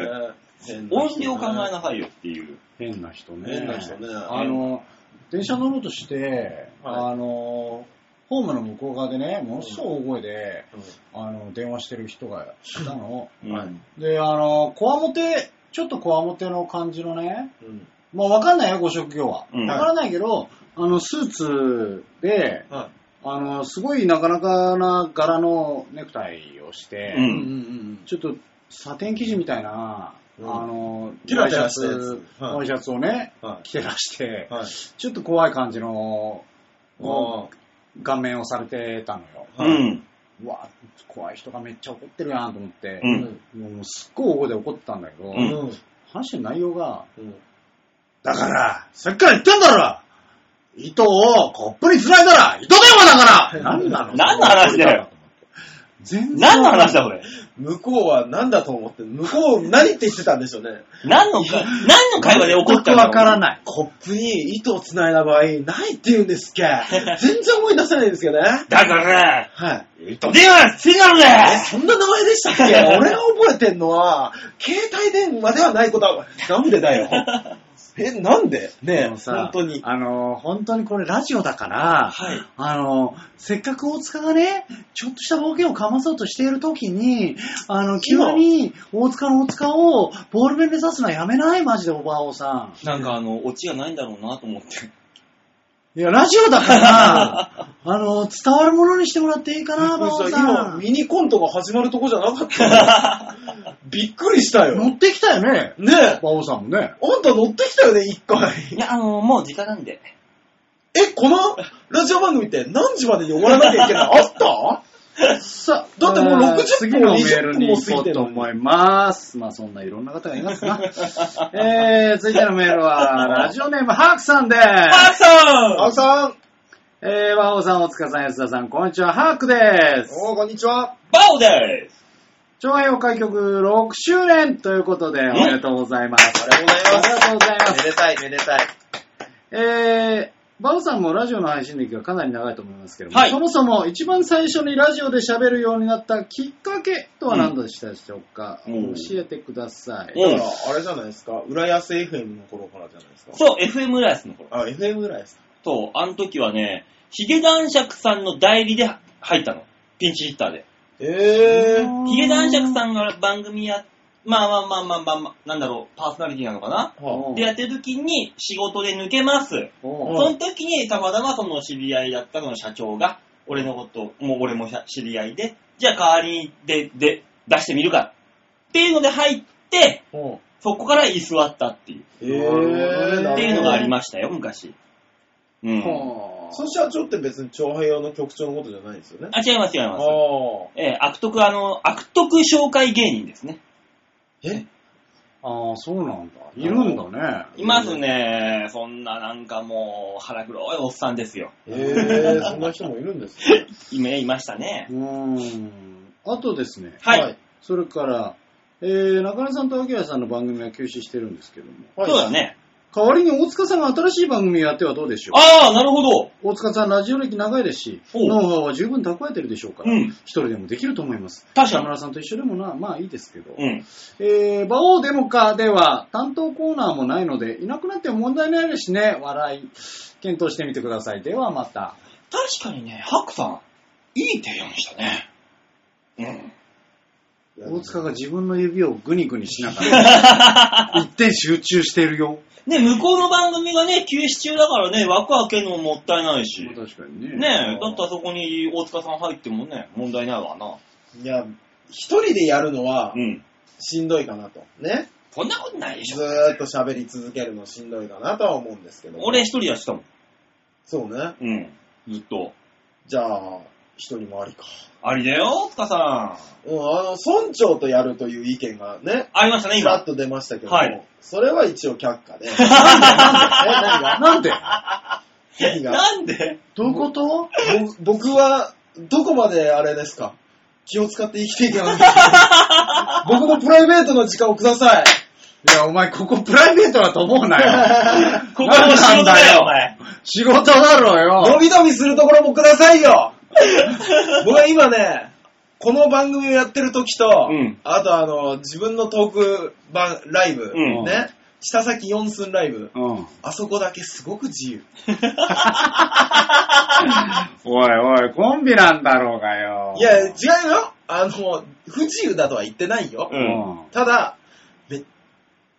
Speaker 3: 変な人
Speaker 2: 音量考えなさいよっていう。
Speaker 4: 変な人ね。
Speaker 3: 変な人ね
Speaker 4: あの、電車乗ろうとして、
Speaker 3: は
Speaker 4: あの、ホームの向こう側でね、ものすごい大声で、あの、電話してる人がいたの。
Speaker 2: うん
Speaker 3: はい
Speaker 4: で、あの、こわもて、ちょっとこわもての感じのね、
Speaker 3: うん
Speaker 4: まあわかんないよ、ご職業は。
Speaker 2: うん
Speaker 4: わからないけど、あの、スーツで、
Speaker 3: は
Speaker 4: あの、すごいなかなかな柄のネクタイをして、
Speaker 2: う
Speaker 3: い。
Speaker 2: ん
Speaker 3: うんうんうん。
Speaker 4: ちょっとサテン生地みたいな、
Speaker 3: うん
Speaker 4: あの、
Speaker 3: テラテラしたやつはい
Speaker 4: ワイシャツをね、
Speaker 3: はい
Speaker 4: 着てらして、
Speaker 3: はい。
Speaker 4: ちょっと怖い感じの
Speaker 3: あ
Speaker 4: 顔面をされてたのよ。
Speaker 2: う
Speaker 3: はい
Speaker 2: ん。
Speaker 4: うわ、怖い人がめっちゃ怒ってるやんと思って
Speaker 2: う、ん
Speaker 4: もうすっごい大声で怒ってたんだけど、
Speaker 2: うん
Speaker 3: うん
Speaker 4: 話の内容が、
Speaker 3: うん
Speaker 4: だから、さっきから言ったんだろ糸をコップにつないだら、糸電話だから何なの
Speaker 2: 何の話だよ
Speaker 4: 全然。
Speaker 2: 何の話だ、これ。
Speaker 3: 向こうは何だと思って、向こう何って言ってたんでしょうね。
Speaker 2: 何のか、何の会話で起こった
Speaker 4: 全くわからない。
Speaker 3: コップに糸を繋いだ場合、ないって言う
Speaker 2: *laughs*
Speaker 3: んですっけ全然思い出せないんですけどね。
Speaker 2: だから、
Speaker 3: はい。
Speaker 2: 糸電話してたん
Speaker 3: え、
Speaker 2: だ
Speaker 3: そんな名前で *laughs* したっけ俺が覚えてんのは、携帯電話ではないことは、なんでだよ。え、なんでね
Speaker 4: でも
Speaker 3: え、
Speaker 4: さ
Speaker 3: 本当に。
Speaker 4: あの、本当にこれラジオだから、
Speaker 2: はい
Speaker 4: あの、せっかく大塚がね、ちょっとしたボケをかまそうとしている時に、あの、急に大塚の大塚をボールペンで刺すのはやめないマジでおばあおさん。
Speaker 2: なんかあの、オチがないんだろうなと思って。
Speaker 4: いや、ラジオ
Speaker 3: *laughs*
Speaker 4: だから、あの、伝わるものにしてもらっていいかな、おばあおさ
Speaker 3: 今、
Speaker 4: ん。
Speaker 3: ミニコントが始まるとこじゃなかったのびっくりしたよ。
Speaker 4: 乗
Speaker 3: ね
Speaker 4: ってきたよね、
Speaker 3: え、あん
Speaker 4: おばあおさんもね。
Speaker 3: た乗ってきたよね、一回。
Speaker 2: いや、あの、もう時間なんで。
Speaker 3: え、このラジオ番組って何時までに終わらなきゃいけ *laughs* ないあった
Speaker 4: さ
Speaker 3: だってもう60分
Speaker 4: 次のメールに
Speaker 3: もう
Speaker 4: 行
Speaker 3: 過ぎ
Speaker 4: こ
Speaker 3: て
Speaker 4: う
Speaker 3: る
Speaker 4: と思います。まあそんないろんな方がいますな。 *laughs* えー、続いてのメー
Speaker 3: *laughs*
Speaker 4: ルは、ラジオネームハークさんです。
Speaker 2: アク
Speaker 3: 青
Speaker 2: ソン
Speaker 3: さん、
Speaker 4: えー、和王さん、大塚さん、安田さん、こんにちは、ハークです。
Speaker 3: おーこんにちは。
Speaker 2: バオです
Speaker 4: 長編開局6周年ということで、おめでとうございます。
Speaker 3: ありがとうございます
Speaker 4: ありがとうございます。
Speaker 3: でたい、めでたい。
Speaker 4: えー、バオさんもラジオの配信歴がかなり長いと思いますけれども、
Speaker 2: はい
Speaker 4: そもそも一番最初にラジオで喋るようになったきっかけとは何でしたでしょうか、
Speaker 2: うん
Speaker 4: 教えてください。
Speaker 2: うん
Speaker 3: だから、あれじゃないですか、浦安 FM の頃からじゃないですか。
Speaker 2: そう、FM ライスの頃。
Speaker 3: あ、FM 浦安。
Speaker 2: そう、あの時はね、ヒゲ男爵さんの代理で入ったの。ピンチヒッターで。
Speaker 3: えー。
Speaker 2: ヒゲ男爵さんが番組や、まあまあまあまあまあ、まあ、なんだろう、パーソナリティなのかな
Speaker 4: う
Speaker 3: は
Speaker 4: ん
Speaker 2: で、やってる時に仕事で抜けます。
Speaker 4: おう
Speaker 3: うん
Speaker 2: その時に、たまたまその知り合いだったの社長が、俺のこと、もう俺も知り合いで、じゃあ代わりにで、で、出してみるか。っていうので入って、
Speaker 3: あうん
Speaker 2: そこから居座ったっていう、
Speaker 3: え
Speaker 4: なるほどね
Speaker 3: ー。
Speaker 2: っていうのがあり
Speaker 3: ま
Speaker 2: ましたよ、昔。うん。
Speaker 4: は
Speaker 3: その社長って別に長編用の局長のことじゃないんですよね。
Speaker 2: あ、違います、違い
Speaker 3: あ
Speaker 2: ます。
Speaker 3: あ。
Speaker 2: ええ悪徳、あの、悪徳紹介芸人ですね。
Speaker 3: え
Speaker 4: ああ、そうなんだ。いるんだね。
Speaker 2: いますね。そんななんかもう腹黒いおっさんですよ。
Speaker 3: えー、そんな人もいるん *laughs* ですね。
Speaker 2: いめいましたね
Speaker 4: う。ーん。あとですね、
Speaker 2: はい。
Speaker 4: それから、えー、中根さんと明さんの番組は休止してるんですけども、
Speaker 3: はい
Speaker 2: そうだ。ね。
Speaker 4: 代わりに大塚さんが新しい番組やってはどうでしょう
Speaker 2: ああ、なるほど。
Speaker 4: 大塚さんラジオ歴長いですし、
Speaker 2: おう
Speaker 4: ノウハウは十分蓄えてるでしょうから、
Speaker 2: うん
Speaker 4: 一人でもできると思います。
Speaker 2: 確かに
Speaker 4: 田村さんと一緒でもな、まあいいですけど。
Speaker 2: うん。
Speaker 4: えー、馬王デモカでは担当コーナーもないので、いなくなっても問題ないですしね、笑い。検討してみてください。ではまた。
Speaker 2: 確かにね、ハクさん、いい提案したね。うん。
Speaker 4: 大塚が自分の指をグニグニしながら、
Speaker 2: *laughs*
Speaker 4: 一点集中しているよ。
Speaker 2: ね、向こうの番組がね、休止中だからね、枠開けるのももったいないし。ね
Speaker 4: 確かにね
Speaker 2: え、だったらそこに大塚さん入ってもね、問題ないわな。
Speaker 3: いや、一人でやるのは
Speaker 2: うん。
Speaker 3: しんどいかなと。ね。
Speaker 2: そんなことないでし
Speaker 3: ず
Speaker 2: ょ。
Speaker 3: ーっと喋り続けるのしんどいかなとは思うんですけど。
Speaker 2: 俺一人やってたもん。
Speaker 3: そうね。
Speaker 2: うん。ずっと。
Speaker 3: じゃあ、一人もありか。
Speaker 2: ありだよ、大塚さん。
Speaker 3: うん、あの、村長とやるという意見がね、
Speaker 2: ありましたね、
Speaker 3: ちら
Speaker 2: 今
Speaker 3: っ。と出ましたけども、
Speaker 2: はい
Speaker 3: それは一応却
Speaker 2: *laughs*
Speaker 3: 下で。え何が
Speaker 4: なんで
Speaker 3: 何が
Speaker 2: なんで
Speaker 4: どういうこと
Speaker 3: ぼ僕は、どこまであれですか気を使って生きていけないんですか
Speaker 2: *laughs*
Speaker 3: 僕のプライベートの時間をください。
Speaker 4: いや、お前、ここプライベートだと思うなよ。
Speaker 2: *laughs* ここは仕事だよ、お前。
Speaker 4: 仕事だろ
Speaker 3: 伸
Speaker 4: よ。
Speaker 3: び伸びするところもくださ
Speaker 2: *laughs*
Speaker 3: いよ僕は今ね、この番組をやってる時と、
Speaker 2: うん
Speaker 3: あとあの、自分のトーク番、ライブ、
Speaker 2: うん
Speaker 3: ね、下先四寸ライブ、
Speaker 4: うん、おい
Speaker 3: あそこだけすごく自由。
Speaker 4: おい、コンビなんだろうがよ。
Speaker 3: いや、違うよ。あの、不自由だとは言ってないよ。
Speaker 2: う。
Speaker 4: うんん。
Speaker 3: ただ、めっ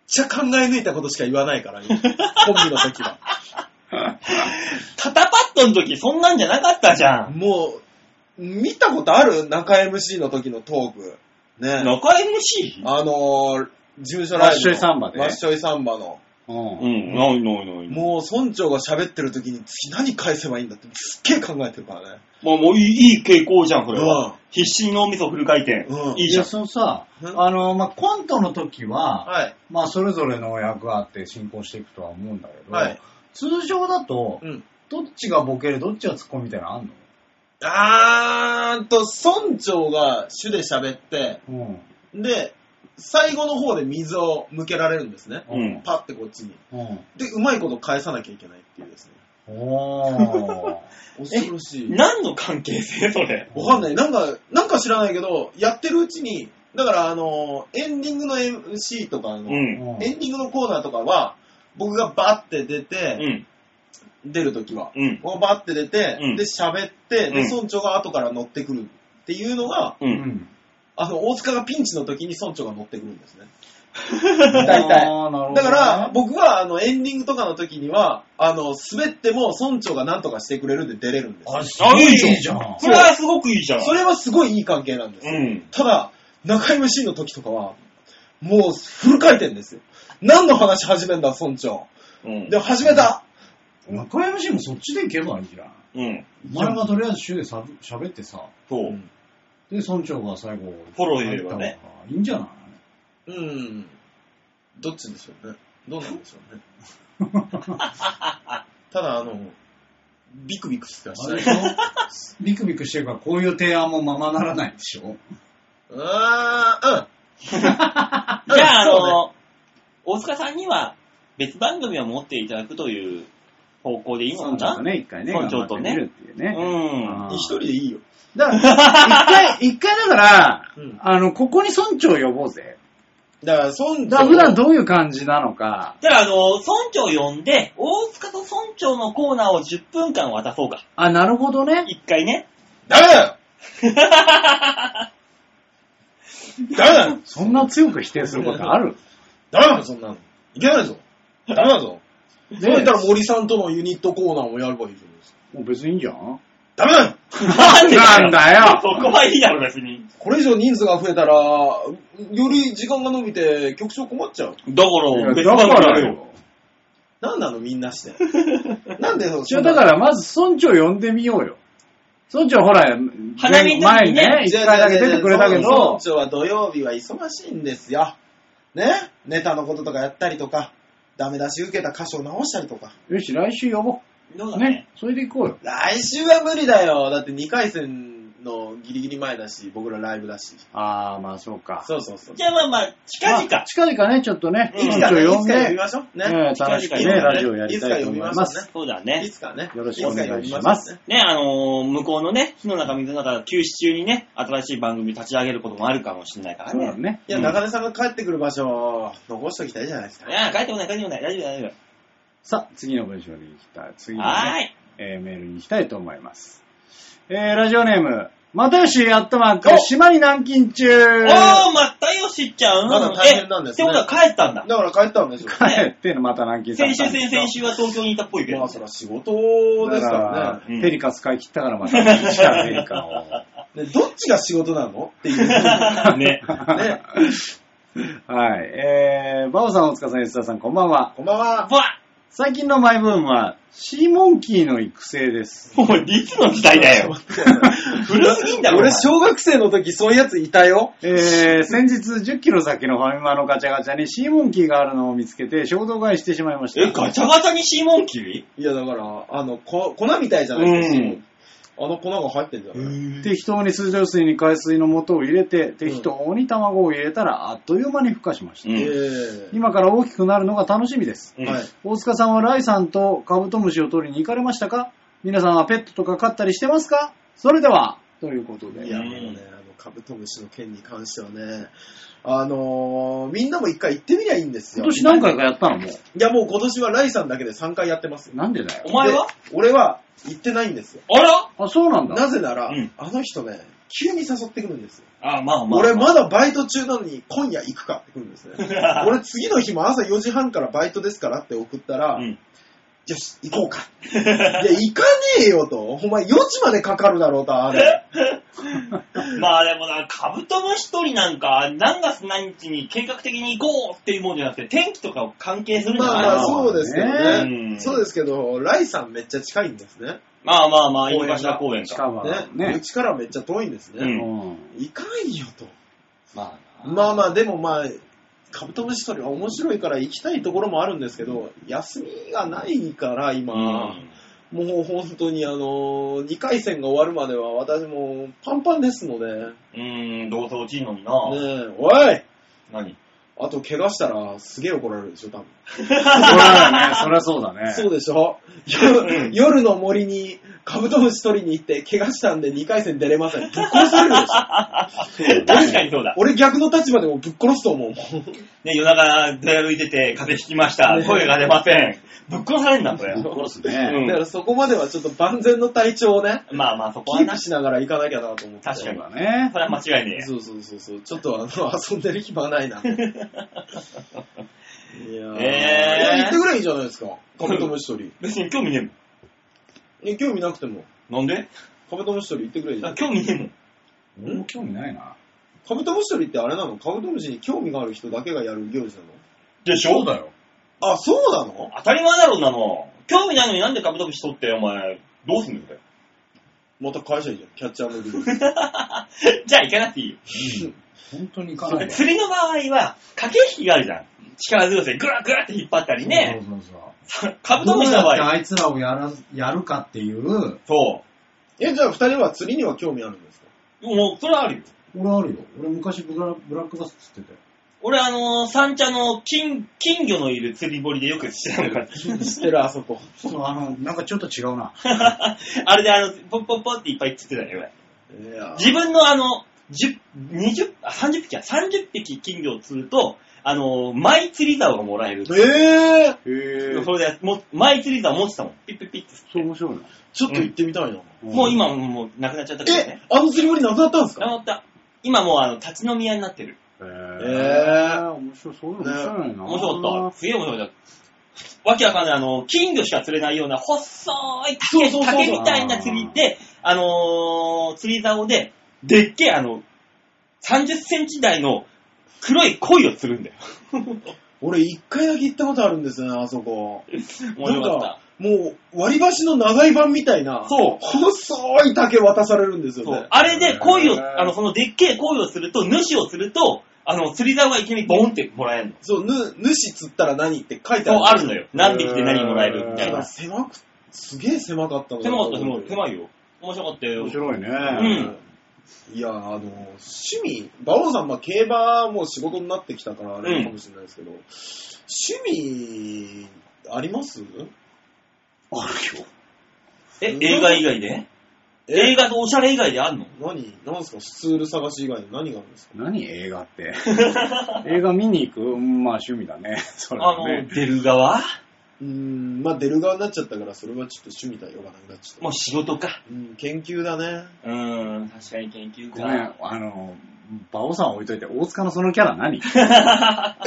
Speaker 3: ちゃ考え抜いたことしか言わないから、今コンビの時は。
Speaker 2: タタパッドの時、そんなんじゃなかったじゃん。
Speaker 3: もう、見たことある中 MC の時のトーク。ね。
Speaker 2: 中 MC?
Speaker 3: あのー、事務所ライブの。
Speaker 4: わっしょいサンバで
Speaker 3: わっしょいサンバの。
Speaker 4: うん
Speaker 2: うん、ないないない。も
Speaker 3: もう村長が喋ってる時に次何返せばいいんだってすっげえ考えてるからね。
Speaker 2: う、まあ、もういいいい傾向じゃん、これ
Speaker 3: うん
Speaker 2: は。必死に脳みそフル回転。
Speaker 3: うん
Speaker 2: いい
Speaker 4: い
Speaker 2: じゃ
Speaker 4: や、
Speaker 2: ん。
Speaker 4: そのさ、
Speaker 3: ん
Speaker 4: あの、まあ、コントの時は、
Speaker 3: はい。
Speaker 4: まあ、それぞれの役があって進行していくとは思うんだけど、
Speaker 3: はい
Speaker 4: 通常だと、
Speaker 3: うん。
Speaker 4: どっちがボケる、どっちがツッコミみたいなのあんの
Speaker 3: あーんと、村長が主で喋って、
Speaker 4: うん。
Speaker 3: で、最後の方で水を向けられるんですね。
Speaker 2: うん
Speaker 3: パッてこっちに。
Speaker 4: うん。
Speaker 3: で、うまいこと返さなきゃいけないっていうですね。
Speaker 4: おー。
Speaker 3: 恐ろしい。
Speaker 2: 何の関係性それ。
Speaker 3: わかんない。なんか、なんか知らないけど、やってるうちに、だからあの、エンディングの MC とかの、
Speaker 2: う。
Speaker 4: うんん
Speaker 3: エンディングのコーナーとかは、僕がバッて出
Speaker 2: う
Speaker 3: て、
Speaker 2: ん。
Speaker 3: 出るときは、
Speaker 2: うん。
Speaker 3: 僕がバッて出て、
Speaker 2: うん
Speaker 3: で、喋って、で、
Speaker 2: うん
Speaker 3: 村長が後から乗ってくるっていうのが、
Speaker 2: う。
Speaker 4: うんん。
Speaker 3: あの、大塚がピンチの時に村長が乗ってくるんですね。大
Speaker 4: 大
Speaker 3: 体だ
Speaker 4: だ
Speaker 3: から、僕は、あの、エンディングとかの時には、あの、滑っても村長が何とかしてくれるんで出れるんですよ。
Speaker 4: あ、すごいいいじゃん。
Speaker 2: それはすごくいいじゃん。
Speaker 3: それはすごいいい関係なんですよ。
Speaker 2: うん。
Speaker 3: ただ、中 MC の時とかは、もうフル回転ですよ。何の話始めんだ、村長。
Speaker 2: うん
Speaker 3: で、。始めた
Speaker 4: 中山氏もそっちで行けばいいじゃん。
Speaker 2: うん。
Speaker 4: お前がとりあえず主でさぶ喋ってさ、
Speaker 2: そうう。
Speaker 3: ん。
Speaker 4: で、村長が最後、
Speaker 2: フォロー入れればね
Speaker 4: 入った方がいいんじ
Speaker 2: *laughs*
Speaker 4: ゃない
Speaker 3: うん。どっちでしょうね。どうなんでしょうね。 *laughs* ただ、あの、ビクビクしてらっし
Speaker 4: あ
Speaker 3: ゃ
Speaker 4: れで
Speaker 3: る
Speaker 4: し。ょビクビクしてるからこういう提案もままならないでしょ
Speaker 2: *laughs*
Speaker 3: うーん、うん。
Speaker 2: じゃあ、あ
Speaker 3: そうね
Speaker 2: の、大塚さんには別番組を持っていただくという方向でいいの
Speaker 4: 村
Speaker 2: か
Speaker 4: 長
Speaker 2: な
Speaker 4: とね、一回ね、
Speaker 2: 村長とね
Speaker 4: 頑張ってみるっていう
Speaker 2: う
Speaker 4: ね。
Speaker 2: ん。
Speaker 4: あー
Speaker 3: 一人でいいよ。
Speaker 4: だから、一回、一回だから、
Speaker 3: うん
Speaker 4: あの、ここに村長呼ぼうぜ。
Speaker 3: だから、村
Speaker 4: だ
Speaker 3: 長。
Speaker 4: から普段どういう感じなのか。
Speaker 2: じゃあ、あの、村長呼んで、大塚と村長のコーナーを10分間渡そうか。
Speaker 4: あ、なるほどね。
Speaker 2: 一回 *laughs* ね。
Speaker 3: ダメだよダメだよ
Speaker 4: そんな強く否定することある
Speaker 3: ダメだよ、そんなの。いけないぞ。ダメだぞ。そう言ったら森さんとのユニットコーナーもやればいいじゃないですか。
Speaker 4: もう別にいいんじゃん
Speaker 3: ダメだよ
Speaker 2: なんで
Speaker 4: なんだよ
Speaker 2: そこはいいだろ、別に。
Speaker 3: これ以上人数が増えたら、より時間が伸びて局長困っちゃう。
Speaker 2: だか
Speaker 4: いや
Speaker 2: ら、別
Speaker 4: だ
Speaker 2: 番組
Speaker 4: か
Speaker 2: や
Speaker 4: ら
Speaker 2: るよ。
Speaker 4: よ。
Speaker 3: なんなのみんなして。なん
Speaker 4: *laughs*
Speaker 3: でそ
Speaker 4: じゃあだからまず村長呼んでみようよ。村長ほら、
Speaker 2: 花見の時
Speaker 4: 前
Speaker 2: にね
Speaker 4: にね、一回だけ出てくれたけど
Speaker 3: 村、長は土曜日は忙しいんですよ。ねネタのこととかやったりとか、ダメ出し受けた箇所直したりとか。
Speaker 4: よし、来週呼ぼ
Speaker 2: どうだ
Speaker 4: う。
Speaker 2: ね
Speaker 4: ね。。それで行こうよ。
Speaker 3: 来週は無理だよ。だって2回戦のギリギリ前だし、僕らライブだし。
Speaker 4: ああ、まあそうか。
Speaker 3: そうそうそう。
Speaker 2: じゃあまあまあ、近々
Speaker 4: まあ。近々ね、ちょっとね、
Speaker 2: うん
Speaker 3: いつ
Speaker 4: 村
Speaker 3: かね、い
Speaker 4: 長呼ん
Speaker 3: つか呼び
Speaker 4: で、
Speaker 3: ましょう。ね。
Speaker 4: ええ楽しくね、ラジオやりた
Speaker 3: い
Speaker 4: いと思い
Speaker 3: つか呼びま
Speaker 4: ますす。
Speaker 2: そうだ
Speaker 3: い
Speaker 2: ね。
Speaker 3: つかね。
Speaker 4: よろしくお願い
Speaker 3: つ
Speaker 4: します
Speaker 3: か呼びしょうね。
Speaker 2: ね、あのー向こうのね、火の中、水の中、休止中にね、新しい番組立ち上げることもあるかもしれないから
Speaker 4: そうだ
Speaker 2: ね。
Speaker 4: ね。
Speaker 3: いや、中根さんが帰ってくる場所、残しておきたいじゃないですか。
Speaker 2: いや、帰ってこない、帰ってこない。大丈夫、大丈
Speaker 4: さあ、次の文章に行きたい。次
Speaker 2: 夫。
Speaker 4: の
Speaker 2: は
Speaker 4: ね
Speaker 2: ーい。
Speaker 4: えーメールに行きたいと思います。えーラジオネーム、又吉アットマーク、島に南京中
Speaker 2: おー、またよしちゃん。
Speaker 3: まだ大変なんですね
Speaker 2: えってことは帰ったんだ。
Speaker 3: だから帰ったんでしょ。
Speaker 4: 帰ってのまた南京さん
Speaker 2: 先週、先々週は東京にいたっぽいけど。
Speaker 3: まあ、それは仕事で
Speaker 4: だ
Speaker 3: す
Speaker 4: か
Speaker 3: から
Speaker 4: ら
Speaker 3: ね。
Speaker 2: うん
Speaker 4: ペリカ使い切ったからまた一からペリカを。
Speaker 3: でどっちが仕事なのっていう。
Speaker 2: *laughs* ね。
Speaker 3: ね。
Speaker 4: はい。えー、バオさん、大塚さん、吉田さん、こんばんは。
Speaker 3: *laughs* こんばんは。
Speaker 2: わ
Speaker 4: 最近のマイブームは、シーモンキーの育成です。
Speaker 2: もう、いつの時代だよ。 *laughs* 古すぎんだろ。お前
Speaker 3: 俺、小学生の時、そういうやついたよ。
Speaker 2: *laughs*
Speaker 4: えー、先日10キロ先のファミマのガチャガチャにシーモンキーがあるのを見つけて衝動買いしてしまいました。
Speaker 2: え、ガチャガチャにシーモンキー
Speaker 3: いや、だから、あの、こ粉みたいじゃないですか
Speaker 2: う。ん
Speaker 3: あの粉が入ってんじゃない
Speaker 4: 適当に水道水に海水の素を入れて、適当に卵を入れたらあっという間に孵化しました。
Speaker 2: うん
Speaker 3: ええ
Speaker 4: 今から大きくなるのが楽しみです。
Speaker 2: うん
Speaker 3: はい。
Speaker 4: 大塚さんはライさんとカブトムシを取りに行かれましたか皆さんはペットとか飼ったりしてますかそれでは、ということで。
Speaker 3: いや、もうね、あの、カブトムシの件に関してはね、あのーみんなも一回行ってみりゃいいんです
Speaker 4: 今
Speaker 3: よ。
Speaker 4: 年何回かやったのもう。
Speaker 3: いや、もう今年はライさんだけで3回やってますよ。
Speaker 4: なんでだよ
Speaker 2: お。前は
Speaker 3: で俺は行ってないんですよ。
Speaker 2: あら
Speaker 4: あ、そうなんだ。
Speaker 3: なぜなら、
Speaker 2: うん
Speaker 3: あの人ね、急に誘ってくるんですよ。
Speaker 2: あ、まあまあ。
Speaker 3: 俺まだバイト中なのに今夜行くかってくるん
Speaker 2: *laughs*
Speaker 3: ですね。俺次の日も朝4時半からバイトですからって送ったら、
Speaker 2: うん。
Speaker 3: よし、行こうか。いや、行かねえよと。お前4時までかかるだろうと、あれ。
Speaker 2: まあでもな、カブトムシ取りなんか、何月何日に計画的に行こうっていうもんじゃなくて、天気とかを関係するんじゃ
Speaker 3: ま
Speaker 2: な
Speaker 3: あ
Speaker 2: い
Speaker 3: まあ
Speaker 2: の
Speaker 3: そうですけど
Speaker 2: ねう
Speaker 3: ね。
Speaker 2: ん
Speaker 3: そうですけど、ライさんめっちゃ近いんですね。
Speaker 2: まあまあまあ、飯田公園
Speaker 4: 近
Speaker 2: か。
Speaker 4: 場
Speaker 3: ね。う
Speaker 4: ね。
Speaker 3: ちからめっちゃ遠いんです
Speaker 2: う
Speaker 3: ね。
Speaker 4: うん
Speaker 3: 行かんよと。
Speaker 2: まあ
Speaker 3: まあまあ、でもまあ、カブトムシ取りは面白いから行きたいところもあるんですけど、休みがないから今、
Speaker 2: うん
Speaker 3: もう本当にあのー、2回戦が終わるまでは私もうパンパンですので、ね
Speaker 2: うーん、どうせ落ちんのにな。
Speaker 3: え、おい
Speaker 2: 何 *laughs*
Speaker 3: あと怪我したらすげえ怒られるでしょ、多分。
Speaker 4: そうだね。そりゃそうだね。
Speaker 3: そうでしょ夜夜の森にカブトムシ取りに行って怪我したんで2回戦出れません。ぶっ殺されるで
Speaker 2: *laughs*
Speaker 3: しょ。
Speaker 2: 確かにそうだ。
Speaker 3: 俺逆の立場でもぶっ殺すと思うもん。
Speaker 2: ね、夜中出歩いてて、風邪ひきました。
Speaker 3: ね
Speaker 2: 声が出ません。ぶっ殺されんだ、これ。
Speaker 4: ぶっ殺すね。
Speaker 2: うん
Speaker 3: だからそこまではちょっと万全の体調をね、
Speaker 2: まあまあ、そこは
Speaker 3: キー
Speaker 2: な
Speaker 3: *laughs* プ
Speaker 2: し。
Speaker 3: しながら行かなきゃなと思って。
Speaker 2: 確か
Speaker 4: そう
Speaker 2: に
Speaker 4: だね。
Speaker 2: それは間違いねえ。
Speaker 3: そうそうそうそう。ちょっとあの、遊んでる暇
Speaker 2: *laughs*
Speaker 3: はないな。いやー。
Speaker 2: えー
Speaker 3: いや行ってくればいいじゃないですか。カブトムシ取り。
Speaker 2: 別に興味ね
Speaker 3: え、興味なくても。
Speaker 2: えもん。なんで
Speaker 3: カブトムシ取り行ってくればいいじゃ
Speaker 2: あ
Speaker 3: ん。
Speaker 2: 興味ねえもん。
Speaker 4: 俺も興味ないな。
Speaker 3: カブトムシ取りってあれなのカブトムシに興味がある人だけがやる行事なの
Speaker 2: でしょ
Speaker 4: よ。
Speaker 3: あ、そうなの
Speaker 2: 当たり前だろ、んなの。興味ないのになんでカブトムシ取って、お前、どうすんのこれ。 *laughs*
Speaker 3: また会社いいじゃん。キャッチャーのグルー
Speaker 2: じゃあ行かなくていいよ。
Speaker 4: 本当に行かないわ。
Speaker 2: 釣りの場合は、駆け引きがあるじゃん。力強さでグラグラって引っ張ったりね。
Speaker 5: そうそうそう
Speaker 2: カブトムシの
Speaker 5: ど
Speaker 2: 場
Speaker 5: うやって
Speaker 2: 合。
Speaker 5: あいつらをやらやるかっていう、
Speaker 2: そ
Speaker 3: *laughs* え、じゃあ二人は釣りには興味あるんですか
Speaker 2: う。もう、それはあるよ。
Speaker 5: 俺あるよ。俺昔ブラブラックバス釣ってて。
Speaker 2: 俺、あのー、三茶の金、金魚のいる釣り堀でよく知らんから。
Speaker 3: 知ってる、あそこ。
Speaker 5: そう、あの、なんかちょっと違うな。
Speaker 2: あれで、あの、ポッポッポっていっぱい釣ってたよ、俺。
Speaker 3: いやー
Speaker 2: 自分のあの、10、20、あ、30匹や、30匹金魚を釣ると、あのー、マイ釣り竿がもらえる。
Speaker 3: えー、
Speaker 4: へぇ
Speaker 2: それで、もマイ釣り竿持ってたもん。ピッピッピッって釣って
Speaker 4: そう面白いな。
Speaker 3: ちょっと行ってみたいな。
Speaker 2: もう今もうなくなっちゃったけど
Speaker 3: え
Speaker 2: ね。、
Speaker 3: あの釣り堀なくなったんです
Speaker 2: な
Speaker 3: か
Speaker 2: くなった。今もうあの、立ち飲み屋になってる。
Speaker 4: へ
Speaker 3: え
Speaker 4: ぇ面白い。そういうの面白いな。
Speaker 2: 面白かった。すげえ面白かった。わけわかんない、あの、金魚しか釣れないような、細い竹、
Speaker 3: そうそうそう
Speaker 2: 竹みたいな釣りで、あのー、釣り竿で、でっけえ、あの、30センチ台の黒い鯉を釣るんだよ。
Speaker 3: 俺一回だけ行ったことあるんですよね、あそこ。
Speaker 2: 面白かった。
Speaker 3: もう、割り箸の長い版みたいな、
Speaker 2: そう
Speaker 3: 細い竹渡されるんですよ
Speaker 2: そう
Speaker 3: ね。
Speaker 2: あれで恋
Speaker 4: へー
Speaker 2: を、あの、そのでっけえ恋をすると、主をすると、あの、釣り竿がいきなりボンってもらえるの。
Speaker 3: そう、ぬ、主釣ったら何って書いて
Speaker 2: そう、
Speaker 3: あ
Speaker 2: あ
Speaker 3: る
Speaker 2: るのよ。何匹で何もらえるみた
Speaker 3: だ
Speaker 2: い
Speaker 3: から
Speaker 2: な。
Speaker 3: 狭く、すげえ狭かったの
Speaker 2: 狭かった、狭い。
Speaker 3: い。
Speaker 2: 狭いよ。面白かったよ
Speaker 4: 面。白い
Speaker 2: う
Speaker 4: ね。
Speaker 2: ん
Speaker 3: いや、あの、趣味、馬王さん、まあ、競馬も仕事になってきたから、あれかもしれないですけど、趣味、あります
Speaker 4: あるよ。
Speaker 2: え、映画以外で映画とおしゃれ以外であんの
Speaker 3: 何何すかスツール探し以外に何があるんですか
Speaker 4: 何映画って。映画見に行くうんまあ趣味だね。 *laughs* それ
Speaker 2: あ
Speaker 4: は
Speaker 2: の、
Speaker 4: ね。
Speaker 2: 出る側
Speaker 3: うーん、まあ、出る側になっちゃったから、それはちょっと趣味だよがなくなっちゃった。
Speaker 2: もう仕事か。
Speaker 3: うん、研究だね。
Speaker 2: うーん、確かに研究
Speaker 4: ごめん、あの、馬王さん置いといて、大塚のそのキャラ何研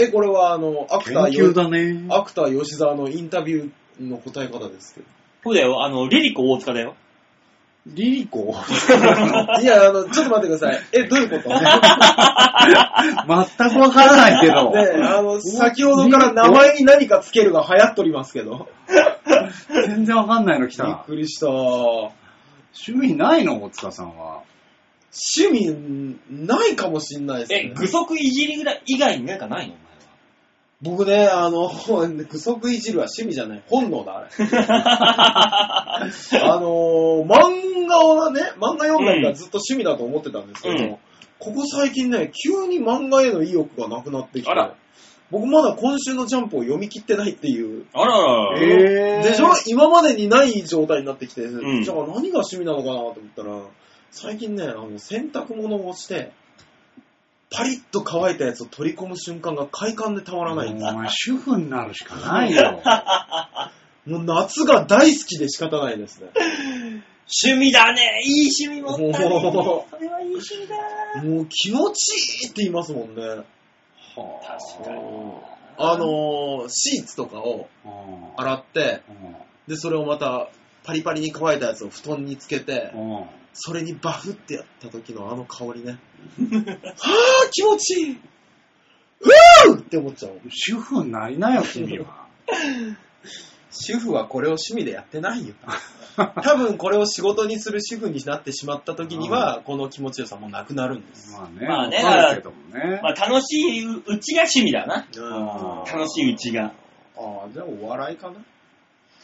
Speaker 3: え、これはあの、アクター
Speaker 4: 究
Speaker 3: よ、
Speaker 4: だね。
Speaker 3: アクター吉沢のインタビューの答え方ですけど。 *laughs*
Speaker 2: そうだよ、あの、リリコ大塚だよ。
Speaker 4: リリコ
Speaker 3: いや、あの、ちょっと待ってください。え、どういうことね
Speaker 4: *laughs* 全くわからないけど。
Speaker 3: えあの、先ほどから名前に何かつけるが流行っとりますけど。
Speaker 4: 全然わかんないの来
Speaker 3: び
Speaker 4: た
Speaker 3: っ
Speaker 4: な。
Speaker 3: くりした。趣
Speaker 4: 趣味ないの大塚さんは。
Speaker 3: 味、んないかもしんないです
Speaker 2: え、
Speaker 3: ね。
Speaker 2: 具足いじりぐらい以外になんかないの
Speaker 3: 僕ね、あの、 *laughs* 具足いじるは趣味じゃない。本能だ、あれ。
Speaker 2: *laughs*
Speaker 3: あのー漫画をね、漫画読んだりがずっと趣味だと思ってたんですけど、
Speaker 2: うん
Speaker 3: ここ最近ね、急に漫画への意欲がなくなってきて
Speaker 2: あら、
Speaker 3: 僕まだ今週のジャンプを読み切ってないっていう。
Speaker 2: お前は。あららら。
Speaker 4: え
Speaker 3: でしょ今までにない状態になってきて、
Speaker 2: ん
Speaker 3: じゃあ何が趣味なのかなと思ったら、最近ね、あの洗濯物をして、パリッと乾いたやつを取り込む瞬間が快感でたまらないんです
Speaker 4: お前主婦になるしかないよ。
Speaker 3: もう夏が大好きで仕方ないですね。
Speaker 2: 趣味だね。いい趣味持ったね。
Speaker 3: おー
Speaker 2: それはいい趣味だ。
Speaker 3: もう気持ちいいって言いますもんね。
Speaker 4: は
Speaker 2: 確かに。
Speaker 3: あのーシーツとかを
Speaker 4: あうん
Speaker 3: 洗って、
Speaker 4: うん
Speaker 3: で、それをまたパリパリに乾いたやつを布団につけて、
Speaker 4: うん
Speaker 3: それにバフってやった時のあの香 *laughs* りね。はぁ、気持ちいいふぅって思っちゃう。
Speaker 4: 主婦になりなよ、君は。
Speaker 3: 主婦はこれを趣味でやって *laughs* ないよ。多分これを仕事にする主婦になってしまった時には、この気持ちよさもなくなるんです。
Speaker 4: まあね。
Speaker 2: まあね
Speaker 4: わかるけどもね
Speaker 2: ま。あ、楽しいうちが趣味だな。
Speaker 3: あ
Speaker 2: 楽しいうちが。
Speaker 3: あ、じゃあお笑いかな。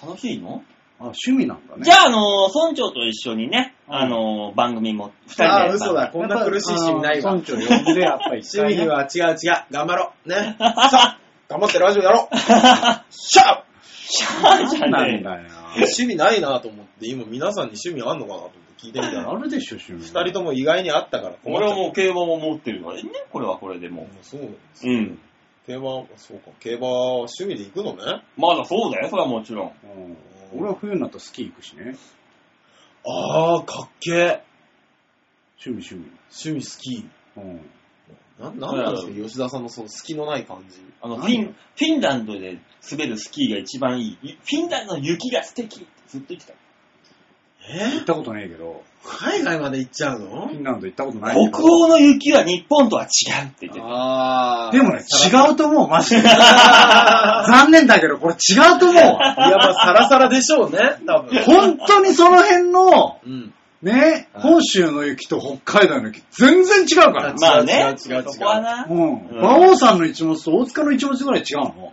Speaker 2: 楽しいの
Speaker 4: あ趣味なんだね。
Speaker 2: じゃあ、あのー、村長と一緒にね、
Speaker 4: うん
Speaker 2: あのー、番組も、二人で。
Speaker 3: ああ、嘘だ。こ
Speaker 4: や
Speaker 3: ん
Speaker 4: っぱ
Speaker 3: な苦しい趣味ないわ。
Speaker 4: あの村長呼んで、やっぱり
Speaker 3: 趣
Speaker 4: 一回
Speaker 3: 味
Speaker 4: ね。
Speaker 3: は違う違う。頑張ろう。ね。さあ、頑張ってラジオやろう。シャー
Speaker 2: あ *laughs* じゃあ
Speaker 4: 何な
Speaker 2: ね
Speaker 4: んだよ。
Speaker 3: 趣味ないなと思って、今皆さんに趣味あんのかなと思って聞いてみたら、
Speaker 4: あるでしょ、趣味。
Speaker 3: 二人とも意外にあったから困っち
Speaker 2: 俺は
Speaker 3: ゃった。
Speaker 2: もう競馬も持ってるからね、これはこれでも
Speaker 3: もうそうなんです
Speaker 2: う。うん。
Speaker 3: 競馬、そうか、競馬趣味で行くのね。
Speaker 2: まだそうだよ、それはもちろん。
Speaker 4: うん。俺は冬になったらスキー行くしね。
Speaker 3: あー、かっけえ。
Speaker 4: 趣味、趣味。
Speaker 3: 趣味好き。
Speaker 4: うん。
Speaker 3: なんなんなんですか、吉田さんのその好きのない感じ。
Speaker 2: あの、フ
Speaker 4: 何
Speaker 2: ィン、フィンランドで滑るスキーが一番いい。フィンランドの雪が素敵ってずっと言ってた。
Speaker 4: 行
Speaker 3: え
Speaker 4: ったことないけど、
Speaker 3: 海外まで行っちゃうの
Speaker 4: フィンランド行ったことないけど。
Speaker 2: 北欧の雪は日本とは違うって言ってた。
Speaker 3: あー。
Speaker 4: でもね、違うと思う、マジ
Speaker 2: *laughs*
Speaker 4: で。
Speaker 3: あ
Speaker 4: 残念だけど、これ違うと思うわ。
Speaker 3: ー。いや、まあ、サラサラでしょうね、多分。
Speaker 4: 本当にその辺の、
Speaker 3: うん。
Speaker 4: ね、
Speaker 3: はい
Speaker 4: 本州の雪と北海道の雪、全然違うから。
Speaker 2: まあ
Speaker 3: 違う違
Speaker 2: ね、
Speaker 3: う違う違う
Speaker 2: そこはな
Speaker 4: う。ん。
Speaker 2: うん
Speaker 4: 馬王さんの一物と大塚の一物ぐらい違うの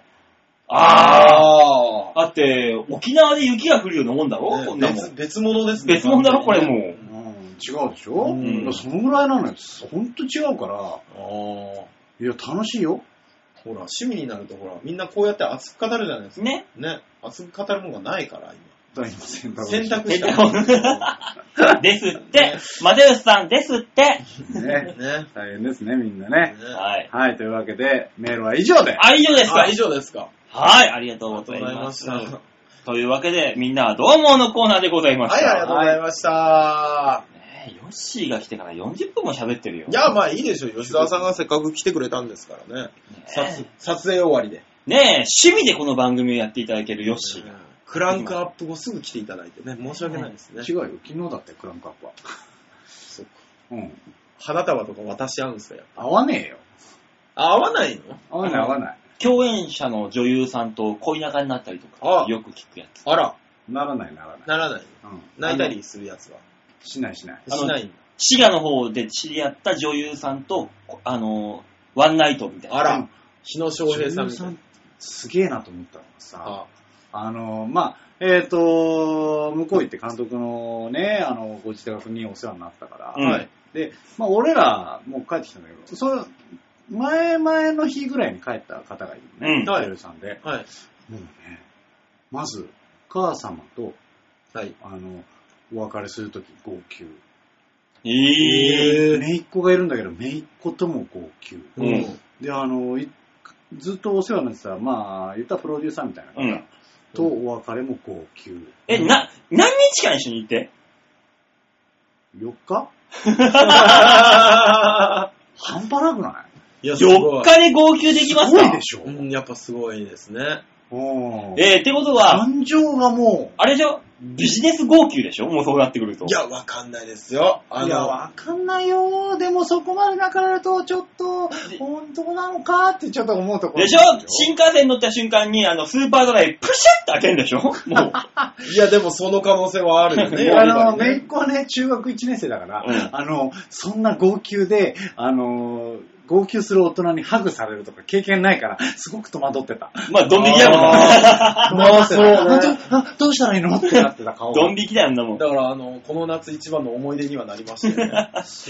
Speaker 2: あ
Speaker 3: あ
Speaker 2: あ。だって、沖縄で雪が降るようなもんだろ、
Speaker 3: ね
Speaker 2: こんなも
Speaker 3: 別
Speaker 2: ん。
Speaker 3: 別物です
Speaker 2: 別物だろ、これも
Speaker 4: うん、違うでしょ、
Speaker 3: うん
Speaker 4: そのぐらいなのよ。ほんと違うから、
Speaker 3: あー
Speaker 4: いや、楽しいよ。
Speaker 3: ほら、趣味になるとほら、みんなこうやって熱く語るじゃないです
Speaker 2: う。
Speaker 3: か。
Speaker 2: ね。
Speaker 3: ね。熱く語るものがないから、
Speaker 4: だいぶ選
Speaker 3: 今。
Speaker 4: 択
Speaker 3: 選択
Speaker 2: え
Speaker 3: 肢
Speaker 2: っ
Speaker 3: が
Speaker 2: と *laughs* ですって、マデウスさんですって。
Speaker 4: ね。
Speaker 3: ね。
Speaker 4: 大変ですね、みんなね。
Speaker 3: ね
Speaker 2: はい。
Speaker 4: はい、というわけで、メールは以上で。
Speaker 2: あ、以上ですか
Speaker 3: あ、以上ですか。
Speaker 2: はい、ありがとう
Speaker 3: あ
Speaker 2: ござい
Speaker 3: りがとうござい
Speaker 2: ま。
Speaker 3: ますした。は
Speaker 2: というわけで、みんなはどうものコーナーでございました。
Speaker 3: い、ありがとうございました。
Speaker 2: ねえヨッシーが来てから40分も喋ってるよ。
Speaker 3: いや、まあいいでしょう。吉沢さんがせっかく来てくれたんですからね。撮
Speaker 2: ね
Speaker 3: 撮影終わりで。
Speaker 2: え、ねえ趣味でこの番組をやっていただけるヨッシーが。
Speaker 3: クランクアップ後すぐ来ていただいてね。申し訳ないですね。
Speaker 4: 違うよ、昨日だってクランクアップは。
Speaker 3: そうか
Speaker 4: うん。
Speaker 3: 花束とか渡し合うんですかよ。
Speaker 4: 合わねえよ。
Speaker 3: あ合わないの
Speaker 4: 合わない合わない。
Speaker 2: 共演者の女優さんと恋仲になったりと
Speaker 3: あ
Speaker 2: か、
Speaker 3: あ
Speaker 2: よく聞くやつ。
Speaker 3: あら、
Speaker 4: ならない、ならない。
Speaker 3: ならない。
Speaker 4: うん。
Speaker 3: 泣いたりするやつは。
Speaker 4: しない、しない。
Speaker 2: あの
Speaker 3: しないんだ。
Speaker 2: 滋賀の方で知り合った女優さんと、こあの、ワンナイトみたいな。
Speaker 3: あら、日野翔平さんみたい
Speaker 4: 女優
Speaker 3: な
Speaker 4: さん。すげえなと思ったのがさ、
Speaker 3: あ
Speaker 4: あの、まあ、えっ、と、向こう行って監督のね、あの、ご自宅にお世話になったから、
Speaker 2: うん
Speaker 3: はい。
Speaker 4: で、まあ、俺ら、もう帰ってきたんだけど、それ、前々の日ぐらいに帰った方がいるのね、
Speaker 2: うん
Speaker 4: 女優さんで。
Speaker 3: はい。
Speaker 4: もうね、まず、お母様と、
Speaker 3: はい。
Speaker 4: あの、お別れするとき、号泣。
Speaker 2: ええ
Speaker 4: 姪っ子がいるんだけど、姪っ子とも号泣。
Speaker 2: うん
Speaker 4: で、あの、いずっとお世話になってた、まあ、言ったらプロデューサーみたいな方、
Speaker 2: うん
Speaker 4: とお別れも号泣。
Speaker 2: え、な、何日間一緒にい
Speaker 3: *laughs*
Speaker 2: て
Speaker 4: 4日半端なくない
Speaker 3: いや、す
Speaker 2: ?4
Speaker 3: ごい。
Speaker 2: 日で号泣できます
Speaker 4: すごい
Speaker 2: か
Speaker 4: でしょ、
Speaker 3: うん、やっぱすごいですね。
Speaker 4: うん
Speaker 2: えー、ってことは、
Speaker 5: 感情がも
Speaker 2: あれでしょビジネス号泣でしょもうそうなってくると。
Speaker 3: いや、わかんないですよ。あ
Speaker 4: いや、
Speaker 3: の、
Speaker 4: わかんないよ。でもそこまで泣かれると、ちょっと、本当なのかってちょっと思うところ。
Speaker 2: でしょ新幹線に乗った瞬間に、あの、スーパードライ、プシュッと開けるんでしょもう。
Speaker 3: いや、でもその可能性はあるよね。
Speaker 4: あの、
Speaker 3: や
Speaker 4: めい
Speaker 3: っ
Speaker 4: っ子はね、中学1年生だから、
Speaker 2: うん
Speaker 4: あの、そんな号泣で、あの、号泣する大人にハグされるとか経験ないから、すごく戸惑ってた。
Speaker 2: まあ、ドン引きだもんな。
Speaker 3: まあそうね
Speaker 4: あどあどうしたらいいのってなってた顔。
Speaker 2: ドン引きだよ、んなも
Speaker 3: ぱりね
Speaker 2: ん。
Speaker 3: だから、あの、この夏一番の思い出にはなりましたよね。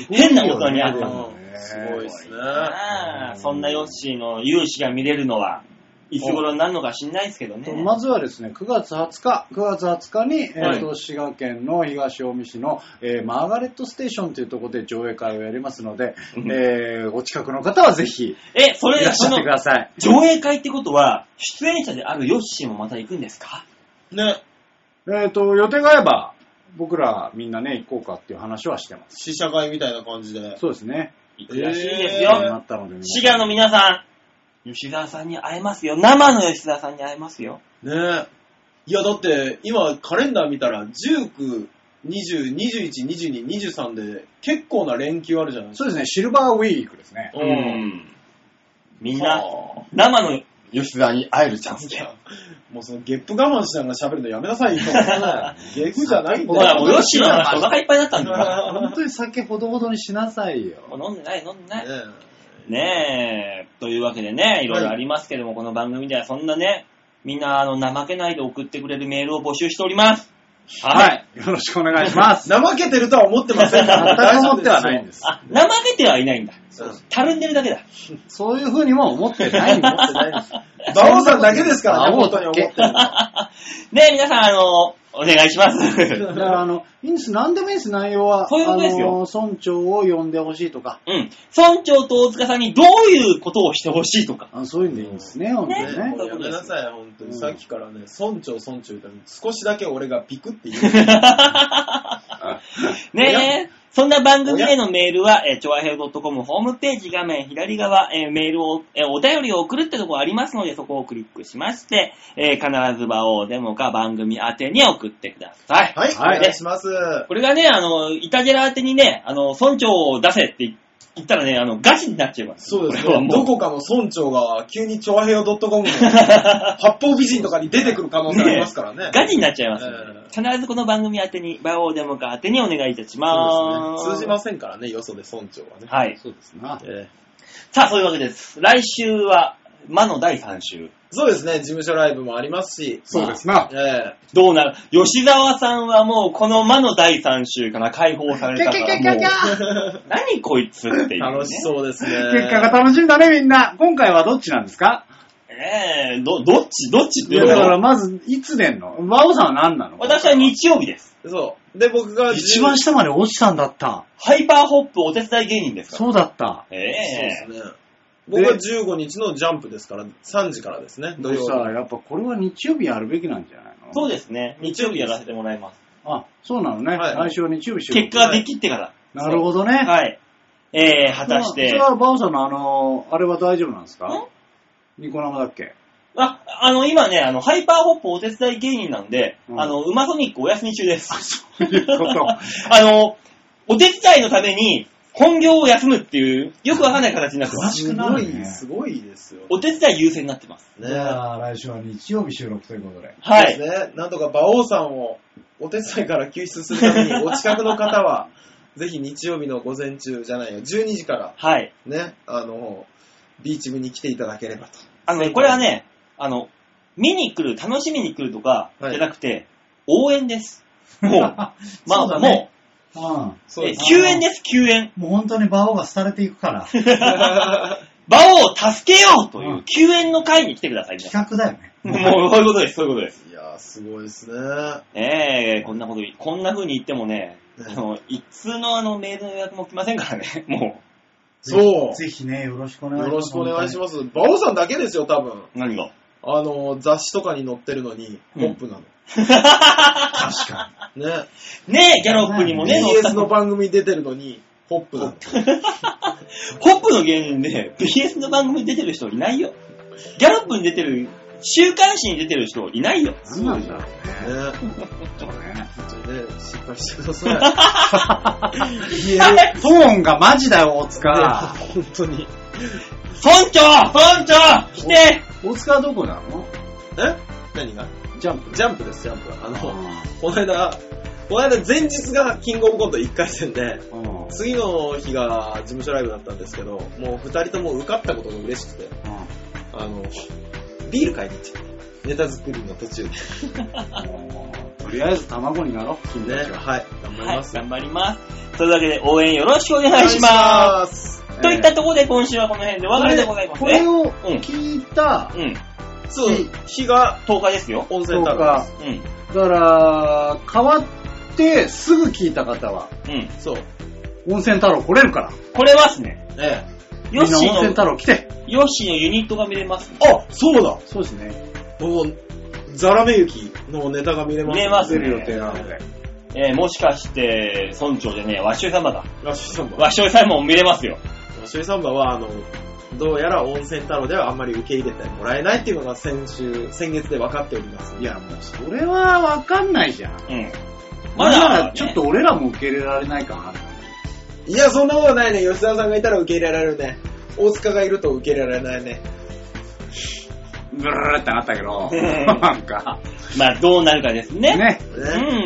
Speaker 2: 変なことにあった
Speaker 4: もん
Speaker 3: う
Speaker 4: ね
Speaker 3: んすごいですね。
Speaker 2: ああそんなヨッシーの勇姿が見れるのは、いつ頃になるのか知んないですけどね。
Speaker 4: まずはですね、9月20日、9月20日に、え
Speaker 3: はい
Speaker 4: ーと滋賀県の東近江市の、えーマーガレットステーションというところで上映会をやりますので、
Speaker 2: うん
Speaker 4: えーお近くの方はぜひい
Speaker 2: え、それ
Speaker 4: らっ、し
Speaker 2: そ
Speaker 4: ゃっ
Speaker 2: の
Speaker 4: てく、ださい。
Speaker 2: 上映会ってことは、出演者であるヨッシーもまた行くんですか
Speaker 3: ね、
Speaker 4: えっ、と、予定があれば、僕らみんなね、行こうかっていう話はしてます。
Speaker 3: 試写会みたいな感じで。
Speaker 4: そうですね。
Speaker 2: 行くらしいです
Speaker 3: え
Speaker 4: なく
Speaker 2: よ。
Speaker 4: なったので、
Speaker 2: 滋賀の皆さん、吉沢さんに会えますよ。生の吉沢さんに会えますよ。
Speaker 3: ねいや、だって、今、カレンダー見たら、19、20、21、22、23で、結構な連休あるじゃないですか。
Speaker 4: そうですね、シルバーウィークですね。
Speaker 2: う。ん。みん
Speaker 3: は
Speaker 2: な、生の吉沢に会えるチャン
Speaker 3: あ
Speaker 2: ス
Speaker 3: い
Speaker 2: だよ。
Speaker 3: やもうそのゲップ我慢しながら喋るのやめなさいよ。 *laughs* ゲップじゃないん
Speaker 2: ほら、
Speaker 3: だ
Speaker 2: も
Speaker 3: よ。
Speaker 2: うヨッシーの話お腹いっぱいだったんだから。
Speaker 4: 本当に酒ほどほどにしなさいよ。
Speaker 2: もう飲んでない、飲んでない。
Speaker 3: ね
Speaker 2: ねえ、というわけでね、いろいろありますけども、この番組ではそんなね、みんな、あの、怠けないで送ってくれるメールを募集しております。
Speaker 4: は。い。よろしくお願い
Speaker 3: *laughs*
Speaker 4: します。
Speaker 3: 怠けてるとは思ってませ
Speaker 4: *laughs*
Speaker 3: んから。
Speaker 4: 全く思ってはないんです。
Speaker 2: あ、怠けてはいないんだ。
Speaker 3: そう
Speaker 2: たるんでるだけだ。
Speaker 4: そういうふうにも思ってないんで
Speaker 3: 思ってないです。馬王さんだけですからね、
Speaker 4: 馬王
Speaker 3: 本当
Speaker 4: だ
Speaker 3: に
Speaker 4: け
Speaker 3: 思ってるのは。
Speaker 2: ねえ、皆さん、あの、お願いします。
Speaker 4: だから、あの、いいんです。何でもいいんです、内容は。
Speaker 2: そういうことですよ
Speaker 4: あの、村長を呼んでほしいとか。
Speaker 2: うん。村長と大塚さんにどういうことをしてほしいとか。
Speaker 4: あのそういうんでいいんですね、本当に
Speaker 3: ね
Speaker 4: ね
Speaker 3: も。うやめなさい、本当に。さっきからね、村長、村長言ったのに、少しだけ俺がビクって言う。
Speaker 2: ねえ。そんな番組へのメールは、えー、ちょわへい .com ホームページ画面左側、えーメールを、えーお便りを送るってとこありますので、そこをクリックしまして、えー必ず場をデモか番組宛てに送ってください。
Speaker 3: はい、お
Speaker 4: はい
Speaker 3: 願いします。
Speaker 2: これがね、あの、イタジェラ宛てにね、あの、村長を出せって言ったらね、あの、ガチになっちゃいます。
Speaker 3: そうです
Speaker 2: これは
Speaker 3: ね。
Speaker 2: も
Speaker 3: ど
Speaker 2: う
Speaker 3: こかの村長が急に調和平和 .com の *laughs* 八方美人とかに出てくる可能性ありますからね。
Speaker 2: ガチになっちゃいますの
Speaker 3: え
Speaker 2: で、必ずこの番組宛てに、バオーデモカ宛てにお願いいたし
Speaker 3: そ
Speaker 2: ま。
Speaker 3: うですすね通じませんからね、よそで村長はね。
Speaker 2: はい。
Speaker 4: そうですな。
Speaker 3: えー
Speaker 2: さあ、そういうわけです。来週は、魔の第3週。
Speaker 3: そうですね、事務所ライブもありますし。
Speaker 4: そうですな。
Speaker 3: え
Speaker 2: どうなる吉沢さんはもうこの魔の第3週から解放されたからもう、何こいつってい
Speaker 3: え
Speaker 2: う、ね。
Speaker 3: 楽しそうですね。
Speaker 4: 結果が楽しみだね、みんな。今回はどっちなんですか
Speaker 2: ええど、どっちどっちっ
Speaker 4: い
Speaker 2: てい
Speaker 4: や、
Speaker 2: う
Speaker 4: だか
Speaker 2: の
Speaker 4: らまず、いつ出んの馬王さんは何なの
Speaker 2: 私は日曜日です。
Speaker 3: そう。で、僕が
Speaker 4: 一番
Speaker 3: そう
Speaker 4: 下まで落ちたんだった。
Speaker 2: ハイパーホップお手伝い芸人ですから。
Speaker 4: そうだった。
Speaker 2: え
Speaker 3: です
Speaker 2: え
Speaker 3: ね。僕は15日のジャンプですから、3時からですね、
Speaker 4: ど
Speaker 3: 土
Speaker 4: う
Speaker 3: 曜
Speaker 4: した
Speaker 3: 日。
Speaker 4: やっぱこれは日曜日やるべきなんじゃないの
Speaker 2: そう
Speaker 4: う
Speaker 2: ですね。日曜日やらせてもらいます。
Speaker 4: あ、そうなのね。
Speaker 3: はい
Speaker 4: 来週は日曜日しよう
Speaker 2: 結果ができってから。
Speaker 4: なるほどね。
Speaker 2: はい。えー、果たして
Speaker 4: それ。は、バオさんのあの、あれは大丈夫なんですか
Speaker 2: ん
Speaker 4: ニコ生だっけ
Speaker 2: あ、あの、今ね、あの、ハイパーホップお手伝い芸人なんで、
Speaker 4: うん
Speaker 2: あの、ウマソニックお休み中です。 *laughs*
Speaker 4: そういうこと。
Speaker 2: あの、お手伝いのために、本業を休むっていう、よくわかんない形になってます。
Speaker 5: しく
Speaker 3: す
Speaker 5: な
Speaker 3: ご
Speaker 5: るね
Speaker 3: い、すごいですよ。
Speaker 2: お手伝い優先になってます。
Speaker 5: じゃあ、来週は日曜日収録ということで。
Speaker 2: は
Speaker 3: そ
Speaker 2: い。
Speaker 3: うですね。なんとか馬王さんをお手伝いから救出するために、お近くの方は、 *laughs* ぜひ日曜日の午前中じゃないよ、12時から
Speaker 2: はい。
Speaker 3: ね、あの、ビーチ部に来ていただければと。
Speaker 2: あのね、これはね、あの、見に来る、楽しみに来るとか、じ
Speaker 3: はい
Speaker 2: ゃなくて、応援 *laughs* です。
Speaker 5: *laughs*
Speaker 2: もう、ま
Speaker 5: そう
Speaker 2: あ、
Speaker 5: だね
Speaker 2: も
Speaker 5: うん。
Speaker 2: う、え
Speaker 5: すね
Speaker 2: 救援です、救援。
Speaker 5: もう本当に馬王が廃れていく
Speaker 4: *laughs*
Speaker 5: から、
Speaker 2: 馬王を助けようという救援の会に来てください、皆さ
Speaker 5: 企画だよね。
Speaker 2: ん *laughs* もう、そういうことです、そういうことです。
Speaker 3: いやー、すごいですね。
Speaker 2: ねえ、こんなこと、こんな風に言ってもね、
Speaker 3: ね
Speaker 2: あの、一通のあの、メールの予約も来ませんからね、 *laughs* も
Speaker 3: そう。
Speaker 5: ぜひね、よろしくお願い
Speaker 3: よ
Speaker 5: します。
Speaker 3: ろしくお願いします。馬王さんだけですよ、多分。
Speaker 2: う、何が。
Speaker 3: あの、雑誌とかに載ってるのに、
Speaker 2: うん
Speaker 3: ポップなの。 *laughs*
Speaker 5: す。確かに。
Speaker 3: ね。
Speaker 2: ねえ、ギャロップにもね、載った
Speaker 3: BS の番組に出てるのに、ポップなの。
Speaker 2: ホップの芸人で BS の番組に出てる人いないよ。ギャロップに出てる、週刊誌に出てる人いないよ。
Speaker 4: 何なんだろうね。
Speaker 3: ね。
Speaker 4: ちょっとね。
Speaker 3: 本当にね、しっかりしてくだ *laughs* さ
Speaker 4: トーンがマジだよ、大塚。
Speaker 3: い。本当に。
Speaker 2: 村長村長来て
Speaker 4: 大塚はどこなの
Speaker 3: え何が
Speaker 4: ジャンプ。
Speaker 3: ジャンプです、ジャンプは。あの、
Speaker 4: あ
Speaker 3: この間、この間前日がキングオブコント1回戦で、
Speaker 4: ーうん
Speaker 3: 次の日が事務所ライブだったんですけど、もう2人とも受かったことが嬉しくて、あの、ビール買いに行っちゃう。ネタ作りの途中で。
Speaker 4: とりあえず卵になろう、君
Speaker 3: ね
Speaker 4: たちは。
Speaker 3: はい。頑張り
Speaker 2: は
Speaker 3: ま
Speaker 2: い、
Speaker 3: す。。
Speaker 2: 頑張ります。というわけで応援よろしくお願いしますす。といったところで今週はこの辺でお別れでございます
Speaker 4: これ
Speaker 2: ね。
Speaker 4: を聞いた、
Speaker 2: うん。
Speaker 3: そう
Speaker 4: し、
Speaker 3: 日が
Speaker 2: 10日ですよ。
Speaker 3: 温泉
Speaker 4: そう
Speaker 3: 太郎
Speaker 4: か
Speaker 3: で。
Speaker 2: うん。
Speaker 4: だから、変わってすぐ聞いた方は、
Speaker 2: うん。
Speaker 3: す。そう。
Speaker 4: 温泉太郎来れるから。
Speaker 2: これはですね、
Speaker 3: ええ。
Speaker 4: みん
Speaker 2: ヨッ
Speaker 4: な温
Speaker 2: シー
Speaker 4: 泉
Speaker 2: の、
Speaker 4: 太郎来て。
Speaker 2: ヨッシーのユニットが見れます。
Speaker 3: あ、そうだ
Speaker 4: そうですね。
Speaker 3: もう、ザラメユキのネタが見れます。
Speaker 2: 見れます
Speaker 4: 出る予定なので。
Speaker 2: えー、もしかして、村長でね、和尚様だ。
Speaker 3: ラッシュサンバ。
Speaker 2: 和
Speaker 3: ラ
Speaker 2: 尚様も見れますよ。
Speaker 3: ッシュサンバは、あの、どうやら温泉太郎ではあんまり受け入れてもらえないっていうのが先週、先月で分かっております。
Speaker 4: いや、もうそれはわかんないじゃん。
Speaker 2: うん。
Speaker 4: まだ、
Speaker 2: ね
Speaker 4: ちょっと俺らも受け入れられない感ある。
Speaker 3: いや、そんなことないね。吉沢さんがいたら受け入れられるね。大塚がいると受け入れられないね。
Speaker 4: ぐるーってなったけど、
Speaker 2: うん
Speaker 4: なんか、
Speaker 2: まあ、どうなるかですね。
Speaker 4: ね。
Speaker 3: ね。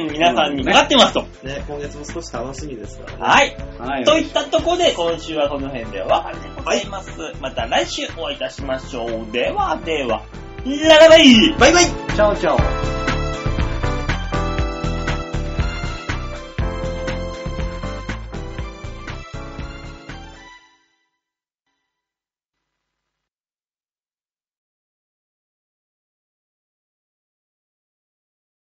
Speaker 2: うん、皆さんにかかってますと。
Speaker 3: ね、今月も少し楽しみですからね。
Speaker 2: はい。
Speaker 4: は
Speaker 2: といったところで、今週はこの辺でお別れでございます。また来週お会いいたしましょう。ではでは、ララバイ
Speaker 3: バイバイ
Speaker 4: チャオチャオ。